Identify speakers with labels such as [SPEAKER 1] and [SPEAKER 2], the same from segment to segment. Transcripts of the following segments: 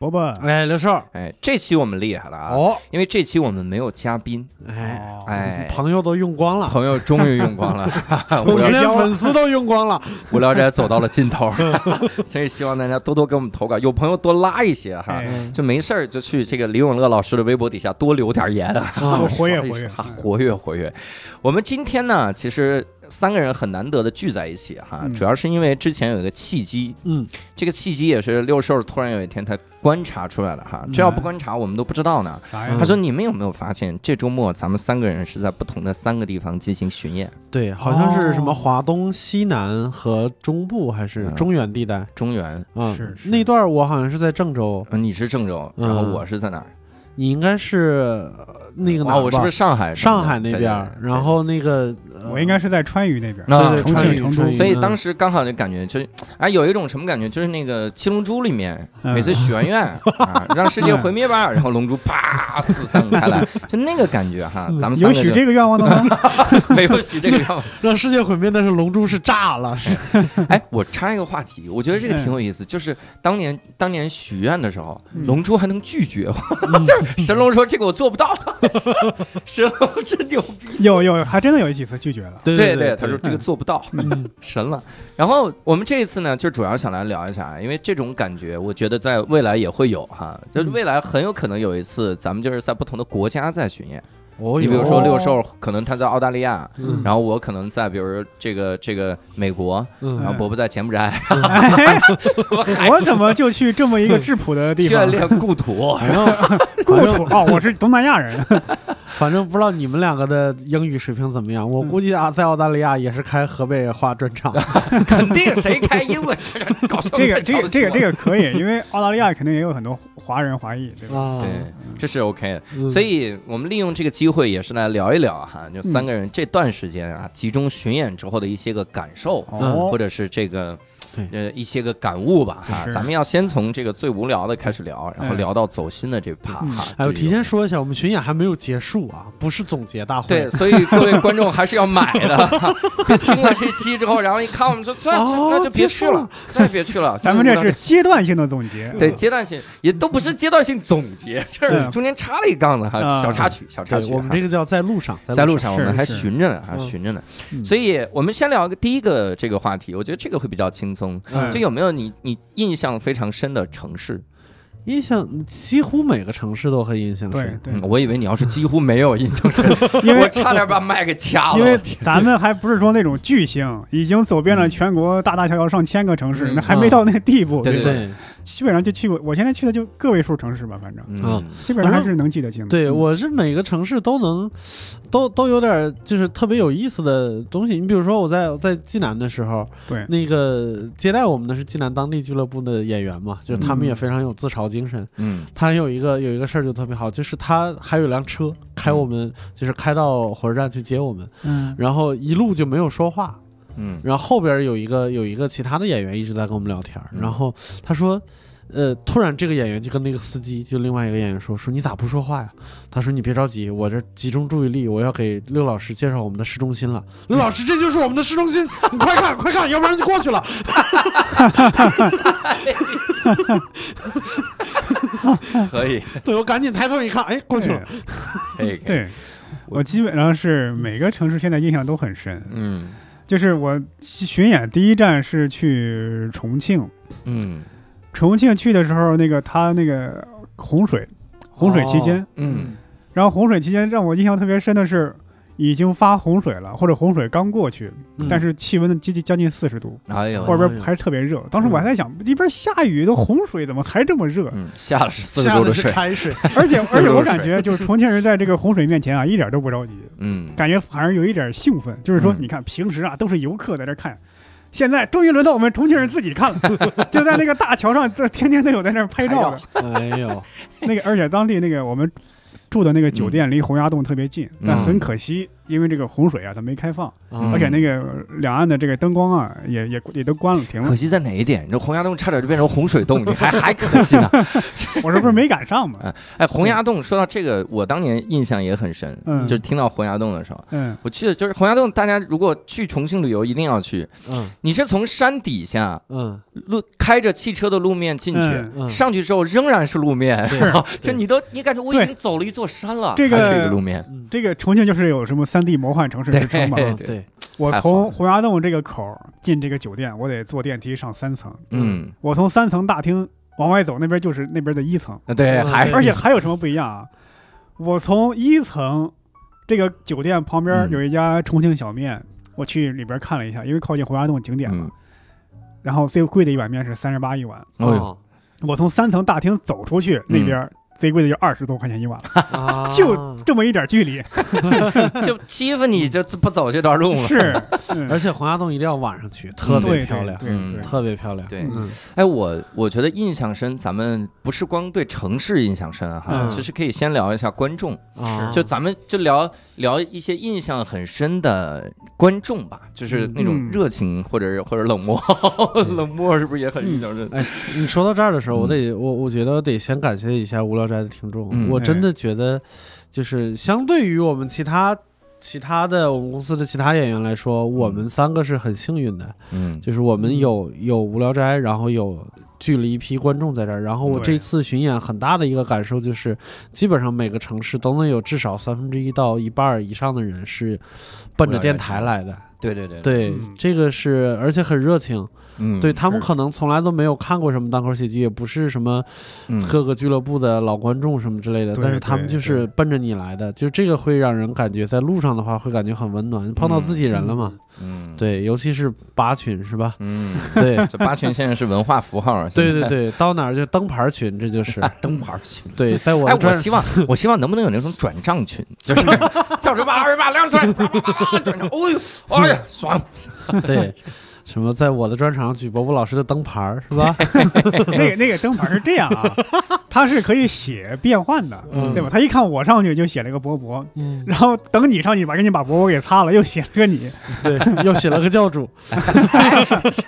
[SPEAKER 1] 伯伯，
[SPEAKER 2] 哎，刘寿，
[SPEAKER 3] 哎，这期我们厉害了啊，
[SPEAKER 2] 哦，
[SPEAKER 3] 因为这期我们没有嘉宾，
[SPEAKER 2] 哎，
[SPEAKER 3] 哎，
[SPEAKER 2] 朋友都用光了，
[SPEAKER 3] 朋友终于用光了，哈哈 无
[SPEAKER 2] 我们
[SPEAKER 3] 聊
[SPEAKER 2] 连粉丝都用 光了，
[SPEAKER 3] 无聊斋走到了尽头，所以希望大家多多给我们投稿，有朋友多拉一些哈。
[SPEAKER 1] 哎
[SPEAKER 3] 就没事儿就去这个李永乐老师的微博底下多留点言，啊
[SPEAKER 1] 多哦活跃活跃。
[SPEAKER 3] 哈，活跃活跃。我们今天呢，其实三个人很难得的聚在一起哈，
[SPEAKER 1] 嗯
[SPEAKER 3] 主要是因为之前有一个契机，
[SPEAKER 2] 嗯，
[SPEAKER 3] 这个契机也是六兽突然有一天他观察出来了哈，这要不观察我们都不知道呢。
[SPEAKER 1] 啥
[SPEAKER 2] 嗯
[SPEAKER 3] 他说：“你们有没有发现，这周末咱们三个人是在不同的三个地方进行巡演？
[SPEAKER 2] 对，好像是什么华东、西南和中部还是
[SPEAKER 3] 嗯
[SPEAKER 2] 中原地带
[SPEAKER 3] 中原，
[SPEAKER 2] 啊？
[SPEAKER 1] 是是
[SPEAKER 2] 那段我好像是在郑州，
[SPEAKER 3] 呃你是郑州，然后
[SPEAKER 2] 嗯
[SPEAKER 3] 我是在哪儿？
[SPEAKER 2] 你应该是呃那个哪
[SPEAKER 3] 啊，
[SPEAKER 2] 儿吧？
[SPEAKER 3] 我是不是上海？
[SPEAKER 2] 上海那
[SPEAKER 3] 对对
[SPEAKER 2] 边儿？
[SPEAKER 3] 对对
[SPEAKER 2] 然后那个呃
[SPEAKER 1] 我应该是在川渝那边，
[SPEAKER 3] 那
[SPEAKER 2] 对对
[SPEAKER 1] 重
[SPEAKER 2] 川
[SPEAKER 1] 庆、
[SPEAKER 2] 渝
[SPEAKER 1] 成
[SPEAKER 2] 川
[SPEAKER 1] 都
[SPEAKER 2] 渝。
[SPEAKER 3] 所以
[SPEAKER 2] 嗯
[SPEAKER 3] 当时刚好就感觉就是，哎，有一种什么感觉，就是那个《七龙珠》里面
[SPEAKER 1] 嗯
[SPEAKER 3] 每次许完 愿、啊，让世界毁灭吧，然后龙珠啪四散开 来，就那个感觉哈。咱们三
[SPEAKER 1] 有
[SPEAKER 3] 个
[SPEAKER 1] 许
[SPEAKER 3] 就
[SPEAKER 1] 这个愿望的吗？
[SPEAKER 3] 没有许这个愿望。
[SPEAKER 2] 让世界毁灭，但是龙珠是炸了，是
[SPEAKER 3] 哎，我插一个话题，我觉得这个挺有意思，就是当年当年许愿的时候，
[SPEAKER 1] 嗯
[SPEAKER 3] 龙珠还能拒绝，
[SPEAKER 2] 嗯
[SPEAKER 3] 就是神龙说这个我做不到， 神龙真牛逼，
[SPEAKER 1] 有有，还真的有几次拒 绝了。
[SPEAKER 2] 对
[SPEAKER 3] 对
[SPEAKER 2] 对，
[SPEAKER 3] 他说这个做不到，
[SPEAKER 2] 嗯
[SPEAKER 3] 神了。然后我们这一次呢，就主要想来聊一下，因为这种感觉，我觉得在未来也会有哈，
[SPEAKER 2] 嗯
[SPEAKER 3] 就是未来很有可能有一次，咱们就是在不同的国家在巡演。
[SPEAKER 2] 哦，
[SPEAKER 3] 你比如
[SPEAKER 2] 有
[SPEAKER 3] 说六兽，可能他在澳大利亚，
[SPEAKER 2] 嗯
[SPEAKER 3] 然后我可能在比如这个这个美国，然
[SPEAKER 2] 嗯
[SPEAKER 3] 后伯伯在柬埔寨，
[SPEAKER 1] 哎，
[SPEAKER 3] 我还
[SPEAKER 1] 我怎么就去这么一个质朴的 地
[SPEAKER 3] 眷
[SPEAKER 1] 方？
[SPEAKER 3] 恋故土。
[SPEAKER 2] 反正
[SPEAKER 1] 故土哦，我是东南亚 人，
[SPEAKER 2] 反正不知道你们两个的英语水平怎么样，我
[SPEAKER 3] 嗯
[SPEAKER 2] 估计啊，在澳大利亚也是开河北话 专场，
[SPEAKER 3] 肯定谁开英文这 搞笑
[SPEAKER 1] 这个这个这个 这
[SPEAKER 3] 个，
[SPEAKER 1] 个可以，因为澳大利亚肯定也有很多华人华裔，对吧？
[SPEAKER 2] 啊，
[SPEAKER 3] 对，这是 OK 的。
[SPEAKER 2] 嗯
[SPEAKER 3] 所以我们利用这个机会也是来聊一聊哈，就
[SPEAKER 1] 嗯
[SPEAKER 3] 三个人这段时间啊，集中巡演之后的一些个感受，
[SPEAKER 1] 哦
[SPEAKER 3] 嗯或，者是这个
[SPEAKER 2] 对。
[SPEAKER 3] 呃，一些个感悟吧哈，
[SPEAKER 1] 是
[SPEAKER 3] 咱们要先从这个最无聊的开始聊，然后
[SPEAKER 1] 哎
[SPEAKER 3] 聊到走心的这趴哈。
[SPEAKER 2] 哎，我
[SPEAKER 3] 这
[SPEAKER 2] 提
[SPEAKER 3] 个
[SPEAKER 2] 前说一下，我们巡演还没有结束啊，不是总结大会。
[SPEAKER 3] 对，，所以各位观众还是要买 的。别听了这期之后，然后一看我们说，这
[SPEAKER 2] 哦
[SPEAKER 3] 那就别去了，那就别去了。
[SPEAKER 1] 咱们这是阶段性的总结，
[SPEAKER 3] 对阶段性，也都不是阶段性总结，这是
[SPEAKER 1] 对
[SPEAKER 3] 中间插了一杠子哈，
[SPEAKER 1] 啊
[SPEAKER 3] 小插曲，小插
[SPEAKER 2] 对
[SPEAKER 3] 曲。
[SPEAKER 2] 我们这
[SPEAKER 3] 哈
[SPEAKER 2] 个叫在路上，
[SPEAKER 3] 在路
[SPEAKER 2] 路
[SPEAKER 3] 上，我
[SPEAKER 1] 是
[SPEAKER 3] 们还
[SPEAKER 1] 是
[SPEAKER 3] 寻着呢，还
[SPEAKER 2] 嗯
[SPEAKER 3] 寻着呢。
[SPEAKER 1] 嗯
[SPEAKER 3] 所以我们先聊一个第一个这个话题，我觉得这个会比较轻松。
[SPEAKER 1] 嗯
[SPEAKER 3] 这有没有你你印象非常深的城市？
[SPEAKER 2] 印象几乎每个城市都很印象
[SPEAKER 1] 对
[SPEAKER 2] 深。
[SPEAKER 1] 对
[SPEAKER 3] 嗯，我以为你要是几乎没有印象深，
[SPEAKER 1] 因为
[SPEAKER 3] 我差点把麦给掐了。
[SPEAKER 1] 因
[SPEAKER 3] 我
[SPEAKER 1] 为
[SPEAKER 3] 天
[SPEAKER 1] 咱们还不是说那种巨星，已经走遍了全国大大小小上千个城市，
[SPEAKER 3] 嗯
[SPEAKER 1] 那还没到那个地步，
[SPEAKER 3] 对嗯
[SPEAKER 1] 吧
[SPEAKER 3] 对
[SPEAKER 2] 对
[SPEAKER 1] 基本上就去过，我现在去的就个位数城市吧，反正
[SPEAKER 2] 啊
[SPEAKER 3] 嗯，
[SPEAKER 1] 基本上还是能记得清的。
[SPEAKER 2] 对，
[SPEAKER 1] 嗯
[SPEAKER 2] 我是每个城市都能，都都有点就是特别有意思的东西。你比如说我在我在济南的时候，
[SPEAKER 1] 对
[SPEAKER 2] 那个接待我们的是济南当地俱乐部的演员嘛，就是他们
[SPEAKER 1] 嗯
[SPEAKER 2] 也非常有自嘲精神。
[SPEAKER 3] 嗯，
[SPEAKER 2] 他有一个有一个事儿就特别好，就是他还有一辆车开我们，就是开到火车站去接我们，
[SPEAKER 1] 嗯，
[SPEAKER 2] 然后一路就没有说话，
[SPEAKER 3] 嗯，
[SPEAKER 2] 然后后边有一个有一个其他的演员一直在跟我们聊天儿，
[SPEAKER 3] 嗯
[SPEAKER 2] 然后他说，呃，突然这个演员就跟那个司机就另外一个演员说说你咋不说话呀？他说你别着急，我这集中注意力，我要给刘老师介绍我们的市中心了。刘老师，这就是我们的市中心，你快看快看，要不然就过去了。
[SPEAKER 3] 可以，
[SPEAKER 2] 对我赶紧抬头一看，哎，过去了。
[SPEAKER 1] 对
[SPEAKER 3] 可 以，可以，
[SPEAKER 1] 对，我基本上是每个城市现在印象都很深。
[SPEAKER 3] 嗯
[SPEAKER 1] 就是我巡演第一站是去重庆，
[SPEAKER 3] 嗯
[SPEAKER 1] 重庆去的时候，那个他那个洪水，洪水期间，
[SPEAKER 3] 嗯
[SPEAKER 1] 然后洪水期间让我印象特别深的是。已经发洪水了，或者洪水刚过去，
[SPEAKER 2] 嗯
[SPEAKER 1] 但是气温接近将近四十度，
[SPEAKER 3] 哎呦，
[SPEAKER 1] 外边还是特别热。当时我还在想，一边下雨，都洪水怎么还这么热？
[SPEAKER 3] 嗯，下了是四十
[SPEAKER 2] 下
[SPEAKER 3] 度的
[SPEAKER 2] 的是
[SPEAKER 3] 水，
[SPEAKER 2] 开水，
[SPEAKER 1] 而且
[SPEAKER 3] 四
[SPEAKER 1] 而
[SPEAKER 3] 十
[SPEAKER 1] 且
[SPEAKER 3] 度的
[SPEAKER 1] 我感
[SPEAKER 3] 水
[SPEAKER 1] 觉就是重庆人在这个洪水面前啊，一点都不着急，
[SPEAKER 3] 嗯，
[SPEAKER 1] 感觉反而有一点兴奋。就是说，
[SPEAKER 3] 嗯
[SPEAKER 1] 你看平时啊都是游客在这看。现在终于轮到我们重庆人自己看了， 就在那个大桥上，这天天都有在那儿拍照的。
[SPEAKER 2] 哎呦，
[SPEAKER 1] 那个，而且当地那个我们住的那个酒店离洪崖洞特别近，但
[SPEAKER 3] 嗯
[SPEAKER 1] 很可惜，因为这个洪水啊，它没开放，
[SPEAKER 3] 嗯
[SPEAKER 1] 而且那个两岸的这个灯光啊，也也也都关了停了
[SPEAKER 3] 可。惜在哪一点？你这洪崖洞差点就变成洪水 洞，你还还可惜呢。
[SPEAKER 1] 我这不是没赶 上嘛？
[SPEAKER 3] 哎，洪崖洞说到这个，我当年印象也很深，
[SPEAKER 1] 嗯
[SPEAKER 3] 就是听到洪崖洞的时候，
[SPEAKER 1] 嗯，
[SPEAKER 3] 我记得就是洪崖洞，大家如果去重庆旅游一定要去，
[SPEAKER 2] 嗯
[SPEAKER 3] 你是从山底下
[SPEAKER 2] 嗯
[SPEAKER 3] 路开着汽车的路面进去。
[SPEAKER 1] 嗯
[SPEAKER 2] 嗯，
[SPEAKER 3] 上去之后仍然是路面，
[SPEAKER 2] 是
[SPEAKER 3] 就你都你感觉我已
[SPEAKER 1] 对
[SPEAKER 3] 经走了一座山了，
[SPEAKER 1] 这个
[SPEAKER 3] 还是一个路面，
[SPEAKER 2] 嗯
[SPEAKER 1] 这个重庆就是有什么三 D 魔幻城市之称嘛？
[SPEAKER 3] 对
[SPEAKER 2] 嗯对，
[SPEAKER 1] 我
[SPEAKER 3] 太好了
[SPEAKER 1] 从洪崖洞这个口儿进这个酒店，我得坐电梯上三层。
[SPEAKER 3] 嗯，
[SPEAKER 1] 我从三层大厅往外走，那边就是那边的一层。
[SPEAKER 3] 对，
[SPEAKER 2] 嗯
[SPEAKER 3] 还是
[SPEAKER 1] 而且还有什么不一样啊？我从一层这个酒店旁边
[SPEAKER 3] 嗯
[SPEAKER 1] 有一家重庆小面，我去里边看了一下，因为靠近洪崖洞景点嘛。
[SPEAKER 3] 嗯，
[SPEAKER 1] 然后最贵的一碗面是三十八一碗，
[SPEAKER 3] 哦呦，
[SPEAKER 2] 哦
[SPEAKER 1] 我从三层大厅走出
[SPEAKER 3] 嗯
[SPEAKER 1] 去，那边、最贵的就二十多块钱一碗了，
[SPEAKER 2] 啊
[SPEAKER 1] 就这么一点距离。
[SPEAKER 3] 就欺负你这不走这段路了，
[SPEAKER 1] 哦 是，嗯
[SPEAKER 2] 而且洪崖洞一定要晚上去，特
[SPEAKER 1] 对
[SPEAKER 2] 别漂亮，
[SPEAKER 1] 对对对
[SPEAKER 3] 嗯
[SPEAKER 2] 特别漂亮。
[SPEAKER 3] 对，
[SPEAKER 2] 嗯
[SPEAKER 3] 哎，我我觉得印象深，咱们不是光对城市印象深啊哈，
[SPEAKER 2] 嗯
[SPEAKER 3] 其实可以先聊一下观众，
[SPEAKER 2] 啊，
[SPEAKER 3] 嗯就咱们就聊聊一些印象很深的观众吧，就是那种
[SPEAKER 1] 嗯
[SPEAKER 3] 热情或者是或者冷漠，冷漠是不是也很印象深？
[SPEAKER 2] 哎，你说到这儿的时候，
[SPEAKER 3] 嗯
[SPEAKER 2] 我得我我觉得得先感谢一下无聊斋的听众，
[SPEAKER 3] 嗯
[SPEAKER 2] 我真的觉得，就是相对于我们其他其他的我们公司的其他演员来说，我们三个是很幸运的，
[SPEAKER 3] 嗯
[SPEAKER 2] 就是我们有有无聊斋，然后有聚了一批观众在这儿，然后我
[SPEAKER 1] 对
[SPEAKER 2] 这次巡演很大的一个感受就是，基本上每个城市都能有至少三分之一到一半儿以上的人是奔
[SPEAKER 3] 无聊
[SPEAKER 2] 着
[SPEAKER 3] 斋
[SPEAKER 2] 电
[SPEAKER 3] 听
[SPEAKER 2] 台来的，
[SPEAKER 3] 对对对，
[SPEAKER 2] 对，
[SPEAKER 1] 嗯
[SPEAKER 2] 这个是而且很热情。
[SPEAKER 3] 嗯
[SPEAKER 2] 对他们
[SPEAKER 1] 是
[SPEAKER 2] 可能从来都没有看过什么单口喜剧，也不是什么
[SPEAKER 3] 嗯
[SPEAKER 2] 各个俱乐部的老观众什么之类的，
[SPEAKER 1] 对
[SPEAKER 2] 但是他们
[SPEAKER 1] 对
[SPEAKER 2] 就是奔着你来的，就这个会让人感觉在路上的话会感觉很温暖，碰到自己人了嘛。
[SPEAKER 3] 嗯，
[SPEAKER 2] 对，尤其是八群是吧？
[SPEAKER 3] 嗯，
[SPEAKER 2] 对，
[SPEAKER 3] 这八群现在是文化符号啊，
[SPEAKER 2] 对
[SPEAKER 3] 现在
[SPEAKER 2] 对对，到哪儿就灯牌群，这就是。
[SPEAKER 3] 灯牌群。
[SPEAKER 2] 对，在我
[SPEAKER 3] 哎，
[SPEAKER 2] 的
[SPEAKER 3] 我
[SPEAKER 2] 专
[SPEAKER 3] 希望，我希望能不能有那种转账群，就是叫什么二维码亮出来，叭叭叭叭转账，哦呦，哎呀，爽！
[SPEAKER 2] 对，什么在我的专场举伯伯老师的灯牌儿是吧？
[SPEAKER 1] 那个那个灯牌是这样啊，它是可以写变换的，
[SPEAKER 2] 嗯
[SPEAKER 1] 对吧？他一看我上去就写了个博博，
[SPEAKER 2] 嗯，
[SPEAKER 1] 然后等你上去把给你把博博给擦了，又写了个你，
[SPEAKER 2] 对，又写了个教 主。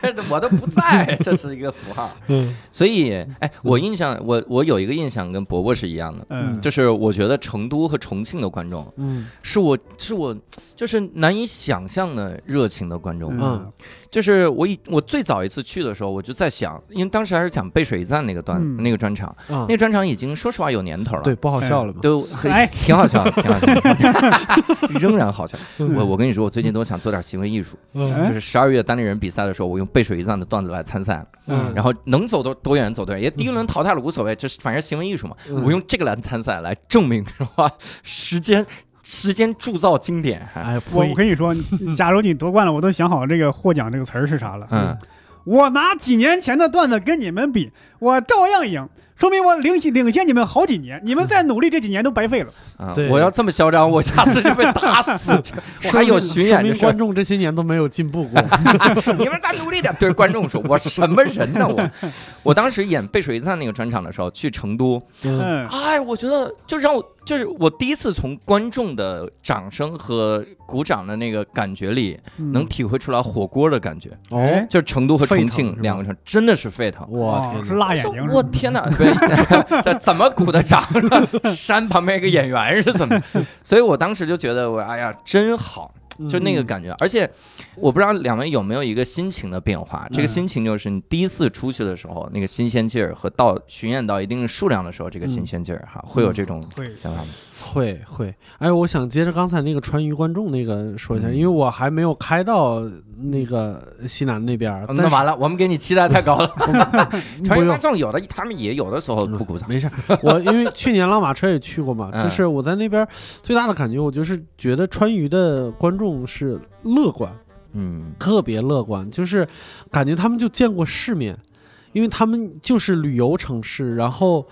[SPEAKER 3] 这我都不在，这是一个符号。
[SPEAKER 2] 嗯
[SPEAKER 3] 所以，哎，我印象，我我有一个印象跟伯伯是一样的，
[SPEAKER 1] 嗯，
[SPEAKER 3] 就是我觉得成都和重庆的观众
[SPEAKER 2] 嗯
[SPEAKER 3] 是我是我就是难以想象的热情的观众。
[SPEAKER 2] 嗯
[SPEAKER 3] 就是我以我最早一次去的时候，我就在想，因为当时还是讲背水一战那个段、
[SPEAKER 1] 嗯
[SPEAKER 3] 那个专场，
[SPEAKER 2] 啊
[SPEAKER 3] 那，个专场已经说实话有年头了。
[SPEAKER 2] 对，不好笑了嘛。
[SPEAKER 3] 都很
[SPEAKER 1] 哎
[SPEAKER 3] 挺好笑的，挺好笑 的，仍然好笑。
[SPEAKER 2] 嗯
[SPEAKER 3] 啊我我跟你说，我最近都想做点行为艺术，
[SPEAKER 2] 嗯
[SPEAKER 1] 哎
[SPEAKER 3] 就是十二月单立人比赛的时候，我用背水一战的段子来参赛，
[SPEAKER 2] 嗯
[SPEAKER 3] 然后能走多多远走多远，也第一轮淘汰了无所谓，这是反正行为艺术嘛，
[SPEAKER 2] 嗯
[SPEAKER 3] 我用这个来参赛来证明是吧？时间时间铸造经典，还
[SPEAKER 2] 哎，
[SPEAKER 1] 我
[SPEAKER 2] 呸
[SPEAKER 1] 我跟你说，假如你夺冠了，我都想好这个获奖这个词儿是啥了。
[SPEAKER 3] 嗯，
[SPEAKER 1] 我拿几年前的段子跟你们比，我照样赢，说明我领先领先你们好几年。你们再努力这几年都白费了。
[SPEAKER 3] 啊
[SPEAKER 2] 嗯对，
[SPEAKER 3] 我要这么嚣张，我下次就被打 死。我还有巡
[SPEAKER 2] 说
[SPEAKER 3] 演
[SPEAKER 2] 明
[SPEAKER 3] 的
[SPEAKER 2] 说明
[SPEAKER 3] 事儿
[SPEAKER 2] 观，众这些年都没有进步 过。
[SPEAKER 3] 你们再努力点。对观众说，我什么人呢？ 我我当时演《背水一战》那个专场的时候，去成都，
[SPEAKER 2] 嗯
[SPEAKER 1] 嗯，
[SPEAKER 3] 哎，我觉得就让我就是我第一次从观众的掌声和鼓掌的那个感觉里，
[SPEAKER 1] 嗯
[SPEAKER 2] 嗯
[SPEAKER 3] 能体会出来火锅的感觉，
[SPEAKER 2] 哦，
[SPEAKER 3] 就是成都和重
[SPEAKER 2] 沸腾是
[SPEAKER 3] 庆
[SPEAKER 2] 吧
[SPEAKER 3] 两个城真的是沸腾。
[SPEAKER 2] 我
[SPEAKER 1] 哦
[SPEAKER 2] 天
[SPEAKER 1] 是
[SPEAKER 2] 哪！
[SPEAKER 1] 辣眼
[SPEAKER 3] 说
[SPEAKER 1] 睛是
[SPEAKER 3] 我
[SPEAKER 1] 吧？
[SPEAKER 3] 天哪！ 对，这怎么鼓的掌？山旁边一个演员是怎么？所以我当时就觉得我哎呀真好，
[SPEAKER 2] 嗯
[SPEAKER 3] 就那个感觉。而且我不知道两位有没有一个心情的变化，这个心情就是你第一次出去的时候，那个新鲜劲儿和到巡演到一定数量的时候，这个新鲜劲儿哈，会有这种
[SPEAKER 1] 会
[SPEAKER 3] 想法吗？
[SPEAKER 2] 会会，哎，我想接着刚才那个川渝观众那个说一下，
[SPEAKER 3] 嗯
[SPEAKER 2] 因为我还没有开到那个西南那边儿，
[SPEAKER 3] 哦那完了，我们给你期待太高了。
[SPEAKER 2] 但是
[SPEAKER 3] 传
[SPEAKER 2] 嗯不
[SPEAKER 3] 媒
[SPEAKER 2] 用
[SPEAKER 3] 观。众有的他们也有的时候不鼓掌，
[SPEAKER 2] 没事儿， 我因为去年拉马车也去过嘛，
[SPEAKER 3] 嗯
[SPEAKER 2] 就是我在那边最大的感觉，我就是觉得川渝的观众是乐观，
[SPEAKER 3] 嗯
[SPEAKER 2] 特别乐观，就是感觉他们就见过世面，因为他们就是旅游城市，然后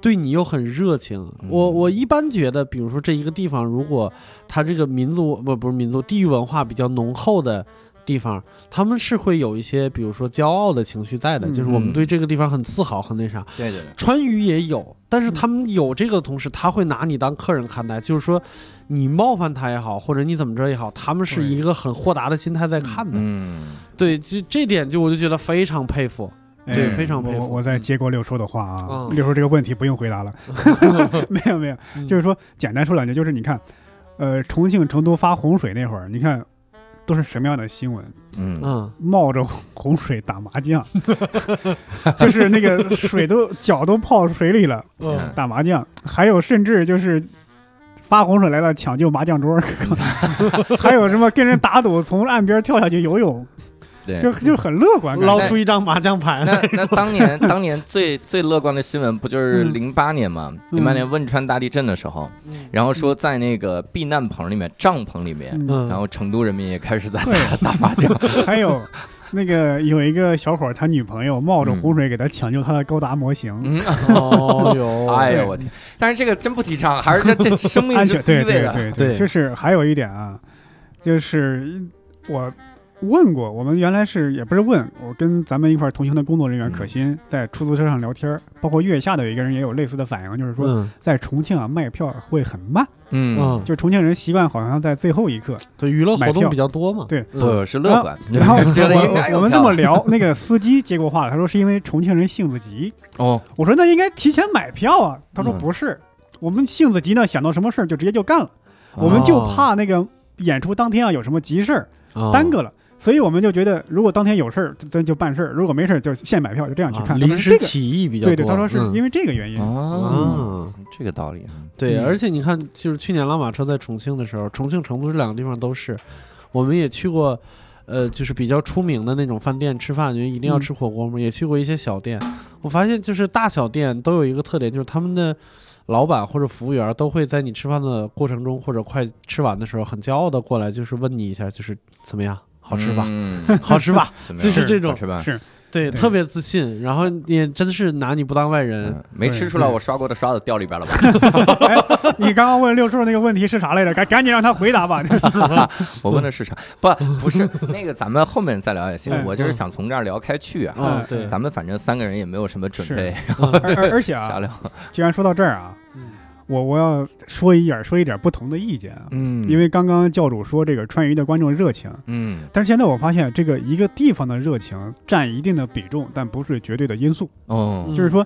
[SPEAKER 2] 对你又很热情。
[SPEAKER 3] 嗯
[SPEAKER 2] 我我一般觉得，比如呃说这一个地方，如果它这个民族不不是民族地域文化比较浓厚的地方，他们是会有一些，比如说骄傲的情绪在的，
[SPEAKER 1] 嗯
[SPEAKER 2] 就是我们
[SPEAKER 3] 嗯
[SPEAKER 2] 对这个地方很自豪，很那啥。
[SPEAKER 3] 对对对，
[SPEAKER 2] 川渝也有，但
[SPEAKER 1] 嗯
[SPEAKER 2] 是他们有这个的同时，他会拿你当客人看待，就是说你冒犯他也好，或者你怎么着也好，他们是一个很豁达的心态在看的。
[SPEAKER 3] 嗯，
[SPEAKER 2] 对，就这点就我就觉得非常佩服。对
[SPEAKER 1] 哎
[SPEAKER 2] 非常佩服
[SPEAKER 1] 我我再接过六叔的话啊，
[SPEAKER 2] 嗯
[SPEAKER 1] 六叔这个问题不用回答了， 没有没有，就是说简单说两句，就是你看，呃，重庆、成都发洪水那会儿，你看都是什么样的新闻？
[SPEAKER 3] 嗯
[SPEAKER 2] 嗯，
[SPEAKER 1] 冒着洪水打麻将，就是那个水都脚都泡水里了，
[SPEAKER 2] 嗯
[SPEAKER 3] 嗯
[SPEAKER 1] 打麻将，还有甚至就是发洪水来了抢救麻将桌，还有什么跟人打赌从岸边跳下去游泳，
[SPEAKER 3] 对。
[SPEAKER 1] 就就很乐观感觉。
[SPEAKER 2] 捞出一张麻将牌 来
[SPEAKER 3] 那那当年当年最最乐观的新闻不就是
[SPEAKER 2] 嗯
[SPEAKER 3] 零八年吗？
[SPEAKER 2] 嗯
[SPEAKER 3] 零八年汶川大地震的时候，
[SPEAKER 2] 嗯
[SPEAKER 3] 然后说在那个避难棚里面、帐篷里面，
[SPEAKER 1] 嗯
[SPEAKER 3] 然后成都人民也开始在
[SPEAKER 1] 对，
[SPEAKER 3] 打麻将。
[SPEAKER 1] 还有那个有一个小伙儿，他女朋友冒着洪水给他抢救他的高达模型，
[SPEAKER 3] 嗯，
[SPEAKER 2] 哦哟，
[SPEAKER 3] 哎
[SPEAKER 1] 对
[SPEAKER 3] 呦我天！ 但是这个真不提倡，还是这这生命
[SPEAKER 1] 安
[SPEAKER 3] 是
[SPEAKER 1] 全
[SPEAKER 3] 第一位
[SPEAKER 1] 对对
[SPEAKER 3] 的。
[SPEAKER 1] 对
[SPEAKER 2] 对
[SPEAKER 1] 就是还有一点啊，就是我问过我们原来是也不是问我跟咱们一块儿同行的工作人员
[SPEAKER 3] 嗯
[SPEAKER 1] 可心在出租车上聊天儿，包括月下的有一个人也有类似的反应，就是说
[SPEAKER 2] 嗯
[SPEAKER 1] 在重庆啊卖票会很慢，
[SPEAKER 3] 嗯，
[SPEAKER 2] 嗯，
[SPEAKER 1] 就重庆人习惯好像在最后一刻。
[SPEAKER 2] 对娱乐活
[SPEAKER 1] 买
[SPEAKER 2] 动
[SPEAKER 1] 票
[SPEAKER 2] 比较多嘛。
[SPEAKER 1] 对
[SPEAKER 2] 嗯，
[SPEAKER 3] 不是乐观，
[SPEAKER 1] 然后
[SPEAKER 3] 觉得应该
[SPEAKER 1] 我
[SPEAKER 3] 有
[SPEAKER 1] 我们这
[SPEAKER 3] 票
[SPEAKER 1] 么聊，那个司机接过话了，他说是因为重庆人性子急，
[SPEAKER 3] 哦，
[SPEAKER 1] 我说那应该提前买票啊，他说
[SPEAKER 3] 嗯
[SPEAKER 1] 不是，我们性子急呢，想到什么事儿就直接就干了，我
[SPEAKER 3] 哦
[SPEAKER 1] 们就怕那个演出当天啊有什么急事儿
[SPEAKER 2] 哦
[SPEAKER 1] 耽搁了。所以我们就觉得，如果当天有事儿，咱就办事儿；如果没事儿，就现买票，就这样去
[SPEAKER 2] 啊
[SPEAKER 1] 看。
[SPEAKER 2] 临时
[SPEAKER 1] 起
[SPEAKER 2] 起义比较
[SPEAKER 1] 对
[SPEAKER 2] 多。
[SPEAKER 1] 对，他说是
[SPEAKER 2] 嗯
[SPEAKER 1] 因为这个原因。
[SPEAKER 3] 哦，
[SPEAKER 2] 嗯，
[SPEAKER 3] 这个道理。
[SPEAKER 2] 对，
[SPEAKER 1] 嗯
[SPEAKER 2] 而且你看，就是去年拉马车在重庆的时候，重庆、成都这两个地方都是，我们也去过，呃，就是比较出名的那种饭店吃饭，就一定要
[SPEAKER 1] 嗯
[SPEAKER 2] 吃火锅嘛，也去过一些小店。我发现就是大小店都有一个特点，就是他们的老板或者服务员都会在你吃饭的过程中或者快吃完的时候，很骄傲的过来，就是问你一下，就是怎么样，好吃 吧，
[SPEAKER 3] 嗯，
[SPEAKER 2] 好吃吧，
[SPEAKER 3] 怎么
[SPEAKER 2] 就
[SPEAKER 3] 样？
[SPEAKER 2] 是这种
[SPEAKER 3] 好吃吧？
[SPEAKER 1] 是
[SPEAKER 2] 对，
[SPEAKER 1] 对
[SPEAKER 2] 特别自信，然后也真是拿你不当外人。
[SPEAKER 3] 嗯，没吃出来我刷锅的刷子掉里边了吧？
[SPEAKER 1] 你刚刚问六叔那个问题是啥来着？赶赶紧让他回答 吧。
[SPEAKER 3] 我问的是啥？不，不是那个，咱们后面再聊也行
[SPEAKER 1] 哎。
[SPEAKER 3] 我就是想从这儿聊开去啊。
[SPEAKER 2] 啊、
[SPEAKER 1] 嗯
[SPEAKER 2] 对，
[SPEAKER 3] 咱们反正三个人也没有什么准备，
[SPEAKER 1] 而而而且
[SPEAKER 3] 瞎
[SPEAKER 1] 啊，
[SPEAKER 3] 聊。
[SPEAKER 1] 既然说到这儿啊，
[SPEAKER 2] 嗯
[SPEAKER 1] 我我要说一点说一点不同的意见啊，
[SPEAKER 3] 嗯
[SPEAKER 1] 因为刚刚教主说这个川渝的观众热情，
[SPEAKER 3] 嗯
[SPEAKER 1] 但是现在我发现这个一个地方的热情占一定的比重，但不是绝对的因素。
[SPEAKER 3] 哦
[SPEAKER 2] 嗯
[SPEAKER 1] 就是说，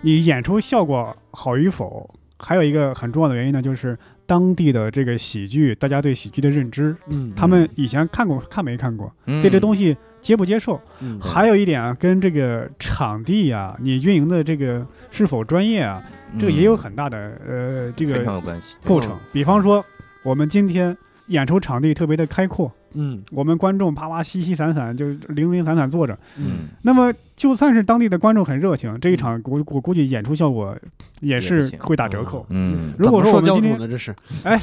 [SPEAKER 1] 你演出效果好与否，还有一个很重要的原因呢，就是当地的这个喜剧，大家对喜剧的认知，
[SPEAKER 2] 嗯，
[SPEAKER 1] 他们以前看过看没看过，
[SPEAKER 3] 嗯
[SPEAKER 1] 对这东西接不接受，
[SPEAKER 2] 嗯
[SPEAKER 1] 还有一点啊，跟这个场地啊，你运营的这个是否专业啊，这个也有很大的呃这
[SPEAKER 3] 嗯非常
[SPEAKER 1] 个
[SPEAKER 3] 有关系。对
[SPEAKER 1] 构成。比方说，我们今天演出场地特别的开阔，
[SPEAKER 2] 嗯
[SPEAKER 1] 我们观众啪啪稀稀散散，就是零零散散坐着。
[SPEAKER 3] 嗯，
[SPEAKER 1] 那么，就算是当地的观众很热情，这一场我我估计演出效果也
[SPEAKER 3] 也
[SPEAKER 1] 是
[SPEAKER 3] 不行
[SPEAKER 1] 会打折扣。
[SPEAKER 3] 嗯
[SPEAKER 1] 如果
[SPEAKER 2] 怎么
[SPEAKER 1] 说我
[SPEAKER 2] 说
[SPEAKER 1] 们
[SPEAKER 2] 教
[SPEAKER 1] 今
[SPEAKER 2] 主
[SPEAKER 1] 天
[SPEAKER 2] 呢，这是
[SPEAKER 1] 哎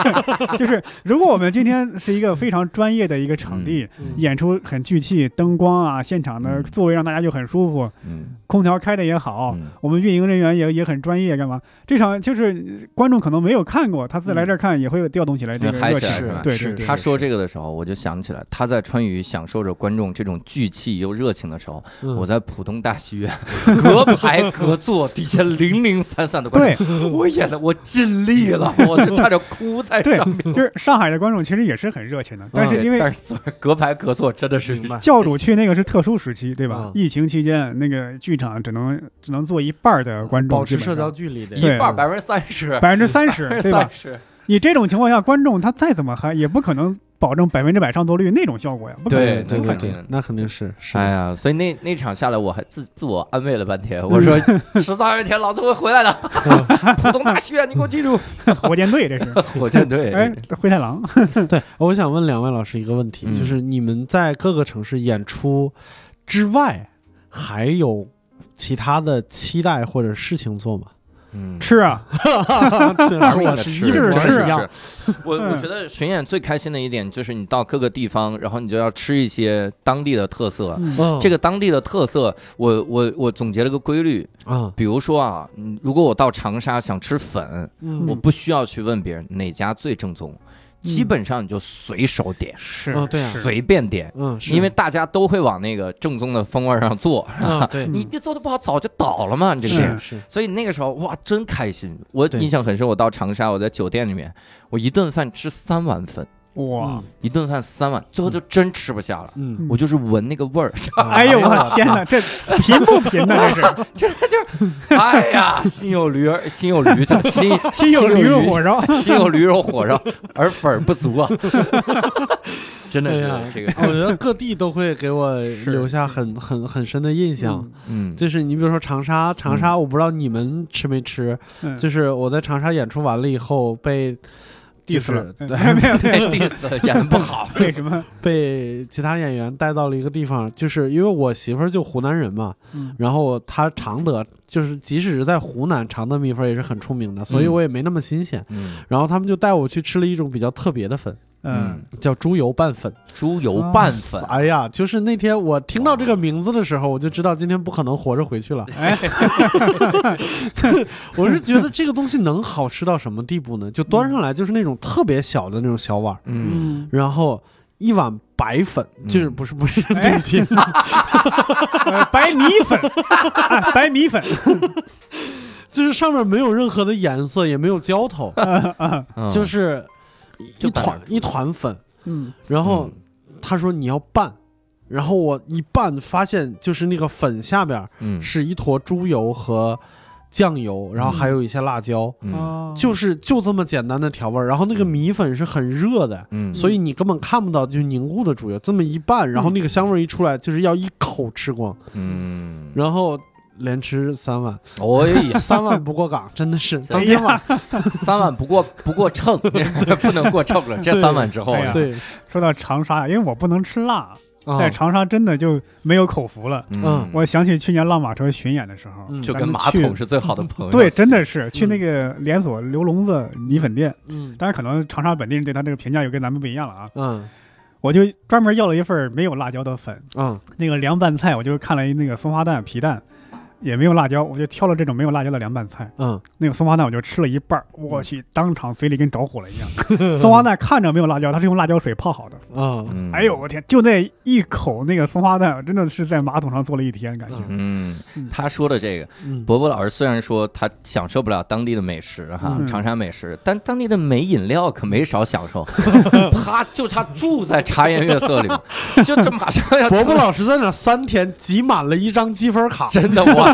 [SPEAKER 1] 就是，如果我们今天是一个非常专业的一个场地，
[SPEAKER 2] 嗯
[SPEAKER 1] 演出很聚气，灯光啊，现场的
[SPEAKER 3] 嗯
[SPEAKER 1] 座位让大家就很舒服，
[SPEAKER 3] 嗯
[SPEAKER 1] 空调开的也好，
[SPEAKER 3] 嗯
[SPEAKER 1] 我们运营人员也也很专业，干嘛？这场就是观众可能没有看过，他自己来这儿看也会有调动起来这个
[SPEAKER 3] 嗯嗨
[SPEAKER 1] 热
[SPEAKER 3] 起来
[SPEAKER 1] 情。
[SPEAKER 3] 是吧
[SPEAKER 1] 对
[SPEAKER 2] 是
[SPEAKER 1] 对
[SPEAKER 3] 他说这个的时候，我就想起来，他在川渝享受着观众这种聚气又热情的时候，我
[SPEAKER 1] 嗯
[SPEAKER 2] 在
[SPEAKER 3] 在浦东大戏院 隔排隔座，底下零零散散的观众，我演的我尽力了，我就差点哭在
[SPEAKER 1] 对
[SPEAKER 3] 上面。
[SPEAKER 1] 就是上海的观众其实也是很热情的，但是因为
[SPEAKER 3] 嗯但是坐隔排隔座真的是
[SPEAKER 2] 嗯明白
[SPEAKER 1] 教主去那个是特殊时期，对吧
[SPEAKER 2] 嗯？
[SPEAKER 1] 疫情期间，那个剧场只能只能坐一半的观众，
[SPEAKER 2] 保持社交距离的
[SPEAKER 3] 一
[SPEAKER 1] 对
[SPEAKER 3] 半百分之三十，
[SPEAKER 1] 百分之三 十，对吧
[SPEAKER 3] 三？十，
[SPEAKER 1] 你这种情况下，观众他再怎么嗨，也不可能保证百分之百上座率那种效果呀，不可能。
[SPEAKER 3] 对
[SPEAKER 2] 对
[SPEAKER 3] 那
[SPEAKER 2] 对
[SPEAKER 3] 肯
[SPEAKER 2] 对
[SPEAKER 3] 定，
[SPEAKER 2] 那肯定是是
[SPEAKER 3] 哎呀，所以那那场下来，我还自自我安慰了半天，
[SPEAKER 1] 嗯
[SPEAKER 3] 我说迟早有一天老子会回来 的，浦东大戏院，你给我记住，
[SPEAKER 1] 火箭队这 是，
[SPEAKER 3] 火箭队，
[SPEAKER 1] 哎，灰太狼，
[SPEAKER 2] 对。哦我想问两位老师一个问题，
[SPEAKER 3] 嗯
[SPEAKER 2] 就是你们在各个城市演出之外，还有其他的期待或者事情做 吗？
[SPEAKER 3] 嗯
[SPEAKER 1] 吃啊，
[SPEAKER 2] 对
[SPEAKER 3] 哪
[SPEAKER 2] 和
[SPEAKER 3] 有
[SPEAKER 2] 我
[SPEAKER 3] 的
[SPEAKER 2] 是
[SPEAKER 3] 吃
[SPEAKER 2] 一模
[SPEAKER 1] 是是
[SPEAKER 2] 一样。
[SPEAKER 3] 我我
[SPEAKER 1] 嗯
[SPEAKER 3] 觉得巡演最开心的一点就是你到各个地方，然后你就要吃一些当地的特色。
[SPEAKER 1] 嗯
[SPEAKER 2] 嗯，
[SPEAKER 3] 这个当地的特色，我我我总结了个规律，
[SPEAKER 2] 啊，
[SPEAKER 3] 比如说啊，嗯如果我到长沙想吃粉，
[SPEAKER 2] 嗯
[SPEAKER 3] 我不需要去问别人哪家最正宗。基本上你就随手点，
[SPEAKER 1] 是
[SPEAKER 2] 嗯对啊
[SPEAKER 1] 嗯是
[SPEAKER 3] 随便点，
[SPEAKER 2] 嗯，是
[SPEAKER 3] 因为大家都会往那个正宗的风味上做。
[SPEAKER 2] 啊，对，
[SPEAKER 3] 你你做的不好，早就倒了嘛，你这个
[SPEAKER 1] 嗯是
[SPEAKER 3] 店。
[SPEAKER 2] 是是，
[SPEAKER 3] 所以那个时候哇，真开心！我
[SPEAKER 2] 对
[SPEAKER 3] 印象很深，我到长沙，我在酒店里面，我一顿饭吃三碗粉，
[SPEAKER 1] 哇，
[SPEAKER 3] 一顿饭三
[SPEAKER 1] 嗯
[SPEAKER 3] 碗，最后就真吃不下了。
[SPEAKER 2] 嗯，
[SPEAKER 3] 我就是闻那个味儿，
[SPEAKER 2] 嗯，
[SPEAKER 1] 哎呦我的天 哪，这贫不贫呐？这是
[SPEAKER 3] 这 就是，哎呀，心有驴儿，心有驴去了，心
[SPEAKER 1] 心有驴肉火烧，
[SPEAKER 3] 心有驴肉火烧，而粉儿不足啊！真的是这个，
[SPEAKER 2] 我觉得各地都会给我留下很很很深的印象。
[SPEAKER 3] 嗯，
[SPEAKER 2] 就是你比如说长沙，长沙我不知道你们吃没吃，
[SPEAKER 1] 嗯
[SPEAKER 2] 就是我在长沙演出完了以后被，就
[SPEAKER 1] diss
[SPEAKER 2] 是
[SPEAKER 1] 了，嗯没有没有，
[SPEAKER 3] 哎 diss 了演的不好，
[SPEAKER 1] 为什么？
[SPEAKER 2] 被其他演员带到了一个地方，就是因为我媳妇儿就湖南人嘛，
[SPEAKER 1] 嗯
[SPEAKER 2] 然后她常德就是即使是在湖南，常德米粉也是很出名的，所以
[SPEAKER 3] 嗯
[SPEAKER 2] 我也没那么新鲜。
[SPEAKER 3] 嗯
[SPEAKER 2] 然后他们就带我去吃了一种比较特别的粉，
[SPEAKER 3] 嗯
[SPEAKER 1] 嗯，，
[SPEAKER 2] 叫猪油拌粉。
[SPEAKER 3] 猪油拌粉，
[SPEAKER 2] 哎呀，就是那天我听到这个名字的时候，我就知道今天不可能活着回去了。
[SPEAKER 1] 哎，
[SPEAKER 2] 我是觉得这个东西能好吃到什么地步呢？就端上来就是那种特别小的那种小碗儿，
[SPEAKER 3] 嗯，
[SPEAKER 1] 嗯，
[SPEAKER 2] 然后一碗白粉，就是
[SPEAKER 3] 嗯
[SPEAKER 2] 不是不是，
[SPEAKER 1] 哎
[SPEAKER 2] 对不起，
[SPEAKER 1] 呃白米粉， 啊白米粉，
[SPEAKER 2] 就是上面没有任何的颜色，也没有浇头，
[SPEAKER 3] 嗯
[SPEAKER 2] 就是一
[SPEAKER 3] 就
[SPEAKER 2] 一
[SPEAKER 3] 拌
[SPEAKER 2] 团
[SPEAKER 3] 着
[SPEAKER 2] 一团粉。
[SPEAKER 1] 嗯，
[SPEAKER 2] 然后
[SPEAKER 3] 嗯
[SPEAKER 2] 他说你要拌，然后我一拌发现就是那个粉下边儿
[SPEAKER 3] 嗯
[SPEAKER 2] 是一坨猪油和酱油，然后还有一些辣椒。
[SPEAKER 3] 嗯
[SPEAKER 1] 哦
[SPEAKER 2] 就是就这么简单的调味儿，然后那个米粉是很热的，
[SPEAKER 3] 嗯，
[SPEAKER 2] 所以你根本看不到就凝固的猪油，这么一拌，然后那个香味儿一出来，就是要一口吃光，
[SPEAKER 3] 嗯，哦
[SPEAKER 2] 然后连吃三碗，
[SPEAKER 3] 我也
[SPEAKER 2] 三碗不过岗，真 的是
[SPEAKER 3] 这
[SPEAKER 2] 当天晚
[SPEAKER 3] 三碗不过不过秤， 不能过秤了。这
[SPEAKER 2] 对
[SPEAKER 3] 三碗之后
[SPEAKER 1] 哎呀
[SPEAKER 3] 啊，
[SPEAKER 2] 对，
[SPEAKER 1] 说到长沙，因为我不能吃辣，
[SPEAKER 2] 啊
[SPEAKER 1] 在长沙真的就没有口福了。
[SPEAKER 3] 嗯
[SPEAKER 2] 嗯，
[SPEAKER 1] 我想起去年浪马车巡演的时候，
[SPEAKER 2] 嗯
[SPEAKER 3] 就
[SPEAKER 1] 咱
[SPEAKER 3] 跟
[SPEAKER 1] 们
[SPEAKER 3] 马
[SPEAKER 1] 去
[SPEAKER 3] 桶是最好的朋友。
[SPEAKER 1] 对，，真的是去那个
[SPEAKER 3] 嗯
[SPEAKER 1] 连锁刘笼子米粉店，
[SPEAKER 2] 嗯
[SPEAKER 1] 当然可能长沙本地人对他这个评价又跟咱们不一样了啊。
[SPEAKER 2] 嗯
[SPEAKER 1] 我就专门要了一份没有辣椒的粉，
[SPEAKER 2] 嗯
[SPEAKER 1] 那个凉拌菜我就看了一那个松花蛋皮蛋，也没有辣椒，我就挑了这种没有辣椒的凉拌菜。
[SPEAKER 2] 嗯，
[SPEAKER 1] 那个松花蛋我就吃了一半儿，我去，当场嘴里跟着火了 一样。松花蛋看着没有辣椒，它是用辣椒水泡好的。
[SPEAKER 2] 嗯
[SPEAKER 3] 嗯，
[SPEAKER 1] 哎呦，我天！就那一口那个松花蛋，真的是在马桶上坐了一天，感觉。
[SPEAKER 2] 嗯
[SPEAKER 3] 嗯
[SPEAKER 1] 嗯，
[SPEAKER 3] 他说的这个，
[SPEAKER 2] 嗯
[SPEAKER 3] 伯伯老师虽然说他享受不了当地的美食哈，
[SPEAKER 1] 嗯
[SPEAKER 3] 长沙美食，但当地的美饮料可没少享受。他就差住在茶颜悦色里面，就这马上要
[SPEAKER 2] 伯
[SPEAKER 3] 出
[SPEAKER 2] 伯老师在那三天集满了一张积分卡，
[SPEAKER 3] 真的我，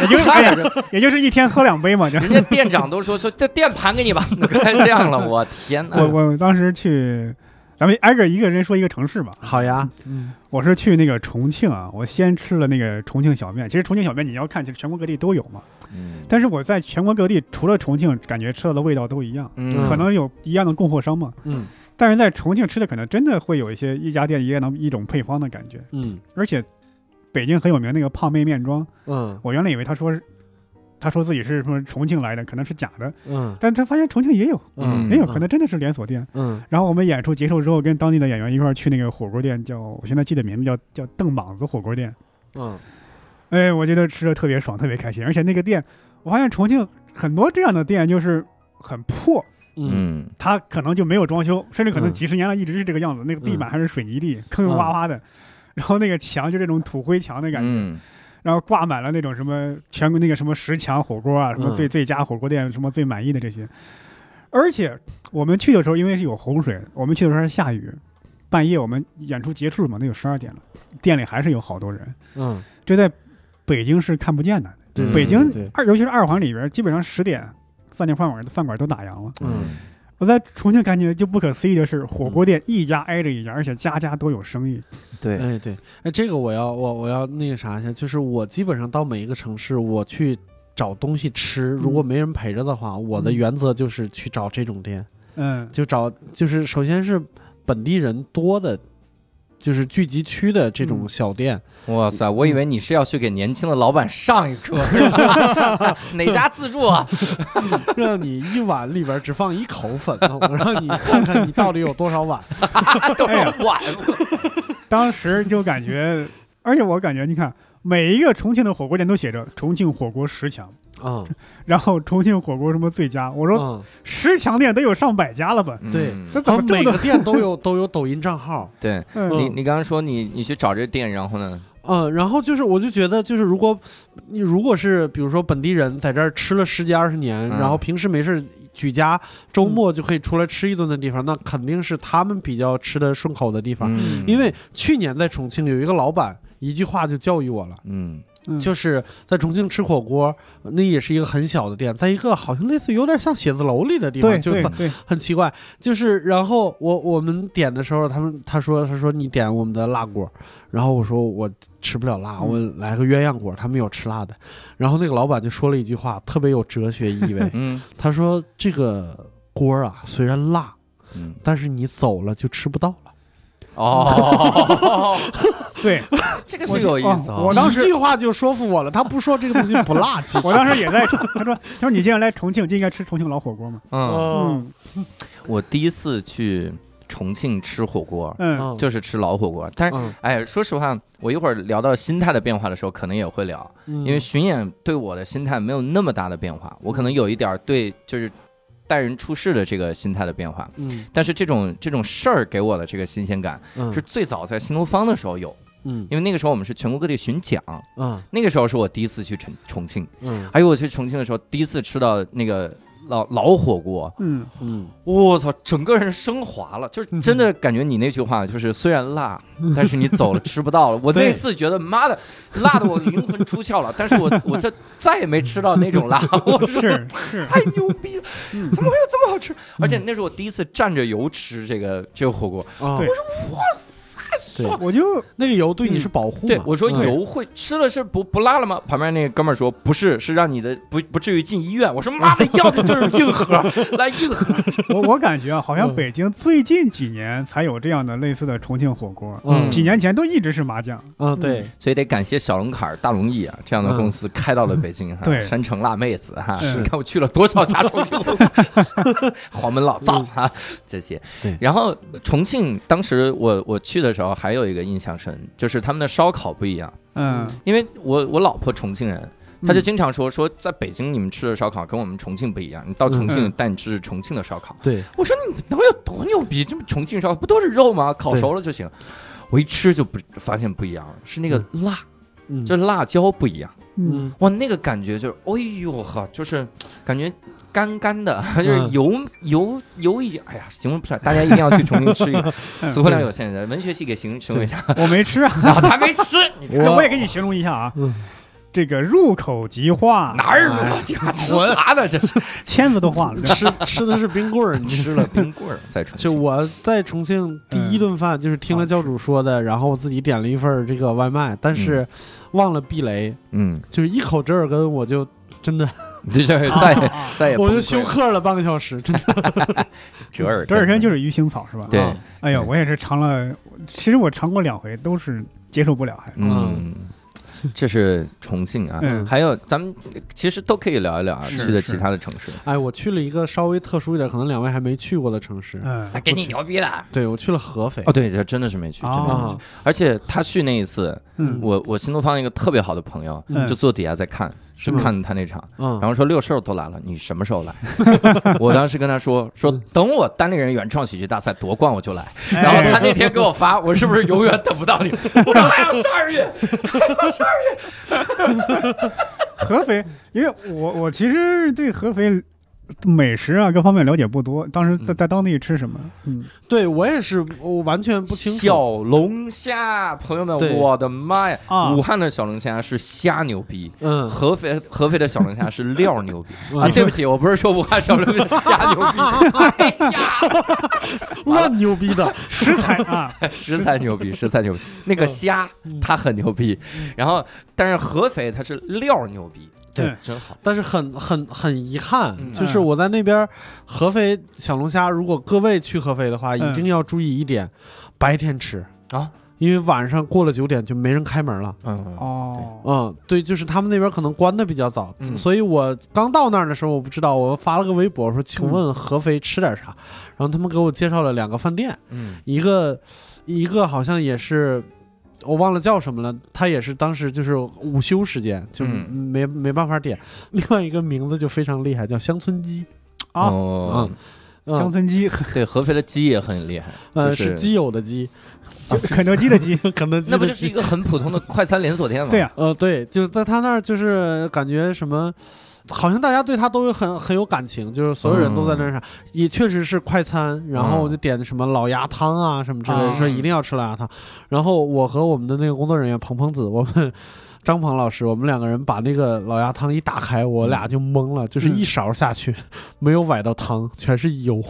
[SPEAKER 1] 也就是
[SPEAKER 3] 差
[SPEAKER 1] 哎
[SPEAKER 3] 点
[SPEAKER 1] 呀
[SPEAKER 3] 就，
[SPEAKER 1] 也就是一天喝两杯 嘛，就。
[SPEAKER 3] 人家店长都说说这店盘给你吧，快这样了，我天哪！
[SPEAKER 1] 我我当时去，咱们挨个一个人说一个城市吧。
[SPEAKER 2] 好呀，
[SPEAKER 1] 我是去那个重庆啊，我先吃了那个重庆小面。其实重庆小面你要看，其实全国各地都有嘛。
[SPEAKER 3] 嗯
[SPEAKER 1] 但是我在全国各地除了重庆，感觉吃到的味道都一样，
[SPEAKER 3] 嗯
[SPEAKER 1] 可能有一样的供货商嘛。
[SPEAKER 2] 嗯
[SPEAKER 1] 但是在重庆吃的可能真的会有一些一家店一样的一种配方的感觉，
[SPEAKER 2] 嗯
[SPEAKER 1] 而且北京很有名那个胖妹面庄，
[SPEAKER 2] 嗯
[SPEAKER 1] 我原来以为他说是他说自己是什么重庆来的，可能是假的，
[SPEAKER 2] 嗯
[SPEAKER 1] 但他发现重庆也有，
[SPEAKER 2] 嗯，
[SPEAKER 1] 也有可能真的是连锁店。
[SPEAKER 2] 嗯
[SPEAKER 1] 然后我们演出结束之后，跟当地的演员一块儿去那个火锅店，叫我现在记得名字叫叫邓莽子火锅店。
[SPEAKER 2] 嗯
[SPEAKER 1] 哎，我觉得吃的特别爽，特别开心。而且那个店，我发现重庆很多这样的店就是很破，
[SPEAKER 2] 嗯
[SPEAKER 3] 嗯
[SPEAKER 1] 它可能就没有装修，甚至可能
[SPEAKER 2] 嗯
[SPEAKER 1] 几十年来一直是这个样子。那个地板
[SPEAKER 2] 嗯
[SPEAKER 1] 还是水泥地，坑坑洼洼的，然后那个墙就这种土灰墙的感觉，
[SPEAKER 3] 嗯
[SPEAKER 1] 然后挂满了那种什么全国那个什么十强火锅啊，什么
[SPEAKER 2] 嗯
[SPEAKER 1] 最最佳火锅店，什么最满意的这些。而且我们去的时候，因为是有洪水，我们去的时候还下雨，半夜我们演出结束嘛，那有十二点了，店里还是有好多人，
[SPEAKER 2] 嗯，
[SPEAKER 1] 这在北京是看不见的。
[SPEAKER 2] 对
[SPEAKER 1] 北
[SPEAKER 2] 对对
[SPEAKER 1] 京二，尤其是二环里边，基本上十点，饭店、饭馆、饭馆都打烊了。
[SPEAKER 2] 嗯
[SPEAKER 1] 我在重庆感觉就不可思议的是，火锅店一家挨着一家，而且家家都有生意。
[SPEAKER 3] 对，
[SPEAKER 2] 哎，对，哎，这个我要我我要那个啥一下，就是我基本上到每一个城市，我去找东西吃，如果没人陪着的话，我的
[SPEAKER 1] 嗯
[SPEAKER 2] 原则就是去找这种店，
[SPEAKER 1] 嗯
[SPEAKER 2] 就找就是首先是本地人多的，就是聚集区的这种
[SPEAKER 1] 嗯
[SPEAKER 2] 小店，
[SPEAKER 3] 哇塞！我以为你是要去给年轻的老板上一课，哪家自助啊？
[SPEAKER 2] 让你一碗里边只放一口粉， 我让你看看你到底有多少碗。
[SPEAKER 3] 啊都是碗，
[SPEAKER 1] 当时就感觉，而且我感觉，你看，每一个重庆的火锅店都写着重庆火锅十强，
[SPEAKER 2] 啊，
[SPEAKER 1] 然后重庆火锅什么最佳。我说
[SPEAKER 2] 嗯
[SPEAKER 1] 十强店得有上百家了吧？
[SPEAKER 2] 对
[SPEAKER 3] 嗯
[SPEAKER 1] 这怎
[SPEAKER 2] 然
[SPEAKER 1] 么
[SPEAKER 2] 后
[SPEAKER 1] 这
[SPEAKER 2] 每
[SPEAKER 1] 么
[SPEAKER 2] 个
[SPEAKER 1] 多？
[SPEAKER 2] 店都有都有抖音账号，
[SPEAKER 3] 对
[SPEAKER 1] 嗯
[SPEAKER 3] 你，你刚刚说你你去找这店，然后呢？
[SPEAKER 2] 嗯，然后就是，我就觉得，就是如果你如果是比如说本地人在这儿吃了十几二十年，
[SPEAKER 3] 嗯
[SPEAKER 2] 然后平时没事儿举家，周
[SPEAKER 1] 嗯
[SPEAKER 2] 末就可以出来吃一顿的地方，那肯定是他们比较吃的顺口的地方。
[SPEAKER 3] 嗯
[SPEAKER 2] 因为去年在重庆有一个老板一句话就教育我了，
[SPEAKER 3] 嗯，
[SPEAKER 1] 嗯
[SPEAKER 2] 就是在重庆吃火锅，呃那也是一个很小的店，在一个好像类似于有点像写字楼里的地
[SPEAKER 1] 对
[SPEAKER 2] 方，就
[SPEAKER 1] 对
[SPEAKER 2] 是
[SPEAKER 1] 对，
[SPEAKER 2] 很奇怪，就是然后我我们点的时候，他们他说他说你点我们的辣锅，然后我说我吃不了辣，
[SPEAKER 1] 嗯
[SPEAKER 2] 我来个鸳鸯锅，他们有吃辣的，然后那个老板就说了一句话特别有哲学意味
[SPEAKER 3] 嗯
[SPEAKER 2] 他说这个锅啊虽然辣，
[SPEAKER 3] 嗯
[SPEAKER 2] 但是你走了就吃不到了。
[SPEAKER 3] 哦，
[SPEAKER 1] 对
[SPEAKER 3] 这个
[SPEAKER 1] 我
[SPEAKER 3] 是有意
[SPEAKER 1] 哦
[SPEAKER 3] 思
[SPEAKER 1] 我
[SPEAKER 3] 啊。
[SPEAKER 1] 当
[SPEAKER 2] 一
[SPEAKER 1] 时
[SPEAKER 2] 句话就说服我了，他不说这个东西不辣，其实
[SPEAKER 1] 我当时也在场，他说他说你既然来重庆，就应该吃重庆老火锅嘛。
[SPEAKER 3] 嗯，
[SPEAKER 2] 嗯
[SPEAKER 1] 嗯
[SPEAKER 3] 我第一次去重庆吃火锅，
[SPEAKER 2] 哦
[SPEAKER 1] 嗯
[SPEAKER 3] 就是吃老火锅，但是。
[SPEAKER 2] 嗯，
[SPEAKER 3] 哎，说实话，我一会儿聊到心态的变化的时候，可能也会聊，
[SPEAKER 2] 因
[SPEAKER 3] 因为巡演对我的心态没有那么大的变化，我可能有一点儿对就是待人处事的这个心态的变化，
[SPEAKER 2] 嗯
[SPEAKER 3] 但是这种这种事儿给我的这个新鲜感，
[SPEAKER 2] 嗯
[SPEAKER 3] 是最早在新东方的时候有，
[SPEAKER 2] 嗯
[SPEAKER 3] 因为那个时候我们是全国各地巡讲，
[SPEAKER 2] 嗯
[SPEAKER 3] 那个时候是我第一次去重重庆，
[SPEAKER 2] 嗯
[SPEAKER 3] 哎呦，我去重庆的时候第一次吃到那个老老火锅，
[SPEAKER 1] 嗯，
[SPEAKER 2] 嗯
[SPEAKER 3] 我操，整个人升华了，就是真的感觉你那句话就是虽然辣，但是你走了吃不到了。我
[SPEAKER 2] 对
[SPEAKER 3] 那次觉得妈的，辣的我灵魂出窍了，但是我我这再也没吃到那种辣，我
[SPEAKER 1] 是是，
[SPEAKER 3] 太牛逼了，
[SPEAKER 1] 嗯
[SPEAKER 3] 怎么会有这么好吃？而且那是我第一次蘸着油吃这个这个火锅，
[SPEAKER 2] 啊，
[SPEAKER 1] 对
[SPEAKER 2] 对
[SPEAKER 3] 爽。
[SPEAKER 1] 我就
[SPEAKER 2] 那个油对你是保护
[SPEAKER 3] 对
[SPEAKER 2] 嘛，
[SPEAKER 3] 我说
[SPEAKER 2] 嗯
[SPEAKER 3] 油会吃了是不不辣了吗？旁边那个哥们儿说不是，是让你的不不至于进医院。我说妈的，要的就是硬核，来硬核。
[SPEAKER 1] 我我感觉啊，好像
[SPEAKER 2] 嗯
[SPEAKER 1] 北京最近几年才有这样的类似的重庆火锅，
[SPEAKER 3] 嗯
[SPEAKER 1] 几年前都一直是麻酱。
[SPEAKER 2] 嗯对，
[SPEAKER 3] 所以得感谢小龙坎儿、大龙燚啊这样的公司开到了北京哈，
[SPEAKER 1] 对
[SPEAKER 3] 山城辣妹子哈，
[SPEAKER 1] 是
[SPEAKER 3] 你看我去了多少家重庆火锅， 黄焖老灶哈
[SPEAKER 1] 嗯
[SPEAKER 3] 这些。
[SPEAKER 2] 对
[SPEAKER 3] 然后重庆当时我我去的时候还有一个印象深，就是他们的烧烤不一样，
[SPEAKER 1] 嗯，
[SPEAKER 3] 因为我我老婆重庆人，她就
[SPEAKER 1] 嗯
[SPEAKER 3] 经常说说在北京你们吃的烧烤跟我们重庆不一样，你到重
[SPEAKER 1] 嗯
[SPEAKER 3] 庆带你吃重庆的烧烤。
[SPEAKER 2] 对，
[SPEAKER 3] 我说你能有多牛逼？这不重庆烧烤不都是肉吗？烤熟了就行。我一吃就不发现不一样了，是那个辣。
[SPEAKER 2] 嗯
[SPEAKER 3] 就辣椒不一样，
[SPEAKER 1] 嗯
[SPEAKER 2] 嗯
[SPEAKER 3] 哇，那个感觉就是，哎呦呵，就是感觉干干的， 就是油、油油已经，哎呀，形容不出来，大家一定要去重庆吃一个
[SPEAKER 1] 嗯，
[SPEAKER 3] 词汇量有限的，文学系给形形容一 下，
[SPEAKER 1] 我没吃啊，
[SPEAKER 3] 啊，还没吃，你看
[SPEAKER 1] 那我也给你形容一下啊，
[SPEAKER 2] 嗯
[SPEAKER 1] 这个入口即化，
[SPEAKER 3] 哪儿逻辑啊？吃啥呢？这是
[SPEAKER 1] 签子都化了。
[SPEAKER 2] 吃 吃的是冰棍儿，你
[SPEAKER 3] 吃 了冰棍儿在重
[SPEAKER 2] 就
[SPEAKER 3] 庆，
[SPEAKER 2] 我在重庆第一顿饭就是听了教主说的，然后我自己点了一份儿这个外卖，但是忘了避雷，
[SPEAKER 3] 嗯，
[SPEAKER 2] 就是一口折耳根，我就真的
[SPEAKER 3] 这就是 再也
[SPEAKER 1] 啊
[SPEAKER 3] 再也
[SPEAKER 2] 我
[SPEAKER 3] 哎崩溃
[SPEAKER 2] 就
[SPEAKER 3] 了
[SPEAKER 2] 休克了半个小时，真的。
[SPEAKER 3] 折耳
[SPEAKER 1] 折耳根就是鱼腥草是吧？
[SPEAKER 3] 对
[SPEAKER 2] 啊
[SPEAKER 1] 哎呀，我也是尝了，其实我尝过两回，都是接受不了，还
[SPEAKER 3] 嗯，这是重庆啊，
[SPEAKER 1] 嗯
[SPEAKER 3] 还有咱们其实都可以聊一聊啊，
[SPEAKER 1] 是
[SPEAKER 3] 去的
[SPEAKER 1] 是
[SPEAKER 3] 其他的城市，
[SPEAKER 2] 哎，我去了一个稍微特殊一点，可能两位还没去过的城市，
[SPEAKER 1] 嗯
[SPEAKER 3] 那给你牛逼了。
[SPEAKER 2] 对我去了合肥
[SPEAKER 3] 哦，。对，他真的是没去，真的没去。
[SPEAKER 2] 啊
[SPEAKER 1] 哦，
[SPEAKER 3] 而且他去那一次，
[SPEAKER 1] 嗯
[SPEAKER 3] 我我新东方一个特别好的朋友，
[SPEAKER 1] 嗯
[SPEAKER 3] 就坐底下在看，
[SPEAKER 2] 是
[SPEAKER 3] 就
[SPEAKER 2] 吗
[SPEAKER 3] 看他那场，
[SPEAKER 2] 嗯
[SPEAKER 3] 然，后说六兽都来了，你什么时候 来？我当时跟他
[SPEAKER 2] 嗯
[SPEAKER 3] 说说等我单立人原创喜剧大赛夺冠我就来。
[SPEAKER 1] 哎
[SPEAKER 2] 哎
[SPEAKER 3] 然后他那天给我 发，我是不是永远等不到你？我说还有十二月，
[SPEAKER 1] 合肥，因为我我其实对合肥美食啊各方面了解不多，当时在
[SPEAKER 3] 嗯
[SPEAKER 1] 在当地吃什么，嗯，
[SPEAKER 2] 对我也是，我完全不清楚。
[SPEAKER 3] 小龙虾，朋友
[SPEAKER 2] 对
[SPEAKER 3] 们，我的妈呀！
[SPEAKER 1] 啊
[SPEAKER 3] 武汉的小龙虾是虾牛逼。
[SPEAKER 2] 嗯，
[SPEAKER 3] 合肥合肥的小龙虾是料牛 逼
[SPEAKER 2] 嗯
[SPEAKER 3] 啊！对不起，我不是说武汉小龙虾 牛逼，哎呀，
[SPEAKER 2] 乱牛逼的，
[SPEAKER 1] 食材 啊，
[SPEAKER 3] 食材牛逼，食材牛逼。那个虾
[SPEAKER 2] 嗯
[SPEAKER 3] 它很牛逼，然后但是合肥它是料牛逼，
[SPEAKER 2] 对
[SPEAKER 3] 这真好。
[SPEAKER 2] 但是很很很遗憾，
[SPEAKER 3] 嗯
[SPEAKER 2] 就是我在那边合肥小龙虾，如果各位去合肥的话，
[SPEAKER 1] 嗯
[SPEAKER 2] 一定要注意一点，白天吃
[SPEAKER 3] 啊，
[SPEAKER 2] 因为晚上过了九点就没人开门了。
[SPEAKER 3] 嗯，
[SPEAKER 1] 哦，
[SPEAKER 2] 嗯，对，就是他们那边可能关的比较早，
[SPEAKER 3] 嗯
[SPEAKER 2] 所以我刚到那儿的时候，我不知道，我发了个微博我说，请问合肥吃点啥？然后他们给我介绍了两个饭店，
[SPEAKER 3] 嗯
[SPEAKER 2] 一个一个好像也是我忘了叫什么了，他也是当时就是午休时间，就
[SPEAKER 3] 嗯
[SPEAKER 2] 没、没办法点。另外一个名字就非常厉害，叫乡村鸡
[SPEAKER 1] 啊
[SPEAKER 3] 哦，
[SPEAKER 1] 乡
[SPEAKER 2] 嗯，
[SPEAKER 1] 村 鸡、
[SPEAKER 3] 对，合肥的鸡也很厉害，
[SPEAKER 2] 呃，
[SPEAKER 3] 就是
[SPEAKER 2] 是基友的鸡，
[SPEAKER 1] 肯德基的鸡，
[SPEAKER 2] 肯德基
[SPEAKER 3] 那不
[SPEAKER 2] 的
[SPEAKER 3] 就是一
[SPEAKER 2] 鸡。
[SPEAKER 3] 个很普通的快餐连锁店吗？
[SPEAKER 1] 对呀、
[SPEAKER 2] 呃，对，就是在他那儿，就是感觉什么。好像大家对他都有很很有感情，就是所有人都在那儿啥，也确实是快餐，然后我就点什么老鸭汤啊什么之类的，
[SPEAKER 1] 啊
[SPEAKER 2] 说一定要吃老鸭汤。然后我和我们的那个工作人员鹏鹏子，我们张鹏老师，我们两个人把那个老鸭汤一打开，我俩就懵了，就是一勺下去，没有崴到汤，全是油，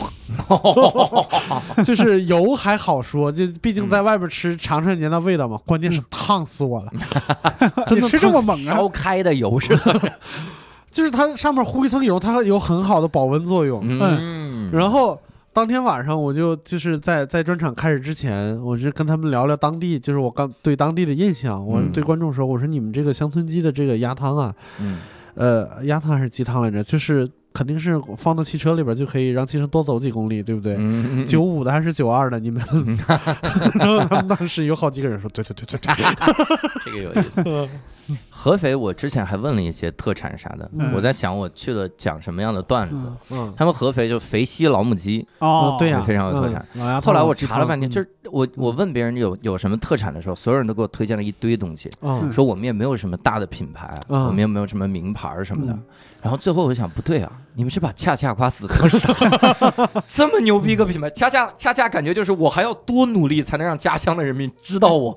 [SPEAKER 2] 就是油还好说，就毕竟在外边吃尝出来人家的味道嘛，关键是烫死我了， 真
[SPEAKER 1] 你
[SPEAKER 2] 的
[SPEAKER 1] 吃这
[SPEAKER 2] 烫
[SPEAKER 1] 么猛 啊
[SPEAKER 3] 烧？开的
[SPEAKER 2] 嗯
[SPEAKER 3] 油是 吧？
[SPEAKER 2] 就是它上面糊一层油，它有很好的保温作用。
[SPEAKER 3] 嗯，
[SPEAKER 2] 然后当天晚上，我就就是在在专场开始之前，我是跟他们聊聊当地，就是我刚对当地的印象。我
[SPEAKER 3] 嗯
[SPEAKER 2] 对观众说，我说你们这个乡村鸡的这个鸭汤啊，
[SPEAKER 3] 嗯
[SPEAKER 2] 呃，鸭汤还是鸡汤来着，就是肯定是放到汽车里边就可以让汽车多走几公里，对不对？
[SPEAKER 3] 嗯，
[SPEAKER 2] 九五的还是九二的？你们，然后他们当时有好几个人说，对对对对对，
[SPEAKER 3] 这个有意思。
[SPEAKER 2] 嗯
[SPEAKER 3] 合肥，我之前还问了一些特产啥的，
[SPEAKER 1] 嗯
[SPEAKER 3] 我在想我去了讲什么样的段子。
[SPEAKER 1] 嗯
[SPEAKER 2] 嗯，
[SPEAKER 3] 他们合肥就肥西老母鸡，
[SPEAKER 1] 哦，
[SPEAKER 2] 对呀，
[SPEAKER 3] 非常有特产
[SPEAKER 2] 嗯。老
[SPEAKER 3] 啊
[SPEAKER 2] 鸭汤
[SPEAKER 3] 后来我
[SPEAKER 2] 鸡
[SPEAKER 3] 查了
[SPEAKER 2] 汤
[SPEAKER 3] 半天，就
[SPEAKER 2] 嗯
[SPEAKER 3] 是我我问别人有有什么特产的时候，所有人都给我推荐了一堆东西，
[SPEAKER 2] 嗯
[SPEAKER 1] 嗯
[SPEAKER 3] 说我们也没有什么大的品牌，啊
[SPEAKER 2] 嗯
[SPEAKER 3] 我们也没有什么名牌儿什么的
[SPEAKER 1] 嗯。
[SPEAKER 3] 然后最后我想，不对啊，你们是把恰恰夸死当傻， 这么牛逼一个品牌，恰恰恰恰感觉就是我还要多努力才能让家乡的人民知道 我。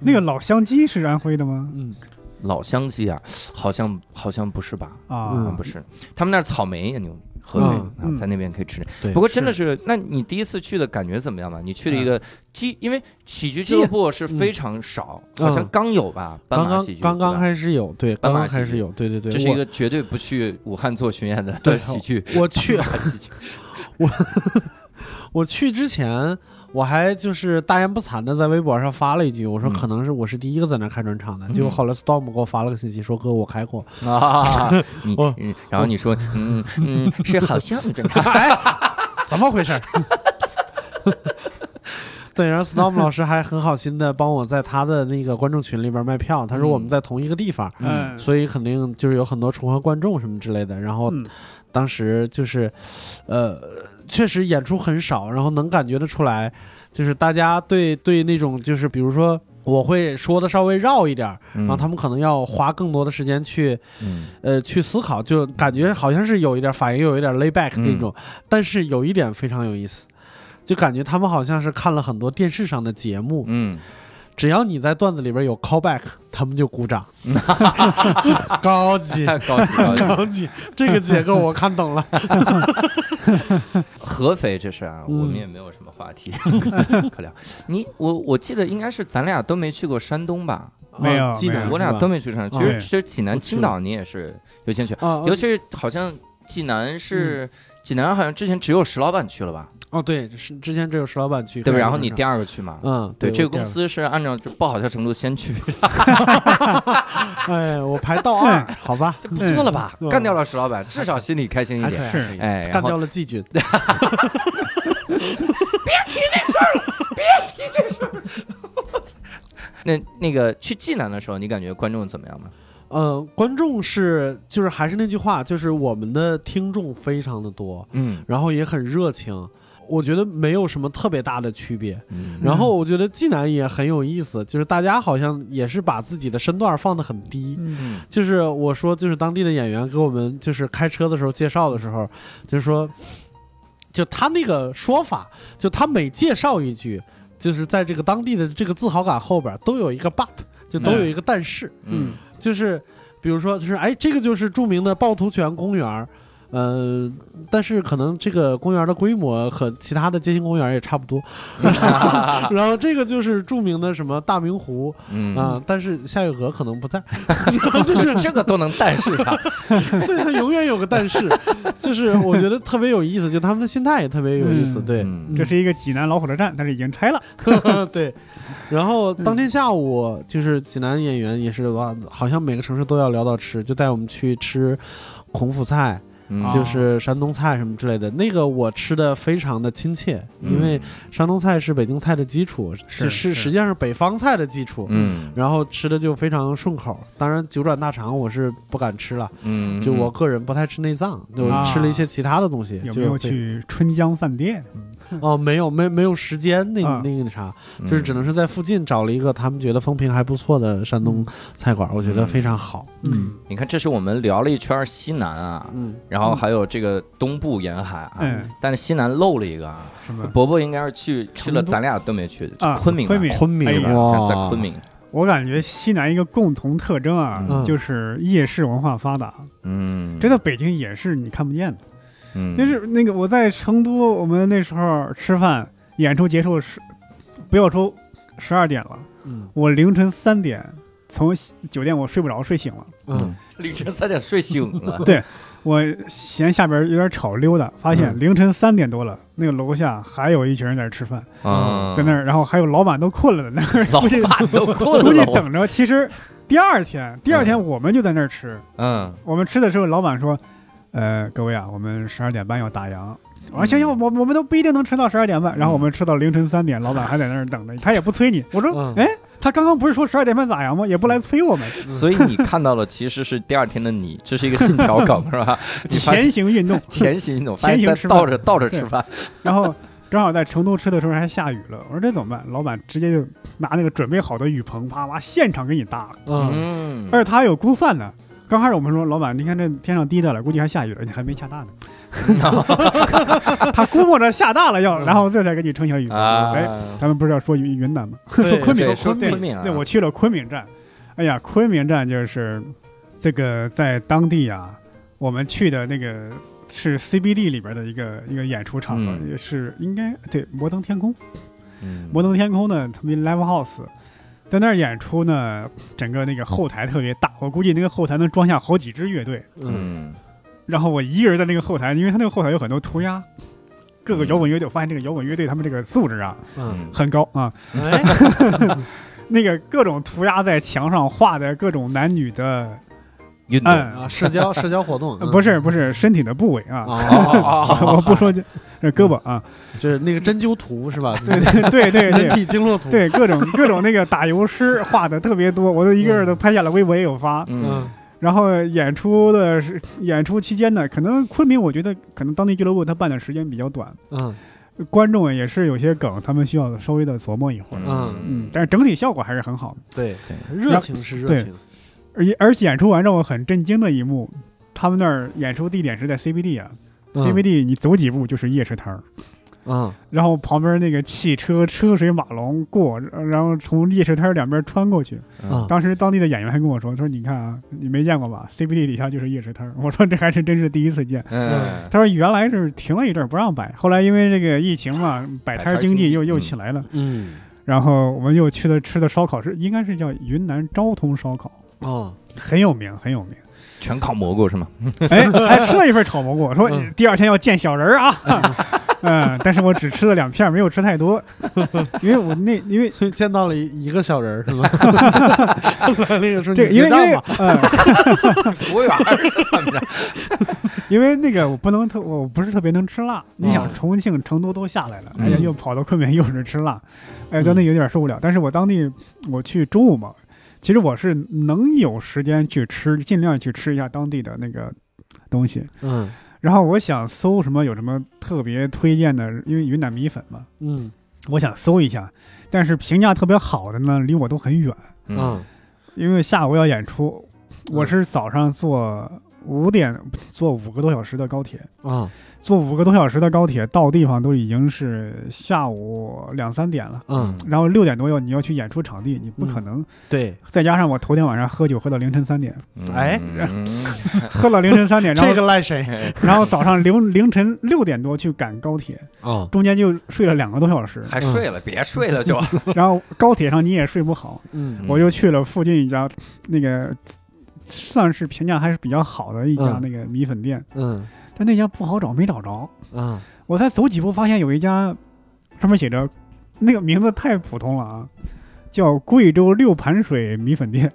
[SPEAKER 1] 那个老乡鸡是安徽的吗？
[SPEAKER 2] 嗯
[SPEAKER 3] 老乡鸡啊，好像好像不是吧？
[SPEAKER 1] 啊，
[SPEAKER 3] 好像不是，他们那儿草莓也牛，合肥
[SPEAKER 2] 嗯
[SPEAKER 3] 啊
[SPEAKER 1] 嗯
[SPEAKER 3] 在那边可以吃。
[SPEAKER 2] 对
[SPEAKER 3] 不过真的是，那你第一次去的感觉怎么样吧？你去了一个鸡，因为喜剧俱乐部是非常少，
[SPEAKER 2] 啊嗯
[SPEAKER 3] 好像刚有吧？斑
[SPEAKER 2] 刚
[SPEAKER 3] 马
[SPEAKER 2] 刚
[SPEAKER 3] 喜剧
[SPEAKER 2] 刚刚
[SPEAKER 3] 对吧
[SPEAKER 2] 开始有，对，
[SPEAKER 3] 斑
[SPEAKER 2] 刚
[SPEAKER 3] 马
[SPEAKER 2] 刚开
[SPEAKER 3] 喜
[SPEAKER 2] 始
[SPEAKER 3] 剧
[SPEAKER 2] 有，对对对，
[SPEAKER 3] 这是一
[SPEAKER 2] 我
[SPEAKER 3] 个绝对不去武汉做巡演的
[SPEAKER 2] 对
[SPEAKER 3] 喜剧。
[SPEAKER 2] 我去
[SPEAKER 3] 斑马喜剧，
[SPEAKER 2] 我去之前，我还就是大言不惭的在微博上发了一句，我说
[SPEAKER 3] 嗯
[SPEAKER 2] 可能是我是第一个在那儿开专场的，
[SPEAKER 3] 嗯
[SPEAKER 2] 结果后来 Storm 给我发了个信息说哥我开过，
[SPEAKER 3] 啊，你
[SPEAKER 2] 我
[SPEAKER 3] 嗯然后你说嗯嗯是好像真的，
[SPEAKER 2] 怎么回事儿？ 对，然后 Storm 老师还很好心的帮我在他的那个观众群里边卖票，他说我们在同一个地方，
[SPEAKER 3] 嗯
[SPEAKER 1] 嗯，
[SPEAKER 2] 所以肯定就是有很多重合观众什么之类的。然后
[SPEAKER 1] 嗯
[SPEAKER 2] 当时就是，呃，确实演出很少，然后能感觉得出来，就是大家对对那种就是比如说我会说的稍微绕一点儿，然后他们可能要花更多的时间去
[SPEAKER 3] 嗯
[SPEAKER 2] 呃去思考，就感觉好像是有一点反应有一点 lay back
[SPEAKER 3] 嗯
[SPEAKER 2] 那种，但是有一点非常有意思。就感觉他们好像是看了很多电视上的节目，
[SPEAKER 3] 嗯
[SPEAKER 2] 只要你在段子里边有 callback，他们就 鼓掌，高级
[SPEAKER 3] 太高级高级。
[SPEAKER 2] 高级，这个结构我 看懂了。
[SPEAKER 3] 合肥这事啊，我
[SPEAKER 2] 嗯
[SPEAKER 3] 们也没有什么话题 可聊。你我我记得应该是咱俩都没去过山东吧？
[SPEAKER 1] 没有
[SPEAKER 2] 啊济南
[SPEAKER 1] 没
[SPEAKER 2] 是
[SPEAKER 1] 有
[SPEAKER 2] 吧，
[SPEAKER 3] 我俩都没去山东。其实
[SPEAKER 1] 对
[SPEAKER 3] 其实济南、
[SPEAKER 2] 我去
[SPEAKER 3] 青岛你也是有兴趣，
[SPEAKER 2] 啊，
[SPEAKER 3] 尤其是好像济南
[SPEAKER 2] 嗯
[SPEAKER 3] 是济南，好像之前只有石老板去了吧？
[SPEAKER 2] 哦，对，是之前只有石老板去，
[SPEAKER 3] 对吧？然后你第
[SPEAKER 2] 调，
[SPEAKER 3] 二个去嘛？
[SPEAKER 2] 嗯，
[SPEAKER 3] 对，这个
[SPEAKER 2] 我第
[SPEAKER 3] 公
[SPEAKER 2] 二，
[SPEAKER 3] 司是按照就不好笑程度先去，
[SPEAKER 2] 哎，我排倒二，好吧，
[SPEAKER 3] 这不错了吧？
[SPEAKER 2] 嗯
[SPEAKER 3] 干掉了石老板，至少心里开心一
[SPEAKER 2] 还
[SPEAKER 3] 点。
[SPEAKER 2] 可以还可以
[SPEAKER 3] 哎，然
[SPEAKER 2] 干
[SPEAKER 3] 后
[SPEAKER 2] 掉了季军，
[SPEAKER 3] 那那个去济南的时候，你感觉观众怎么样吗？
[SPEAKER 2] 呃，观众是就是还是那句话，就是我们的听众非常的多，
[SPEAKER 3] 嗯
[SPEAKER 2] 然后也很热情，我觉得没有什么特别大的区别。
[SPEAKER 3] 嗯
[SPEAKER 2] 然后我觉得济南也很有意思，就是大家好像也是把自己的身段放得很低，
[SPEAKER 1] 嗯
[SPEAKER 3] 嗯
[SPEAKER 2] 就是我说，就是当地的演员给我们就是开车的时候介绍的时候，就是说，就他那个说法，就他每介绍一句，就是在这个当地的这个自豪感后边都有一个 but，就都有一个但是，
[SPEAKER 3] 嗯
[SPEAKER 2] 就是比如说，就是哎，这个就是著名的趵突泉公园儿。呃，但是可能这个公园的规模和其他的街心公园也差不多，然后这个就是著名的什么大明湖
[SPEAKER 3] 嗯
[SPEAKER 2] 啊、但是夏雨荷可能不在，就是
[SPEAKER 3] 这个都能但是他，
[SPEAKER 2] 对他永远有个但是，就是我觉得特别有意思，就他们的心态也特别有意思，
[SPEAKER 1] 嗯
[SPEAKER 2] 对、
[SPEAKER 3] 嗯
[SPEAKER 1] 这是一个济南老火车站，但是已经拆了。
[SPEAKER 2] 对。然后当天下午，就是济南演员也是哇，好像每个城市都要聊到吃，就带我们去吃孔府菜，
[SPEAKER 3] 嗯
[SPEAKER 1] 啊
[SPEAKER 2] 就是山东菜什么之类的。那个我吃的非常的亲切，
[SPEAKER 3] 嗯
[SPEAKER 2] 因为山东菜是北京菜的基础，
[SPEAKER 1] 是是
[SPEAKER 2] 是实际上是北方菜的基础。
[SPEAKER 3] 嗯
[SPEAKER 2] 然后吃的就非常顺口，当然九转大肠我是不敢吃了，
[SPEAKER 3] 嗯，
[SPEAKER 2] 就我个人不太吃内脏，就
[SPEAKER 1] 啊
[SPEAKER 2] 吃了一些其他的东西。
[SPEAKER 1] 有
[SPEAKER 2] 就
[SPEAKER 1] 没有
[SPEAKER 2] 会
[SPEAKER 1] 去春江饭店？
[SPEAKER 2] 哦，没有，没没有时间，那
[SPEAKER 1] 啊
[SPEAKER 2] 那个啥，
[SPEAKER 3] 嗯
[SPEAKER 2] 就是只能是在附近找了一个他们觉得风评还不错的山东菜馆，我觉得非常好。
[SPEAKER 1] 嗯
[SPEAKER 3] 你看，这是我们聊了一圈西南啊，
[SPEAKER 2] 嗯，
[SPEAKER 3] 然后还有这个东部沿海啊，
[SPEAKER 1] 嗯，
[SPEAKER 3] 但是西南漏了一个啊，
[SPEAKER 1] 什么？
[SPEAKER 3] 伯伯应该是去去了，
[SPEAKER 2] 成都
[SPEAKER 3] 咱俩都没去，
[SPEAKER 1] 啊
[SPEAKER 3] 昆明啊，
[SPEAKER 1] 昆明
[SPEAKER 2] 昆明、
[SPEAKER 1] 哎呀
[SPEAKER 3] 看在
[SPEAKER 2] 哇，
[SPEAKER 3] 昆，明，
[SPEAKER 1] 我感觉西南一个共同特征
[SPEAKER 3] 嗯
[SPEAKER 1] 啊，就是夜市文化发达，
[SPEAKER 3] 嗯，
[SPEAKER 1] 这在北京也是你看不见的。
[SPEAKER 3] 嗯，
[SPEAKER 1] 就、是那个我在成都，我们那时候吃饭，演出结束是，不要说十二点了，
[SPEAKER 2] 嗯
[SPEAKER 1] 我凌晨三点从酒店我睡不着，睡醒了。
[SPEAKER 2] 嗯，
[SPEAKER 3] 凌晨三点睡醒了，
[SPEAKER 1] 对我嫌下边有点吵，溜达，发现
[SPEAKER 3] 嗯
[SPEAKER 1] 凌晨三点多了，那个楼下还有一群人在那吃饭，
[SPEAKER 3] 啊，
[SPEAKER 1] 在那儿，然后还有老板都困了，在那儿
[SPEAKER 3] 老
[SPEAKER 1] 估计
[SPEAKER 3] 板都嗯
[SPEAKER 1] 估
[SPEAKER 3] 困
[SPEAKER 1] 计
[SPEAKER 3] 了，嗯我
[SPEAKER 1] 等着。其实第二天，第二天我们就在那儿吃，
[SPEAKER 3] 嗯，
[SPEAKER 1] 我们吃的时候，老板说：“呃，各位啊，我们十二点半要打烊。”我说：“行
[SPEAKER 3] 嗯
[SPEAKER 1] 行，我我们都不一定能吃到十二点半。”然后我们吃到凌晨三点，老板还在那儿等呢，他也不催你。我说
[SPEAKER 2] 嗯：“
[SPEAKER 1] 哎，他刚刚不是说十二点半打烊吗？也不来催我们。
[SPEAKER 3] 所以你看到了其实是第二天的你，这是一个信条梗是 吧？”你发现
[SPEAKER 1] 前行运动，
[SPEAKER 3] 前行一种，发
[SPEAKER 1] 前
[SPEAKER 3] 现
[SPEAKER 1] 行
[SPEAKER 3] 在
[SPEAKER 1] 吃饭
[SPEAKER 3] 倒着倒着吃饭，
[SPEAKER 1] 然后正好在成都吃的时候还下雨了，我说这怎么办？老板直接就拿那个准备好的雨棚，啪啪现场给你搭了，
[SPEAKER 2] 嗯
[SPEAKER 3] 嗯，
[SPEAKER 1] 而且他还有估算的。刚开始我们说，老板，你看这天上滴着了，估计还下雨了，你还没下大呢。他估摸着下大了要，然后这才给你撑起了雨棚。哎，
[SPEAKER 3] 啊，
[SPEAKER 1] 咱们不是要说云云南吗？
[SPEAKER 2] 对
[SPEAKER 1] 说昆明，
[SPEAKER 3] 对说
[SPEAKER 1] 对
[SPEAKER 3] 昆明啊
[SPEAKER 1] 对，我去了昆明站。哎呀，昆明站就是这个在当地啊，我们去的那个是 CBD 里边的一个一个演出场合，
[SPEAKER 3] 嗯
[SPEAKER 1] 也是应该对摩登天空。
[SPEAKER 3] 嗯
[SPEAKER 1] 摩登天空呢，他们 Live House 在那儿演出呢，整个那个后台特别大，我估计那个后台能装下好几支乐队。
[SPEAKER 2] 嗯
[SPEAKER 3] 嗯
[SPEAKER 1] 然后我一个人在那个后台，因为他那个后台有很多涂鸦，各个摇滚乐队，我发现这个摇滚乐队他们这个素质啊
[SPEAKER 2] 嗯，
[SPEAKER 3] 嗯
[SPEAKER 1] 很高啊，
[SPEAKER 2] 哎，
[SPEAKER 1] 那个各种涂鸦在墙上画的各种男女的，
[SPEAKER 3] 运动
[SPEAKER 1] 嗯，
[SPEAKER 2] 啊，社交社交活动
[SPEAKER 1] 呃不是不是身体的部位啊，
[SPEAKER 2] 哦，
[SPEAKER 1] 我不说这这胳膊啊，
[SPEAKER 2] 就是那个针灸图是吧？
[SPEAKER 1] 对对对对
[SPEAKER 2] 人
[SPEAKER 1] 对。
[SPEAKER 2] 体经络图，，
[SPEAKER 1] 对各种各种那个打油诗画的特别多，我都一个人都拍下来，微博也有发。
[SPEAKER 3] 嗯
[SPEAKER 2] 嗯
[SPEAKER 1] 然后演出的是演出期间呢，可能昆明我觉得可能当地俱乐部它办的时间比较短，
[SPEAKER 2] 嗯
[SPEAKER 1] 观众也是有些梗，他们需要稍微的琢磨一会儿。嗯，但是整体效果还是很好的。
[SPEAKER 2] 对，热情是热情，
[SPEAKER 1] 而且而且演出完让我很震惊的一幕，他们那儿演出地点是在 CBD 啊、c b d 你走几步就是夜市摊儿，
[SPEAKER 2] 嗯
[SPEAKER 1] 然后旁边那个汽车车水马龙过，然后从夜市摊儿两边穿过去。
[SPEAKER 2] 嗯
[SPEAKER 1] 当时当地的演员还跟我说：“说你看啊，你没见过吧？CBD 底下就是夜市摊儿。”我说：“这还是真是第一次见。”
[SPEAKER 3] 嗯
[SPEAKER 1] 他说原来是停了一阵儿不让摆，后来因为这个疫情嘛，摆摊儿经济又又起来了。
[SPEAKER 2] 嗯
[SPEAKER 1] 然后我们又去了吃的烧烤，是应该是叫云南昭通烧烤，
[SPEAKER 2] 哦，
[SPEAKER 1] 很有名，很有名。
[SPEAKER 3] 全烤蘑菇是吗？
[SPEAKER 1] 哎，还吃了一份炒蘑菇，我说
[SPEAKER 2] 嗯
[SPEAKER 1] 第二天要见小人儿 啊。嗯，但是我只吃了两片儿，没有吃太 多，因为我那因为
[SPEAKER 2] 所以见到了一个小人 是吗？那个说
[SPEAKER 1] 这个因为因为嗯，
[SPEAKER 3] 服务员是怎么着？
[SPEAKER 1] 因为那个我不能特我不是特别能吃辣，你
[SPEAKER 3] 嗯
[SPEAKER 1] 想重庆、成都都下来了，
[SPEAKER 3] 嗯
[SPEAKER 1] 而且又跑到昆明又是吃辣，哎，真的有点受不了。但是我当地我去中午嘛，其实我是能有时间去吃，尽量去吃一下当地的那个东西。
[SPEAKER 2] 嗯
[SPEAKER 1] 然后我想搜什么有什么特别推荐的，因为云南米粉嘛，
[SPEAKER 2] 嗯
[SPEAKER 1] 我想搜一下，但是评价特别好的呢，离我都很远，
[SPEAKER 3] 嗯
[SPEAKER 2] 嗯
[SPEAKER 1] 因为下午要演出，我是早上坐五点坐五个多小时的高铁。
[SPEAKER 2] 啊
[SPEAKER 1] 坐五个多小时的高铁到地方都已经是下午两三点了，
[SPEAKER 2] 嗯，
[SPEAKER 1] 然后六点多要你要去演出场地，你不可能。
[SPEAKER 2] 对，
[SPEAKER 1] 再加上我头天晚上喝酒喝到凌晨三点，
[SPEAKER 3] 嗯
[SPEAKER 2] 哎
[SPEAKER 1] 喝到凌晨 三点，然后、
[SPEAKER 2] 嗯这个赖谁？
[SPEAKER 3] 嗯
[SPEAKER 1] 然后早上凌凌晨六点多去赶高铁，
[SPEAKER 2] 哦，
[SPEAKER 1] 中间就睡了两个多小 时，
[SPEAKER 3] 还睡了，别睡了就。
[SPEAKER 1] 然后高铁上你也睡不好，
[SPEAKER 2] 嗯
[SPEAKER 1] 我就去了附近一家那个算是评价还是比较好的一家
[SPEAKER 2] 嗯
[SPEAKER 1] 那个米粉店，
[SPEAKER 2] 嗯
[SPEAKER 1] 但那家不好找，没找着。
[SPEAKER 2] 啊
[SPEAKER 1] 我才走几步，发现有一家上面写着那个名字太普通了啊，叫贵州六盘水米粉店。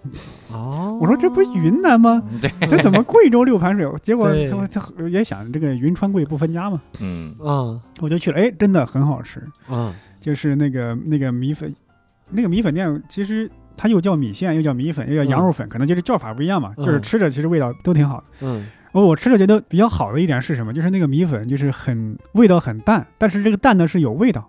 [SPEAKER 2] 哦，
[SPEAKER 1] 我说这不是云南吗？
[SPEAKER 3] 对，
[SPEAKER 1] 这怎么贵州六盘水？结果
[SPEAKER 2] 对
[SPEAKER 1] 他他也想这个云川贵不分家嘛，
[SPEAKER 3] 嗯，
[SPEAKER 2] 啊
[SPEAKER 1] 我就去了，哎，真的很好吃，
[SPEAKER 2] 啊
[SPEAKER 1] 就是那个那个米粉，那个米粉店其实它又叫米线，又叫米粉，又叫羊肉粉，可能就是叫法不一样嘛，
[SPEAKER 2] 嗯
[SPEAKER 1] 就是吃着其实味道都挺好的。
[SPEAKER 2] 嗯
[SPEAKER 1] 我我吃着觉得比较好的一点是什么？就是那个米粉就是很味道很淡，但是这个淡呢是有味道，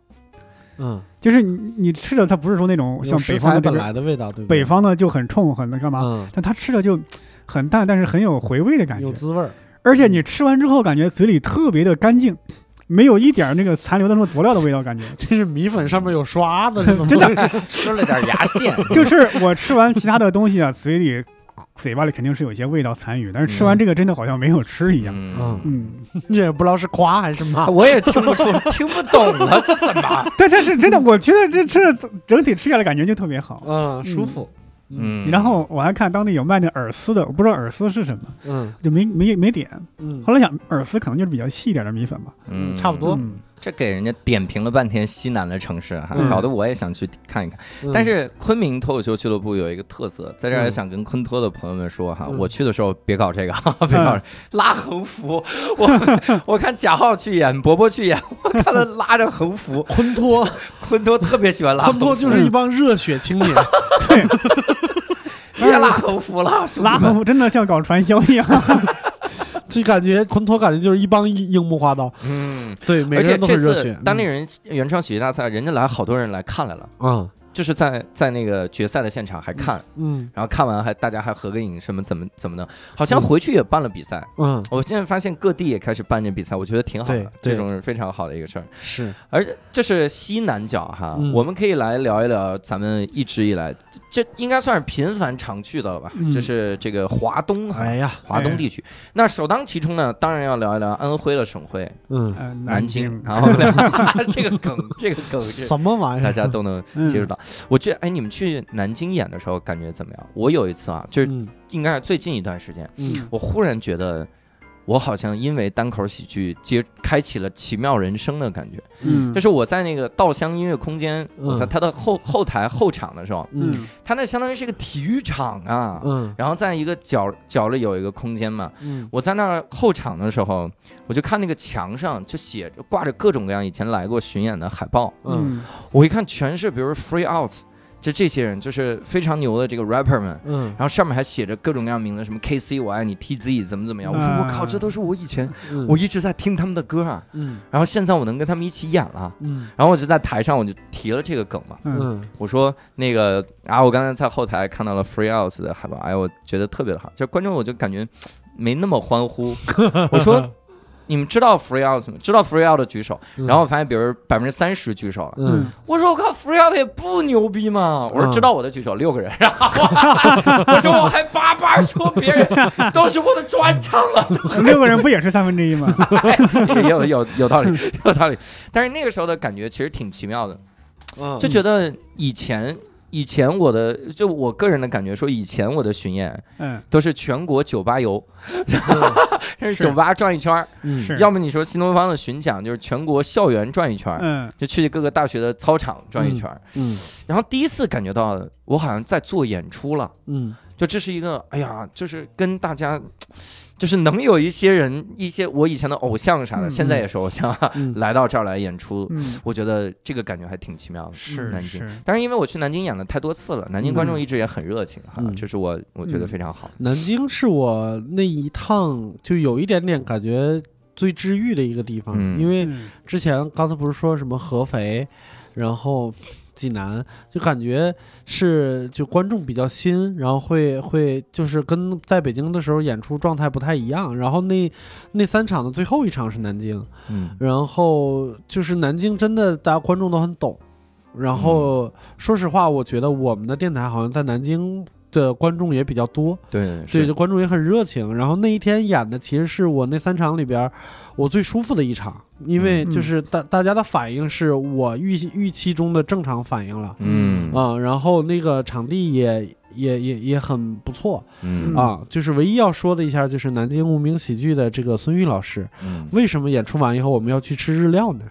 [SPEAKER 2] 嗯，
[SPEAKER 1] 就是你你吃的它不是说那种像
[SPEAKER 2] 有
[SPEAKER 1] 北
[SPEAKER 2] 食
[SPEAKER 1] 方
[SPEAKER 2] 材
[SPEAKER 1] 的这
[SPEAKER 2] 本
[SPEAKER 1] 个
[SPEAKER 2] 来的味道，对不对？
[SPEAKER 1] 北方的就很冲很那干嘛，
[SPEAKER 2] 嗯，
[SPEAKER 1] 但它吃的就很淡，但是很有回味的感觉
[SPEAKER 2] 有。滋嗯味儿，
[SPEAKER 1] 而且你吃完之后，感觉嘴里特别的干净，没有一点儿那个残留的那种佐料的味道，感觉
[SPEAKER 2] 这是米粉上面有刷子， 是怎么
[SPEAKER 1] 真
[SPEAKER 2] 回事
[SPEAKER 3] 吃了点牙线，
[SPEAKER 1] 就是我吃完其他的东西啊，嘴里、嘴巴里肯定是有一些味道残余，但是吃完这个真的好像没有吃一样。
[SPEAKER 3] 嗯，啊
[SPEAKER 2] 嗯，
[SPEAKER 1] 嗯，
[SPEAKER 2] 你也不知道是夸还是骂。
[SPEAKER 3] 我也听不出， 听不懂了，这怎么？
[SPEAKER 1] 但但是真的，我觉得这吃的整体吃下来感觉就特别好。
[SPEAKER 2] 嗯，舒服，
[SPEAKER 3] 嗯，
[SPEAKER 1] 然后我还看当地有卖那饵丝的，我不知道饵丝是什么，
[SPEAKER 2] 嗯
[SPEAKER 1] 就没没没点。
[SPEAKER 2] 嗯
[SPEAKER 1] 后来想，饵丝可能就是比较细一点的米粉吧。
[SPEAKER 3] 嗯，
[SPEAKER 2] 差不多
[SPEAKER 1] 嗯
[SPEAKER 3] 这给人家点评了半天西南的城市哈
[SPEAKER 2] 嗯，
[SPEAKER 3] 搞得我也想去看一看。
[SPEAKER 2] 嗯
[SPEAKER 3] 但是昆明脱口秀俱乐部有一个特色，在这儿
[SPEAKER 2] 嗯
[SPEAKER 3] 也想跟昆托的朋友们说哈，
[SPEAKER 2] 嗯
[SPEAKER 3] 我去的时候别搞 这个，哈哈别搞这拉横幅。我 我看贾浩去演，伯伯去演，我看他拉着横 幅，
[SPEAKER 2] 昆托，
[SPEAKER 3] 昆托特别喜欢拉横
[SPEAKER 2] 昆
[SPEAKER 3] 幅，
[SPEAKER 2] 托就是一帮热血青 年，
[SPEAKER 3] 别拉横幅
[SPEAKER 2] 嗯
[SPEAKER 3] 了，兄弟们
[SPEAKER 1] 拉横幅真的像搞传销一样。
[SPEAKER 2] 就感觉昆托感觉就是一帮樱木花道，
[SPEAKER 3] 嗯，
[SPEAKER 2] 对，每
[SPEAKER 3] 而
[SPEAKER 2] 个
[SPEAKER 3] 且
[SPEAKER 2] 人都很
[SPEAKER 3] 这
[SPEAKER 2] 热
[SPEAKER 3] 次
[SPEAKER 2] 血。
[SPEAKER 3] 当地人原创喜剧大赛，人家来好多人来看来了，
[SPEAKER 2] 嗯
[SPEAKER 3] 就是在在那个决赛的现场还看，
[SPEAKER 2] 嗯
[SPEAKER 3] 然后看完还大家还合个影，什么怎么怎么的，好像回去也办了比赛。
[SPEAKER 2] 嗯，
[SPEAKER 3] 我现在发现各地也开始办这比赛，我觉得挺好的
[SPEAKER 2] 对，对
[SPEAKER 3] 这种是非常好的一个事儿。
[SPEAKER 2] 是
[SPEAKER 3] 而且这是西南角哈，
[SPEAKER 2] 嗯
[SPEAKER 3] 我们可以来聊一聊咱们一直以来这应该算是频繁常去的了吧？
[SPEAKER 1] 嗯
[SPEAKER 3] 这是这个华东哈，
[SPEAKER 2] 哎呀，
[SPEAKER 3] 华东地区。那首当其冲呢，当然要聊一聊安徽的省会
[SPEAKER 2] 嗯，
[SPEAKER 1] 呃
[SPEAKER 3] 南
[SPEAKER 1] 南
[SPEAKER 3] 京，啊 然后这个梗，这个梗是
[SPEAKER 2] 什么玩意
[SPEAKER 3] 大
[SPEAKER 2] 儿？
[SPEAKER 3] 家都能
[SPEAKER 1] 嗯
[SPEAKER 2] 嗯
[SPEAKER 3] 接触到。我觉得，哎，你们去南京演的时候感觉怎么样？我有一次啊，就是
[SPEAKER 2] 嗯
[SPEAKER 3] 应该是最近一段时间，
[SPEAKER 2] 嗯
[SPEAKER 3] 我忽然觉得，我好像因为单口喜剧接开启了奇妙人生的感觉。
[SPEAKER 1] 嗯，
[SPEAKER 3] 就是我在那个稻香音乐空间，我在
[SPEAKER 2] 嗯
[SPEAKER 3] 它的后后台后场的时候，
[SPEAKER 2] 嗯
[SPEAKER 3] 它那相当于是个体育场啊，
[SPEAKER 2] 嗯
[SPEAKER 3] 然后在一个角角里有一个空间嘛。
[SPEAKER 2] 嗯
[SPEAKER 3] 我在那儿后场的时候，我就看那个墙上就写着挂着各种各样以前来过巡演的海报，
[SPEAKER 2] 嗯
[SPEAKER 1] 嗯
[SPEAKER 3] 我一看全是比如 Free Out，就这些人就是非常牛的这个 rapper 们。
[SPEAKER 2] 嗯
[SPEAKER 3] 然后上面还写着各种各样的名字，什么 KC 我爱你，TZ 怎么怎么样。我说
[SPEAKER 1] 嗯
[SPEAKER 3] 我靠，这都是我以前
[SPEAKER 2] 嗯，
[SPEAKER 3] 我一直在听他们的歌啊，
[SPEAKER 2] 嗯
[SPEAKER 3] 然后现在我能跟他们一起演了。
[SPEAKER 2] 嗯
[SPEAKER 3] 然后我就在台上我就提了这个梗嘛，
[SPEAKER 1] 嗯
[SPEAKER 2] 嗯
[SPEAKER 3] 我说那个啊，我刚才在后台看到了 Free House 的海报，哎，我觉得特别的好，就观众我就感觉没那么欢呼。 我说你们知道 Free House 吗？知道 Free House 的举手，
[SPEAKER 2] 嗯
[SPEAKER 3] 然后我发现比如百分之三十举手了。
[SPEAKER 2] 嗯
[SPEAKER 3] 我说我靠，Free House 也不牛逼嘛。我说
[SPEAKER 2] 嗯
[SPEAKER 3] 知道我的举手六个人， 然后我我说我还巴巴说别 人都是我的专场了，
[SPEAKER 1] 六个人不也是三分之一吗？
[SPEAKER 3] 也 有有 有道理，有道理。但是那个时候的感觉其实挺奇妙的。
[SPEAKER 2] 嗯，
[SPEAKER 3] 就觉得以前以前我的就我个人的感觉说，以前我的巡演
[SPEAKER 1] 嗯，
[SPEAKER 3] 都是全国酒吧游，嗯 是酒吧转一圈儿，
[SPEAKER 2] 嗯
[SPEAKER 1] 是
[SPEAKER 3] 要么你说新东方的巡讲就是全国校园转一圈儿。
[SPEAKER 1] 嗯
[SPEAKER 3] 就去各个大学的操场转一圈儿，
[SPEAKER 2] 嗯
[SPEAKER 3] 然后第一次感觉到我好像在做演出了，
[SPEAKER 2] 嗯
[SPEAKER 3] 就这是一个，哎呀，就是跟大家，就是能有一些人，一些我以前的偶像啥的，
[SPEAKER 1] 嗯
[SPEAKER 3] 现在也是偶像 啊，
[SPEAKER 2] 嗯
[SPEAKER 3] 来到这儿来演出，
[SPEAKER 1] 嗯，
[SPEAKER 3] 我觉得这个感觉还挺奇妙的。南
[SPEAKER 1] 是
[SPEAKER 3] 京
[SPEAKER 1] 是，
[SPEAKER 3] 但是因为我去南京演了太多次了，南京观众一直也很热情哈，
[SPEAKER 2] 嗯
[SPEAKER 3] 这是我我觉得非常好。
[SPEAKER 2] 南京是我那一趟就有一点点感觉最治愈的一个地方，
[SPEAKER 3] 嗯
[SPEAKER 2] 因为
[SPEAKER 1] 嗯
[SPEAKER 2] 之前刚才不是说什么合肥，然后济南，就感觉是就观众比较新，然后会会就是跟在北京的时候演出状态不太一样。然后那那三场的最后一场是南京，
[SPEAKER 3] 嗯
[SPEAKER 2] 然后就是南京真的大家观众都很懂。然后说实话，我觉得我们的电台好像在南京的观众也比较多，
[SPEAKER 3] 对
[SPEAKER 2] 对，
[SPEAKER 3] 是
[SPEAKER 2] 就观众也很热情。然后那一天演的其实是我那三场里边儿我最舒服的一场，因为
[SPEAKER 1] 嗯
[SPEAKER 2] 就是大大家的反应是我预期预期中的正常反应了，
[SPEAKER 3] 嗯
[SPEAKER 2] 嗯，然后那个场地也也也也很不错
[SPEAKER 3] 嗯
[SPEAKER 2] 啊。就是唯一要说的一下，就是南京无名喜剧的这个孙玉老师，
[SPEAKER 3] 嗯
[SPEAKER 2] 为什么演出完以后我们要去吃日料呢？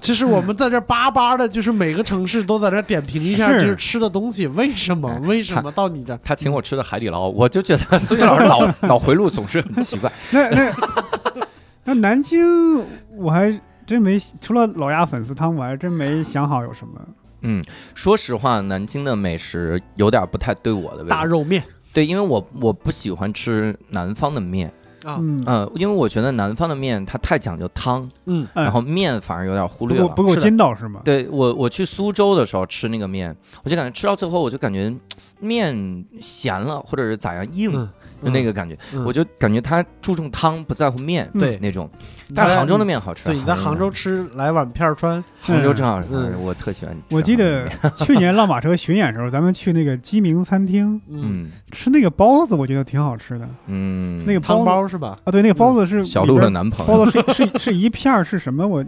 [SPEAKER 2] 就是我们在这巴巴的，就是每个城市都在这点评一下，
[SPEAKER 1] 是
[SPEAKER 2] 就是吃的东西，为什么？为什么到你这儿？
[SPEAKER 3] 哎他请我吃的海底捞，我就觉 得苏俊老师脑脑回路总是很奇怪。
[SPEAKER 1] 那那 那南京，我还真没除了老鸭粉丝汤，我还真没想好有什么。
[SPEAKER 3] 说实话，南京的美食有点不太对我的胃
[SPEAKER 2] 大
[SPEAKER 3] 口。
[SPEAKER 2] 肉面
[SPEAKER 3] 对，因为我我不喜欢吃南方的面，
[SPEAKER 2] 啊，
[SPEAKER 1] 嗯，
[SPEAKER 3] 嗯、因为我觉得南方的面它太讲究汤，
[SPEAKER 2] 嗯，
[SPEAKER 1] 嗯
[SPEAKER 3] 然后面反而有点忽
[SPEAKER 1] 不
[SPEAKER 3] 略
[SPEAKER 1] 够
[SPEAKER 3] 了。
[SPEAKER 1] 不够
[SPEAKER 2] 是的
[SPEAKER 1] 筋道是吗？
[SPEAKER 3] 对我，我去苏州的时候吃那个面，我就感觉吃到最后，我就感觉面咸了，或者是咋样硬，
[SPEAKER 2] 嗯
[SPEAKER 3] 就那个感觉，
[SPEAKER 2] 嗯
[SPEAKER 3] 我就感觉他注重汤，不在乎面
[SPEAKER 1] 嗯
[SPEAKER 2] 对
[SPEAKER 3] 那种。
[SPEAKER 1] 嗯
[SPEAKER 3] 但是杭州的面好吃，
[SPEAKER 2] 对，你在杭
[SPEAKER 3] 的
[SPEAKER 2] 州
[SPEAKER 3] 面，
[SPEAKER 2] 吃来碗片儿川，
[SPEAKER 3] 杭州真好吃，
[SPEAKER 2] 嗯
[SPEAKER 3] 我特喜欢吃
[SPEAKER 1] 我记得
[SPEAKER 3] 杭州
[SPEAKER 1] 去年浪马车巡演的时候，咱们去那个鸡鸣餐厅
[SPEAKER 3] 的
[SPEAKER 2] 嗯，
[SPEAKER 3] 面，
[SPEAKER 1] 吃那个包子，我觉得挺好吃的。
[SPEAKER 3] 嗯嗯，嗯
[SPEAKER 1] 那个
[SPEAKER 2] 汤
[SPEAKER 1] 子
[SPEAKER 2] 包是吧？
[SPEAKER 1] 啊，对，那个包子是
[SPEAKER 3] 小
[SPEAKER 1] 里
[SPEAKER 3] 鹿
[SPEAKER 1] 边
[SPEAKER 3] 的男朋友
[SPEAKER 1] 包子是是是一片儿是什么？我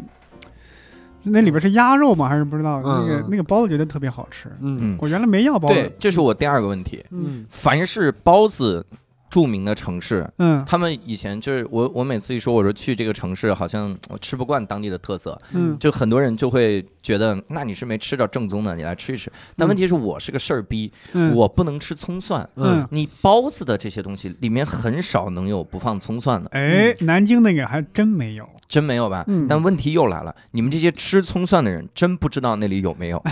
[SPEAKER 1] 那里边是鸭肉吗？还是不知道？那个
[SPEAKER 2] 嗯
[SPEAKER 1] 那个包子觉得特别好吃。
[SPEAKER 3] 嗯，
[SPEAKER 1] 我原来没要包
[SPEAKER 3] 对
[SPEAKER 1] 子，，
[SPEAKER 3] 这是我第二个问题。
[SPEAKER 1] 嗯
[SPEAKER 2] 嗯
[SPEAKER 3] 凡是包子著名的城市，
[SPEAKER 1] 嗯
[SPEAKER 3] 他们以前就是我，我每次一说我说去这个城市，好像我吃不惯当地的特色，
[SPEAKER 1] 嗯
[SPEAKER 3] 就很多人就会觉得，那你是没吃着正宗的，你来吃一吃。但问题是我是个事儿逼，
[SPEAKER 1] 嗯，
[SPEAKER 3] 我不能吃葱蒜。
[SPEAKER 1] 嗯，
[SPEAKER 3] 你包子的这些东西里面很少能有不放葱蒜的，
[SPEAKER 1] 哎，南京那个还真没有。
[SPEAKER 3] 真没有吧？
[SPEAKER 1] 嗯
[SPEAKER 3] 但问题又来了，你们这些吃葱蒜的人真不知道那里有没 有。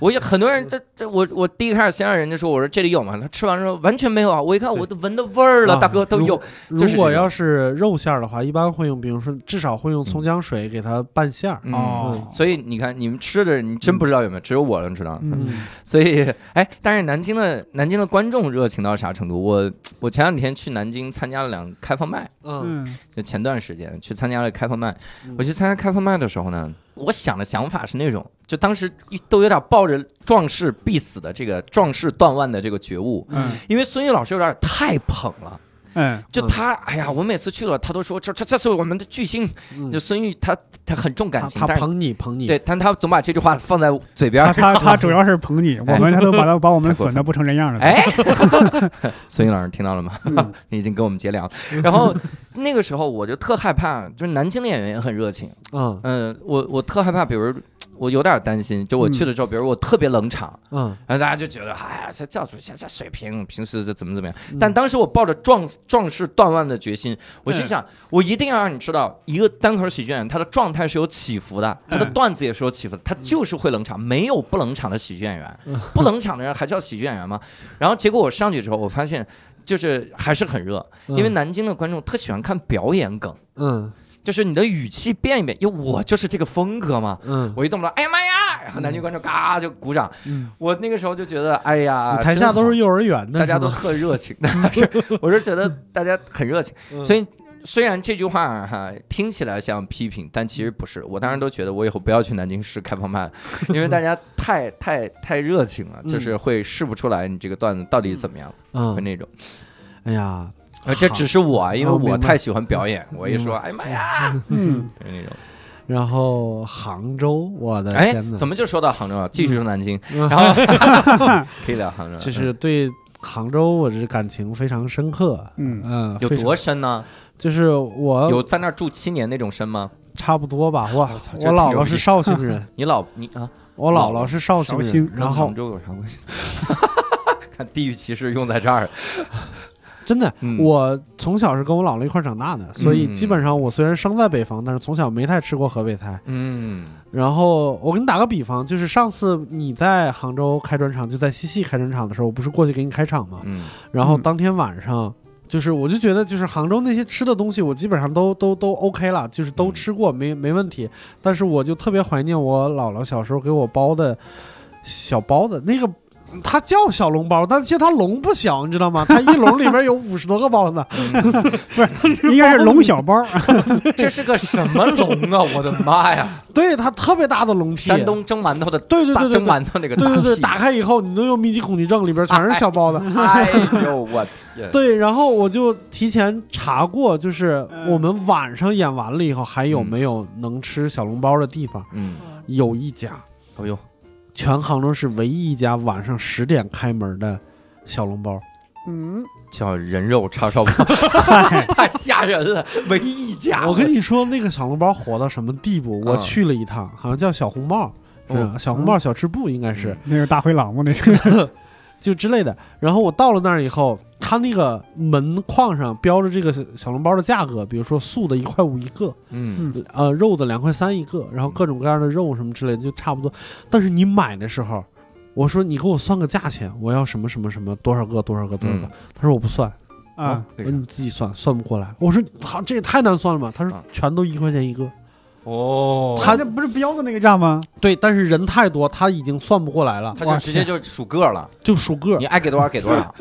[SPEAKER 3] 我也很多人，这这我我第一开始先让人家说，我说这里有吗？他吃完之后完全没有啊！我一看我都闻到味儿了，
[SPEAKER 2] 啊
[SPEAKER 3] 大哥都有。
[SPEAKER 2] 如
[SPEAKER 3] 就是这
[SPEAKER 2] 果
[SPEAKER 3] 种
[SPEAKER 2] 要是肉馅儿的话，一般会用，比如说至少会用葱姜水给它拌馅儿。
[SPEAKER 3] 嗯
[SPEAKER 1] 哦，
[SPEAKER 3] 所以你看，你们吃的人你真不知道有没有，只有我能知道。
[SPEAKER 1] 嗯
[SPEAKER 3] 所以，哎，但是南京的南京的观众热情到啥程度？我我前两天去南京参加了两个开放麦，
[SPEAKER 2] 嗯
[SPEAKER 1] 嗯
[SPEAKER 3] 就前段时间去参加了开放麦
[SPEAKER 2] 嗯。
[SPEAKER 3] 我去参加开放麦的时候呢，我想的想法是那种，就当时一都有点抱着壮士必死的这个壮士断腕的这个觉悟，
[SPEAKER 1] 嗯
[SPEAKER 3] 因为孙越老师有点太捧了。
[SPEAKER 1] 嗯
[SPEAKER 3] 就他，哎呀，我每次去了，他都说这这这是我们的巨星。
[SPEAKER 2] 嗯，
[SPEAKER 3] 就孙玉，他他很重感
[SPEAKER 2] 他
[SPEAKER 3] 情，
[SPEAKER 2] 他
[SPEAKER 3] 但是
[SPEAKER 2] 捧你捧你，
[SPEAKER 3] 对，但他总把这句话放在嘴边
[SPEAKER 1] 他
[SPEAKER 3] 儿。
[SPEAKER 1] 他他主要是捧你，我们他都 把他把我们损的不成人样了。
[SPEAKER 3] 哎， 孙玉老师听到了吗？
[SPEAKER 1] 嗯，
[SPEAKER 3] 你已经跟我们结梁。然后那个时候我就特害怕，就是南京的演员也很热情。
[SPEAKER 2] 嗯
[SPEAKER 3] 嗯、我我特害怕，比如我有点担心，就我去了之后，比如我特别冷场，
[SPEAKER 2] 嗯，
[SPEAKER 3] 然后大家就觉得，哎呀，这教主这这水平，平时这怎么怎么样？
[SPEAKER 2] 嗯
[SPEAKER 3] 但当时我抱着壮壮士断腕的决心，我心想，我一定要让你知道，一个单口喜剧演员他的状态是有起伏的，他的
[SPEAKER 1] 嗯
[SPEAKER 3] 段子也是有起伏的，他就是会冷场，没有不冷场的喜剧演员，不冷场的人还叫喜剧演员吗？然后结果我上去之后，我发现就是还是很热，
[SPEAKER 2] 嗯
[SPEAKER 3] 因为南京的观众特喜欢看表演梗，
[SPEAKER 2] 嗯
[SPEAKER 3] 就是你的语气变一变，因为我就是这个风格嘛。
[SPEAKER 2] 嗯
[SPEAKER 3] 我一动不了，哎呀妈呀！然后南京观众嘎就鼓掌。
[SPEAKER 2] 嗯，
[SPEAKER 3] 我那个时候就觉得，哎呀，
[SPEAKER 2] 你台下都
[SPEAKER 3] 真好
[SPEAKER 2] 是幼儿园的，
[SPEAKER 3] 大家都
[SPEAKER 2] 是吧
[SPEAKER 3] 特热 情，是，我是觉得大家很热情。
[SPEAKER 2] 嗯
[SPEAKER 3] 所以虽然这句话哈听起来像批评，但其实不是。我当时都觉得我以后不要去南京市开放 麦，因为大家太太太热情了，
[SPEAKER 2] 嗯
[SPEAKER 3] 就是会试不出来你这个段子到底怎么样，会
[SPEAKER 2] 嗯，
[SPEAKER 3] 那种。
[SPEAKER 2] 哎呀，
[SPEAKER 3] 呃这只是我，因为
[SPEAKER 2] 哦明
[SPEAKER 3] 我
[SPEAKER 2] 白嗯
[SPEAKER 3] 太喜欢表演，我一
[SPEAKER 2] 明白
[SPEAKER 3] 说哎妈呀，
[SPEAKER 1] 嗯
[SPEAKER 3] 就是那种。
[SPEAKER 2] 然后杭州，我的
[SPEAKER 3] 哎
[SPEAKER 2] 天，哪，
[SPEAKER 3] 怎么就说到杭州了？继续说南京，
[SPEAKER 2] 嗯
[SPEAKER 3] 然后 可以聊杭州啊了，
[SPEAKER 2] 就是对杭州我是感情非常深刻，
[SPEAKER 1] 嗯
[SPEAKER 2] 嗯，
[SPEAKER 3] 有
[SPEAKER 2] 非常
[SPEAKER 3] 多深呢？
[SPEAKER 2] 就是我
[SPEAKER 3] 有在那儿住七年那种深吗？
[SPEAKER 2] 差不多吧，我
[SPEAKER 3] 操这
[SPEAKER 2] 我姥
[SPEAKER 3] 挺牛
[SPEAKER 2] 姥是
[SPEAKER 3] 逼
[SPEAKER 2] 绍兴 人，
[SPEAKER 3] 你老你啊，
[SPEAKER 2] 我姥姥是绍兴
[SPEAKER 1] 绍
[SPEAKER 2] 人
[SPEAKER 1] 兴，
[SPEAKER 2] 然后
[SPEAKER 3] 杭州有啥关系？ 看地域歧视用在这儿，
[SPEAKER 2] 真的，
[SPEAKER 3] 嗯
[SPEAKER 2] 我从小是跟我姥姥一块儿长大的，所以基本上我虽然生在北方，但是从小没太吃过河北菜。
[SPEAKER 3] 嗯
[SPEAKER 2] 然后我给你打个比方，就是上次你在杭州开专场，就在西戏开专场的时候，我不是过去给你开场吗？
[SPEAKER 3] 嗯
[SPEAKER 2] 然后
[SPEAKER 1] 嗯
[SPEAKER 2] 当天晚上，就是我就觉得，就是杭州那些吃的东西，我基本上都都都 OK 了，就是都
[SPEAKER 3] 嗯
[SPEAKER 2] 吃过，没没问题。但是我就特别怀念我姥姥小时候给我包的小包子，那个它叫小笼包，但其实它笼不小，你 知道吗？它一笼里面有五十多个包子，
[SPEAKER 1] 应该是龙小包。
[SPEAKER 3] 这是个什么龙啊！我的妈 呀，
[SPEAKER 2] 对，它特别大的笼屉。
[SPEAKER 3] 山东蒸馒头的
[SPEAKER 2] 对对
[SPEAKER 3] 大
[SPEAKER 2] 对对
[SPEAKER 3] 蒸
[SPEAKER 2] 对。
[SPEAKER 3] 馒头那个
[SPEAKER 2] 对对对，
[SPEAKER 3] 屉
[SPEAKER 2] 打开以后你都有密集恐惧症，里边全是小包子。
[SPEAKER 3] 哎呦我天，
[SPEAKER 2] 对，然后我就提前查过，就是
[SPEAKER 1] 嗯
[SPEAKER 2] 我们晚上演完了以后，还有
[SPEAKER 3] 嗯
[SPEAKER 2] 没有能吃小笼包的地方？
[SPEAKER 3] 嗯，
[SPEAKER 2] 有一家，
[SPEAKER 3] 哎呦，
[SPEAKER 2] 全杭州市唯一一家晚上十点开门的小笼包，
[SPEAKER 1] 嗯，
[SPEAKER 3] 叫人肉叉 烧包， 太吓人了，唯一一家。
[SPEAKER 2] 我跟你说，那个小笼包火到什么地步？我
[SPEAKER 3] 嗯
[SPEAKER 2] 去了一趟，好像叫小红帽，是吧小红帽小吃部应该是
[SPEAKER 1] 那是大灰狼吗？那是
[SPEAKER 3] 嗯
[SPEAKER 2] 就之类的。然后我到了那儿以后，他那个门框上标着这个小笼包的价格，比如说素的一块五一个，
[SPEAKER 3] 嗯，
[SPEAKER 2] 呃，肉的两块三一个，然后各种各样的肉什么之类的就差不多。但是你买的时候，我说你给我算个价钱，我要什么什么什么多少个多少个多少个，
[SPEAKER 3] 嗯
[SPEAKER 2] 他说我不算，
[SPEAKER 1] 啊，
[SPEAKER 2] 我说你自己算，算不过来。我说好，这也太难算了吧？他说
[SPEAKER 3] 啊
[SPEAKER 2] 全都一块钱一个。
[SPEAKER 3] 哦，
[SPEAKER 2] 他
[SPEAKER 1] 那不是标的那个价吗？
[SPEAKER 2] 对，但是人太多，他已经算不过来了，
[SPEAKER 3] 他就直接就数个了，
[SPEAKER 2] 就数个儿
[SPEAKER 3] 你，爱给多少给多少。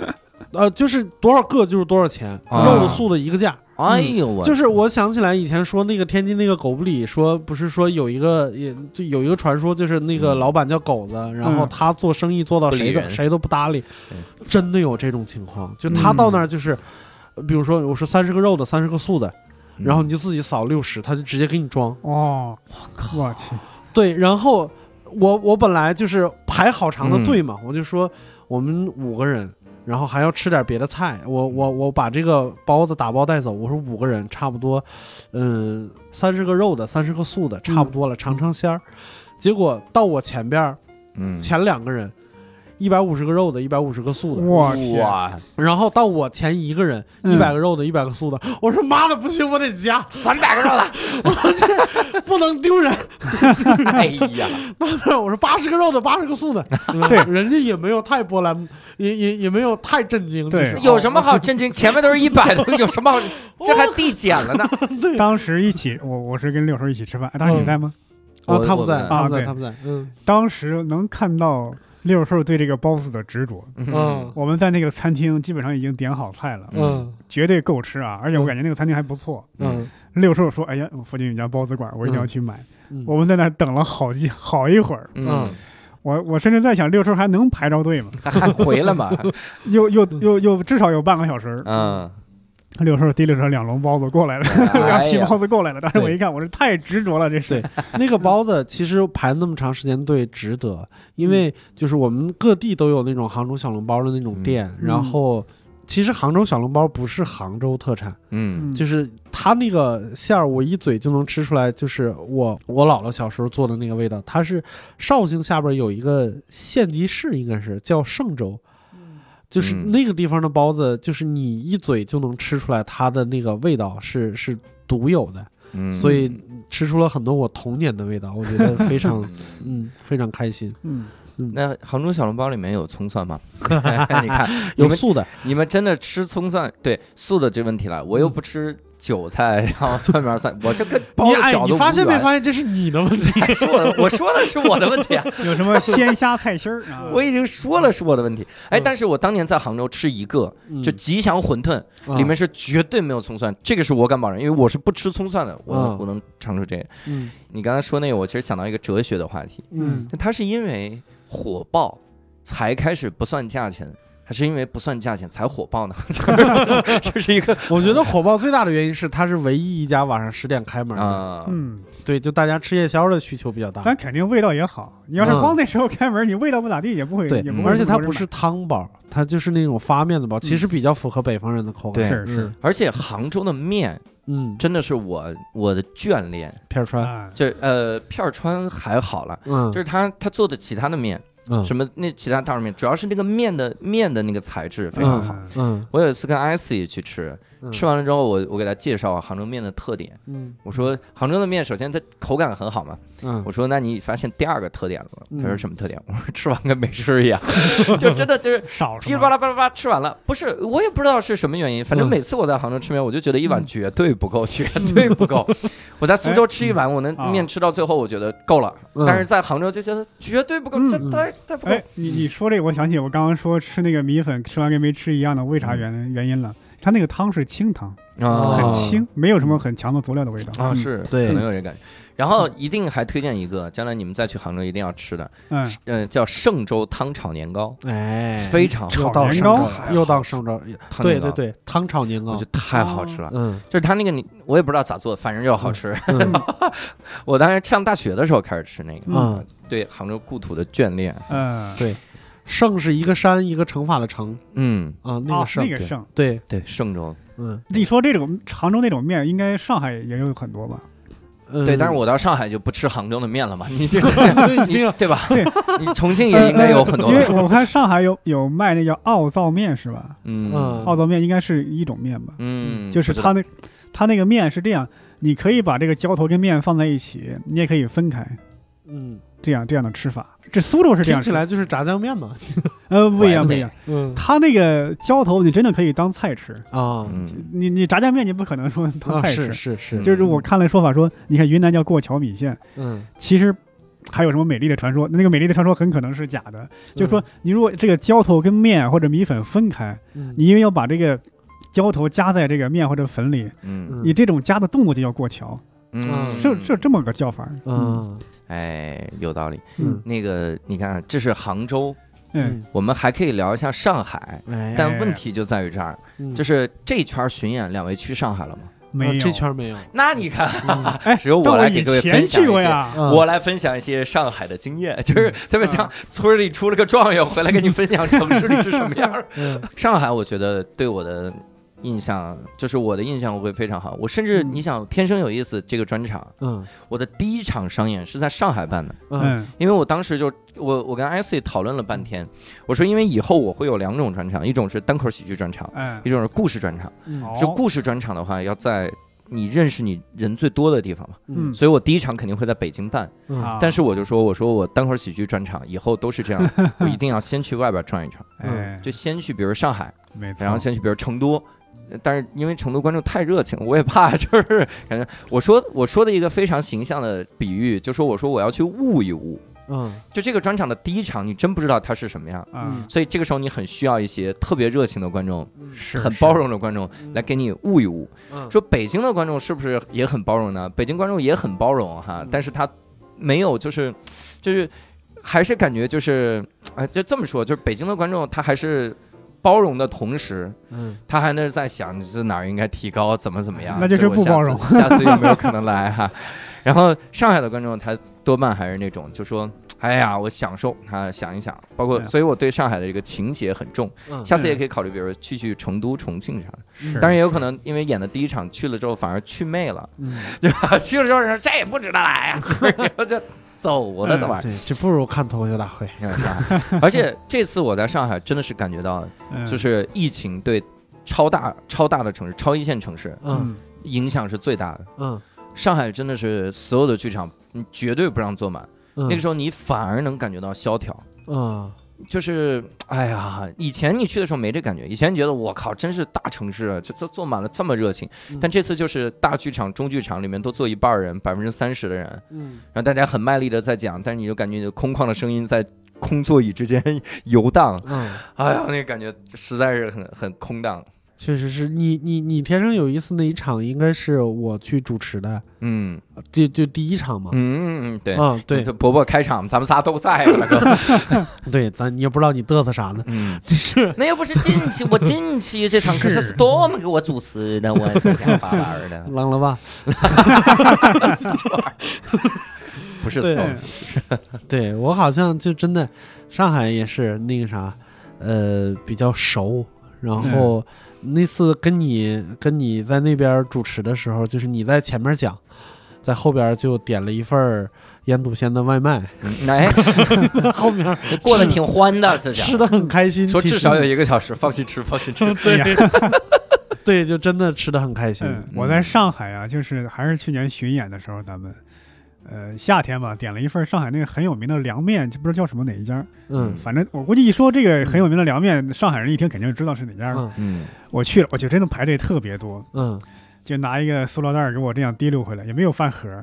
[SPEAKER 2] 呃，就是多少个就是多少钱，
[SPEAKER 3] 啊
[SPEAKER 2] 肉的素的一个价。
[SPEAKER 3] 哎呦我，
[SPEAKER 2] 嗯就是我想起来以前说那个天津那个狗不理说，不是说有一个也就有一个传说，就是那个
[SPEAKER 3] 嗯
[SPEAKER 2] 老板叫狗子，然后
[SPEAKER 1] 嗯
[SPEAKER 2] 他做生意做到
[SPEAKER 3] 不理
[SPEAKER 2] 谁都
[SPEAKER 3] 人
[SPEAKER 2] 谁都不搭理
[SPEAKER 3] 对，嗯
[SPEAKER 2] 真的有这种情况，就他到那儿就是。呃比如说，我说三十个肉的，三十个素的，
[SPEAKER 3] 嗯
[SPEAKER 2] 然后你就自己扫六十，他就直接给你装。
[SPEAKER 1] 哦，我去，
[SPEAKER 2] 对，然后我我本来就是排好长的队嘛，我就说我们五个人，然后还要吃点别的菜，我我我把这个包子打包带走。我说五个人差不多，嗯，三十个肉的，三十个素的，差不多了，尝尝鲜儿。结果到我前边儿
[SPEAKER 3] 嗯，
[SPEAKER 2] 前两个人，一百五十个肉的，一百五十个素的，
[SPEAKER 1] 我去，
[SPEAKER 3] 哇，
[SPEAKER 2] 然后到我前一个人，
[SPEAKER 1] 嗯
[SPEAKER 2] 一百个肉的，一百个素的。我说妈的，不行，我得加，
[SPEAKER 3] 三百个肉 了，
[SPEAKER 2] 不能丢人。
[SPEAKER 3] 哎呀，
[SPEAKER 2] 我说八十个肉的，八十个素的，
[SPEAKER 1] 对
[SPEAKER 2] 嗯人家也没有太波澜，也也也没有太震惊，
[SPEAKER 1] 对
[SPEAKER 2] 就是哦
[SPEAKER 3] 有什么好震惊？前面都是一百的，有什么 好？这还递减了呢。
[SPEAKER 2] 对
[SPEAKER 1] 当时一起，我我是跟六叔一起吃饭，哎当时你在吗？
[SPEAKER 2] 啊
[SPEAKER 3] 我，
[SPEAKER 2] 他不在，
[SPEAKER 3] 我
[SPEAKER 2] 他不在，
[SPEAKER 1] 对
[SPEAKER 2] 他不在，嗯
[SPEAKER 1] 当时能看到六叔对这个包子的执着。
[SPEAKER 2] 嗯
[SPEAKER 1] 我们在那个餐厅基本上已经点好菜了，
[SPEAKER 2] 嗯
[SPEAKER 1] 绝对够吃啊！而且我
[SPEAKER 2] 嗯
[SPEAKER 1] 感觉那个餐厅还不错。
[SPEAKER 2] 嗯
[SPEAKER 1] 六叔说：“哎呀，我附近有一家包子馆，我一定要去买。
[SPEAKER 2] 嗯
[SPEAKER 1] 我们在那儿等了好几 好一会儿，
[SPEAKER 3] 嗯，
[SPEAKER 1] 我我甚至在想，六叔还能排着队吗？
[SPEAKER 3] 还还回了 嘛？
[SPEAKER 1] 又又
[SPEAKER 2] 嗯
[SPEAKER 1] 又又至少有半个小时。
[SPEAKER 3] 嗯，
[SPEAKER 1] 六叔提溜着两笼包子过来了， 两
[SPEAKER 3] 哎
[SPEAKER 1] 屉包
[SPEAKER 3] 呀，
[SPEAKER 1] 子过来了。当时我一看，我这太执着了，这是。
[SPEAKER 2] 那个包子其实排那么长时间队值得，因为就是我们各地都有那种杭州小笼包的那种店，
[SPEAKER 1] 嗯
[SPEAKER 2] 然后。其实杭州小笼包不是杭州特产，
[SPEAKER 3] 嗯
[SPEAKER 2] 就是它那个馅儿，我一嘴就能吃出来，就是我我姥姥小时候做的那个味道。它是绍兴下边有一个县级市，应该是叫嵊州，就是
[SPEAKER 3] 嗯
[SPEAKER 2] 那个地方的包子，就是你一嘴就能吃出来它的那个味道是是独有的，
[SPEAKER 3] 嗯，
[SPEAKER 2] 所以吃出了很多我童年的味道，我觉得 非常嗯非常开心。
[SPEAKER 1] 嗯，
[SPEAKER 3] 那杭州小笼包里面有葱蒜 吗？你看，你
[SPEAKER 2] 有
[SPEAKER 3] 们
[SPEAKER 2] 素的，
[SPEAKER 3] 你们真的吃葱蒜对素的这问题了，我又不吃韭菜，然后蒜苗蒜，我这跟包
[SPEAKER 2] 嗯你
[SPEAKER 3] 子
[SPEAKER 2] 哎，
[SPEAKER 3] 饺子
[SPEAKER 2] 你
[SPEAKER 3] 无
[SPEAKER 2] 发现没
[SPEAKER 3] 缘
[SPEAKER 2] 发现这是你的问 题？
[SPEAKER 3] 是我的，我哎说的是我的问题啊，
[SPEAKER 1] 有什么鲜虾菜心儿 啊？
[SPEAKER 3] 我已经说了是我的问题。哎，
[SPEAKER 2] 嗯
[SPEAKER 3] 但是我当年在杭州吃一个，就吉祥馄饨，
[SPEAKER 2] 嗯
[SPEAKER 3] 里面是绝对没有葱蒜，这个是我敢保证，因为我是不吃葱蒜的，我、
[SPEAKER 2] 嗯
[SPEAKER 3] 我能尝出这个。
[SPEAKER 2] 嗯
[SPEAKER 3] 你刚才说那个，我其实想到一个哲学的话题，
[SPEAKER 2] 嗯
[SPEAKER 3] 它是因为火爆才开始不算价钱，还是因为不算价钱才火爆呢？ 这是一个
[SPEAKER 2] 我觉得火爆最大的原因是它是唯一一家晚上十点开门的，
[SPEAKER 3] 啊。
[SPEAKER 1] 嗯，
[SPEAKER 2] 对，就大家吃夜宵的需求比较大。
[SPEAKER 1] 咱肯定味道也好。你要是
[SPEAKER 2] 嗯
[SPEAKER 1] 光那时候开门，你味道不咋地，也不会，
[SPEAKER 2] 对
[SPEAKER 1] 也不
[SPEAKER 3] 嗯
[SPEAKER 1] 会。
[SPEAKER 2] 而且它不是，汤包，它就是那种发面的包，其实比较符合北方人的口感。
[SPEAKER 3] 对
[SPEAKER 1] 是是，
[SPEAKER 3] 而且杭州的面
[SPEAKER 2] 嗯，
[SPEAKER 3] 真的是我我的眷恋，
[SPEAKER 2] 片儿川，
[SPEAKER 1] 啊，
[SPEAKER 3] 就呃片儿川还好了，
[SPEAKER 2] 嗯，
[SPEAKER 3] 就是他他做的其他的面，
[SPEAKER 2] 嗯
[SPEAKER 3] 什么那其他大肉面，主要是那个面的面的那个材质非常好。
[SPEAKER 1] 嗯
[SPEAKER 2] 嗯
[SPEAKER 3] 我有一次跟 Icy 去吃，
[SPEAKER 2] 嗯
[SPEAKER 3] 吃完了之后，我我给他介绍杭州面的特点。
[SPEAKER 2] 嗯
[SPEAKER 3] 我说杭州的面首先它口感很好嘛，
[SPEAKER 2] 嗯
[SPEAKER 3] 我说那你发现第二个特点了吗？
[SPEAKER 2] 嗯
[SPEAKER 3] 他说什么特点？我说吃完跟没吃 一样， 就真的就是
[SPEAKER 1] 少
[SPEAKER 3] 噼
[SPEAKER 1] 是
[SPEAKER 3] 里
[SPEAKER 1] 吧
[SPEAKER 3] 啪啦啪啦啪啦吃完了。不是，我也不知道是什么原因，反正
[SPEAKER 2] 嗯
[SPEAKER 3] 每次我在杭州吃面，我就觉得一碗绝对不够，绝对不 够。我在苏州吃一碗，我那
[SPEAKER 1] 啊
[SPEAKER 3] 面吃到最后，我觉得够了，
[SPEAKER 2] 哎嗯
[SPEAKER 3] 但是在杭州就觉得绝对不够，
[SPEAKER 1] 嗯
[SPEAKER 3] 这
[SPEAKER 2] 嗯
[SPEAKER 3] 太太不够。
[SPEAKER 1] 哎，你你说这个，我想起我刚刚说吃那个米粉，吃完跟没吃一样的，为啥原原因了？它那个汤是清汤，
[SPEAKER 3] 啊
[SPEAKER 2] 哦
[SPEAKER 1] 很清，没有什么很强的佐料的味道
[SPEAKER 3] 啊，
[SPEAKER 1] 嗯
[SPEAKER 3] 是
[SPEAKER 2] 对
[SPEAKER 3] 可能有这感觉。然后一定还推荐一个，将来你们再去杭州一定要吃的，
[SPEAKER 1] 嗯，
[SPEAKER 3] 嗯，叫嵊州汤炒年糕，
[SPEAKER 2] 哎，
[SPEAKER 3] 非常
[SPEAKER 1] 炒
[SPEAKER 2] 又到
[SPEAKER 1] 年
[SPEAKER 2] 上
[SPEAKER 1] 糕
[SPEAKER 2] 周
[SPEAKER 3] 还
[SPEAKER 2] 了
[SPEAKER 3] 好
[SPEAKER 2] 又到上周，
[SPEAKER 3] 汤
[SPEAKER 2] 对
[SPEAKER 3] 年糕
[SPEAKER 2] 对，哦对，汤炒年
[SPEAKER 3] 我
[SPEAKER 2] 糕
[SPEAKER 3] 觉，得太好吃了。
[SPEAKER 2] 嗯
[SPEAKER 3] 就是他那个你，我也不知道咋做，反正就好吃。
[SPEAKER 2] 嗯
[SPEAKER 3] 我当时上大学的时候开始吃那个，
[SPEAKER 2] 嗯
[SPEAKER 3] 对杭州故土的眷恋。
[SPEAKER 1] 嗯，
[SPEAKER 2] 对圣是一个山一个乘法的乘
[SPEAKER 3] 嗯，
[SPEAKER 2] 啊，那
[SPEAKER 1] 啊
[SPEAKER 2] 个，圣，
[SPEAKER 1] 那个
[SPEAKER 3] 对
[SPEAKER 1] 圣。
[SPEAKER 2] 对，
[SPEAKER 3] 对，嵊州，
[SPEAKER 2] 嗯
[SPEAKER 1] 你说这种常州那种面，应该上海也有很多吧？
[SPEAKER 2] 嗯，
[SPEAKER 3] 对，但是我到上海就不吃杭州的面了嘛，你这
[SPEAKER 2] 对
[SPEAKER 3] 你
[SPEAKER 2] 这个
[SPEAKER 3] 对吧
[SPEAKER 1] 对？
[SPEAKER 3] 你重庆也应该有很多
[SPEAKER 1] 呃因，为我看上海有有卖那叫奥灶面是吧？
[SPEAKER 3] 嗯
[SPEAKER 2] 嗯
[SPEAKER 1] 奥灶面应该是一种面吧？
[SPEAKER 3] 嗯，
[SPEAKER 1] 就是
[SPEAKER 3] 不知
[SPEAKER 1] 它
[SPEAKER 3] 道
[SPEAKER 1] 那它那个面是这样，你可以把这个浇头跟面放在一起，你也可以分开，
[SPEAKER 2] 嗯，
[SPEAKER 1] 这样这样的吃法。这苏州是这
[SPEAKER 2] 听
[SPEAKER 1] 样
[SPEAKER 2] 起
[SPEAKER 1] 吃，
[SPEAKER 2] 来就是炸酱面嘛，
[SPEAKER 1] 呃，不一样
[SPEAKER 3] 完美
[SPEAKER 1] 不一样。
[SPEAKER 2] 嗯
[SPEAKER 1] 它那个浇头你真的可以当菜吃，
[SPEAKER 2] 啊
[SPEAKER 3] 嗯
[SPEAKER 1] 你你炸酱面你不可能说当
[SPEAKER 2] 啊，
[SPEAKER 1] 菜
[SPEAKER 2] 是
[SPEAKER 1] 吃。
[SPEAKER 2] 是是，
[SPEAKER 1] 就是我看了说法说，你看云南叫过桥米线，
[SPEAKER 2] 嗯，
[SPEAKER 1] 其实还有什么美丽的传说？那个美丽的传说很可能是假的。
[SPEAKER 3] 嗯
[SPEAKER 1] 就是说，你如果这个浇头跟面或者米粉分开，
[SPEAKER 2] 嗯
[SPEAKER 1] 你因为要把这个浇头夹在这个面或者粉里，
[SPEAKER 3] 嗯
[SPEAKER 1] 你这种夹的动作就叫过桥，
[SPEAKER 3] 嗯，
[SPEAKER 1] 是是这么个叫法。嗯
[SPEAKER 2] 嗯
[SPEAKER 3] 哎，有道理。
[SPEAKER 2] 嗯
[SPEAKER 3] 那个你看，啊这是杭州，
[SPEAKER 1] 嗯，
[SPEAKER 3] 我们还可以聊一下上海，
[SPEAKER 2] 哎，
[SPEAKER 3] 但问题就在于这儿，
[SPEAKER 2] 嗯
[SPEAKER 3] 就是这圈巡演，两位去上海了吗？
[SPEAKER 1] 没有
[SPEAKER 2] 啊这 圈没有，
[SPEAKER 3] 那你看，
[SPEAKER 2] 嗯
[SPEAKER 1] 哎，
[SPEAKER 3] 只有
[SPEAKER 1] 但
[SPEAKER 3] 我
[SPEAKER 1] 我
[SPEAKER 3] 来
[SPEAKER 1] 以
[SPEAKER 3] 给各位
[SPEAKER 1] 前
[SPEAKER 3] 分享
[SPEAKER 1] 去
[SPEAKER 3] 一
[SPEAKER 1] 过
[SPEAKER 3] 些。
[SPEAKER 1] 呀，
[SPEAKER 3] 我来分享一些上海的经验， 就是特别像村里出了个状元回来跟你分享城市里是什么样儿。
[SPEAKER 2] 嗯
[SPEAKER 3] 上海，我觉得对我的印象，就是我的印象会非常好。我甚至
[SPEAKER 1] 嗯
[SPEAKER 3] 你想，《天生有意思》这个专场，
[SPEAKER 2] 嗯
[SPEAKER 3] 我的第一场商演是在上海办的，
[SPEAKER 2] 嗯
[SPEAKER 1] 嗯
[SPEAKER 3] 因为我当时就我我跟 IC 讨论了半天，我说因为以后我会有两种专场，一种是单口喜剧专场，
[SPEAKER 1] 嗯
[SPEAKER 3] 一，种是故事专场。
[SPEAKER 2] 嗯
[SPEAKER 3] 就
[SPEAKER 1] 好
[SPEAKER 3] 故事专场的话，要在你认识你人最多的地方嘛，
[SPEAKER 1] 嗯
[SPEAKER 3] 所以我第一场肯定会在北京办。
[SPEAKER 2] 嗯
[SPEAKER 1] 啊
[SPEAKER 3] 但是我就说，我说我单口喜剧专场以后都是这 样，我一定要先去外边转一圈，
[SPEAKER 1] 哎，
[SPEAKER 3] 就先去比如上海，
[SPEAKER 1] 没错，
[SPEAKER 3] 然后先去比如成都。
[SPEAKER 1] 嗯
[SPEAKER 3] 呃但是因为成都观众太热情，我也怕就是感觉我说我说的一个非常形象的比喻，就说我说我要去悟一悟，
[SPEAKER 2] 嗯
[SPEAKER 3] 就这个专场的第一场，你真不知道它是什么样，
[SPEAKER 1] 啊
[SPEAKER 3] 所以这个时候你很需要一些特别热情的观众，
[SPEAKER 1] 是
[SPEAKER 3] 很包，容的观众嗯来给你悟一悟。
[SPEAKER 2] 嗯
[SPEAKER 3] 说北京的观众是不是也很包容呢？北京观众也很包容哈
[SPEAKER 2] 嗯，
[SPEAKER 3] 但是他没有就是就是还是感觉就是哎，就这么说，就是北京的观众他还是包容的同时，
[SPEAKER 2] 嗯
[SPEAKER 3] 他还是在想这哪儿应该提高，怎么怎么样，
[SPEAKER 1] 那就是
[SPEAKER 3] 所以我
[SPEAKER 1] 不包容
[SPEAKER 3] 下次下次有没有 可能来哈？然后上海的观众他多半还是那种就说。哎呀，我享受他想一想，包括
[SPEAKER 1] 对，啊
[SPEAKER 3] 所以我对上海的这个情节很重。
[SPEAKER 2] 嗯
[SPEAKER 3] 下次也可以考虑，比如去去成都、重庆啥的。
[SPEAKER 1] 是，
[SPEAKER 3] 当然也有可能，因为演的第一场去了之后反而去魅了，
[SPEAKER 2] 嗯
[SPEAKER 3] 对吧？ 去了之后人说这也不值得来啊呀、然后 就走了，这玩意
[SPEAKER 2] 对，这不如看脱口秀大会，
[SPEAKER 3] 嗯儿。 而且这次我在上海真的是感觉到，
[SPEAKER 1] 嗯
[SPEAKER 3] 就是疫情对超大、超大的城市、超一线城市
[SPEAKER 2] 嗯
[SPEAKER 3] 影响是最大的。
[SPEAKER 2] 嗯
[SPEAKER 3] 上海真的是所有的剧场，你绝对不让坐满。
[SPEAKER 2] 嗯，
[SPEAKER 3] 那个时候你反而能感觉到萧条，
[SPEAKER 2] 嗯
[SPEAKER 3] 就是哎呀，以前你去的时候没这感觉，以前觉得我靠，真是大城市啊，这这坐满了这么热情
[SPEAKER 2] 嗯。
[SPEAKER 3] 但这次就是大剧场、中剧场里面都坐一半儿人，百分之三十的人，然
[SPEAKER 2] 嗯
[SPEAKER 3] 后大家很卖力的在讲，但是你就感觉有空旷的声音在空座椅之间 游荡，
[SPEAKER 2] 嗯，
[SPEAKER 3] 哎呀，那个感觉实在是很很空荡。
[SPEAKER 2] 确实是你你你天生有意思那一场应该是我去主持的，
[SPEAKER 3] 嗯
[SPEAKER 2] 就就第一场嘛，
[SPEAKER 3] 嗯嗯，对。
[SPEAKER 2] 啊对
[SPEAKER 3] 这伯伯开场，咱们仨都在啊了，大哥。
[SPEAKER 2] 对，咱你也不知道你嘚瑟啥呢，
[SPEAKER 3] 嗯，
[SPEAKER 2] 就是
[SPEAKER 3] 那又不是近期，我近期这场课是 Storm 给我主持的， 我手想把玩的，
[SPEAKER 2] 狼了吧？
[SPEAKER 3] 不是
[SPEAKER 2] 对
[SPEAKER 3] Storm，
[SPEAKER 2] 对我好像就真的，上海也是那个啥，呃，比较熟。然后那次跟你跟你在那边主持的时候，就是你在前面讲，在后边就点了一份儿腌笃鲜的外卖，
[SPEAKER 3] 嗯哎，
[SPEAKER 2] 后面
[SPEAKER 3] 过得挺欢的，这
[SPEAKER 2] 吃的很开 心。
[SPEAKER 3] 说
[SPEAKER 2] 其实
[SPEAKER 3] 至少 有一个小时，放心 吃，放心吃。
[SPEAKER 1] 嗯对呀，
[SPEAKER 2] 对，就真的吃的很开心。
[SPEAKER 1] 嗯，我在上海啊，就是还是去年巡演的时候，咱们。呃，夏天嘛，点了一份上海那个很有名的凉面，就不知道叫什么哪一家，
[SPEAKER 2] 嗯
[SPEAKER 1] 反正我估计一说这个很有名的凉面，上海人一听肯定就知道是哪家了。
[SPEAKER 2] 嗯
[SPEAKER 3] 嗯
[SPEAKER 1] 我去了，我去真的排队特别多，
[SPEAKER 2] 嗯
[SPEAKER 1] 就拿一个塑料袋儿给我这样提溜回来，也没有饭盒，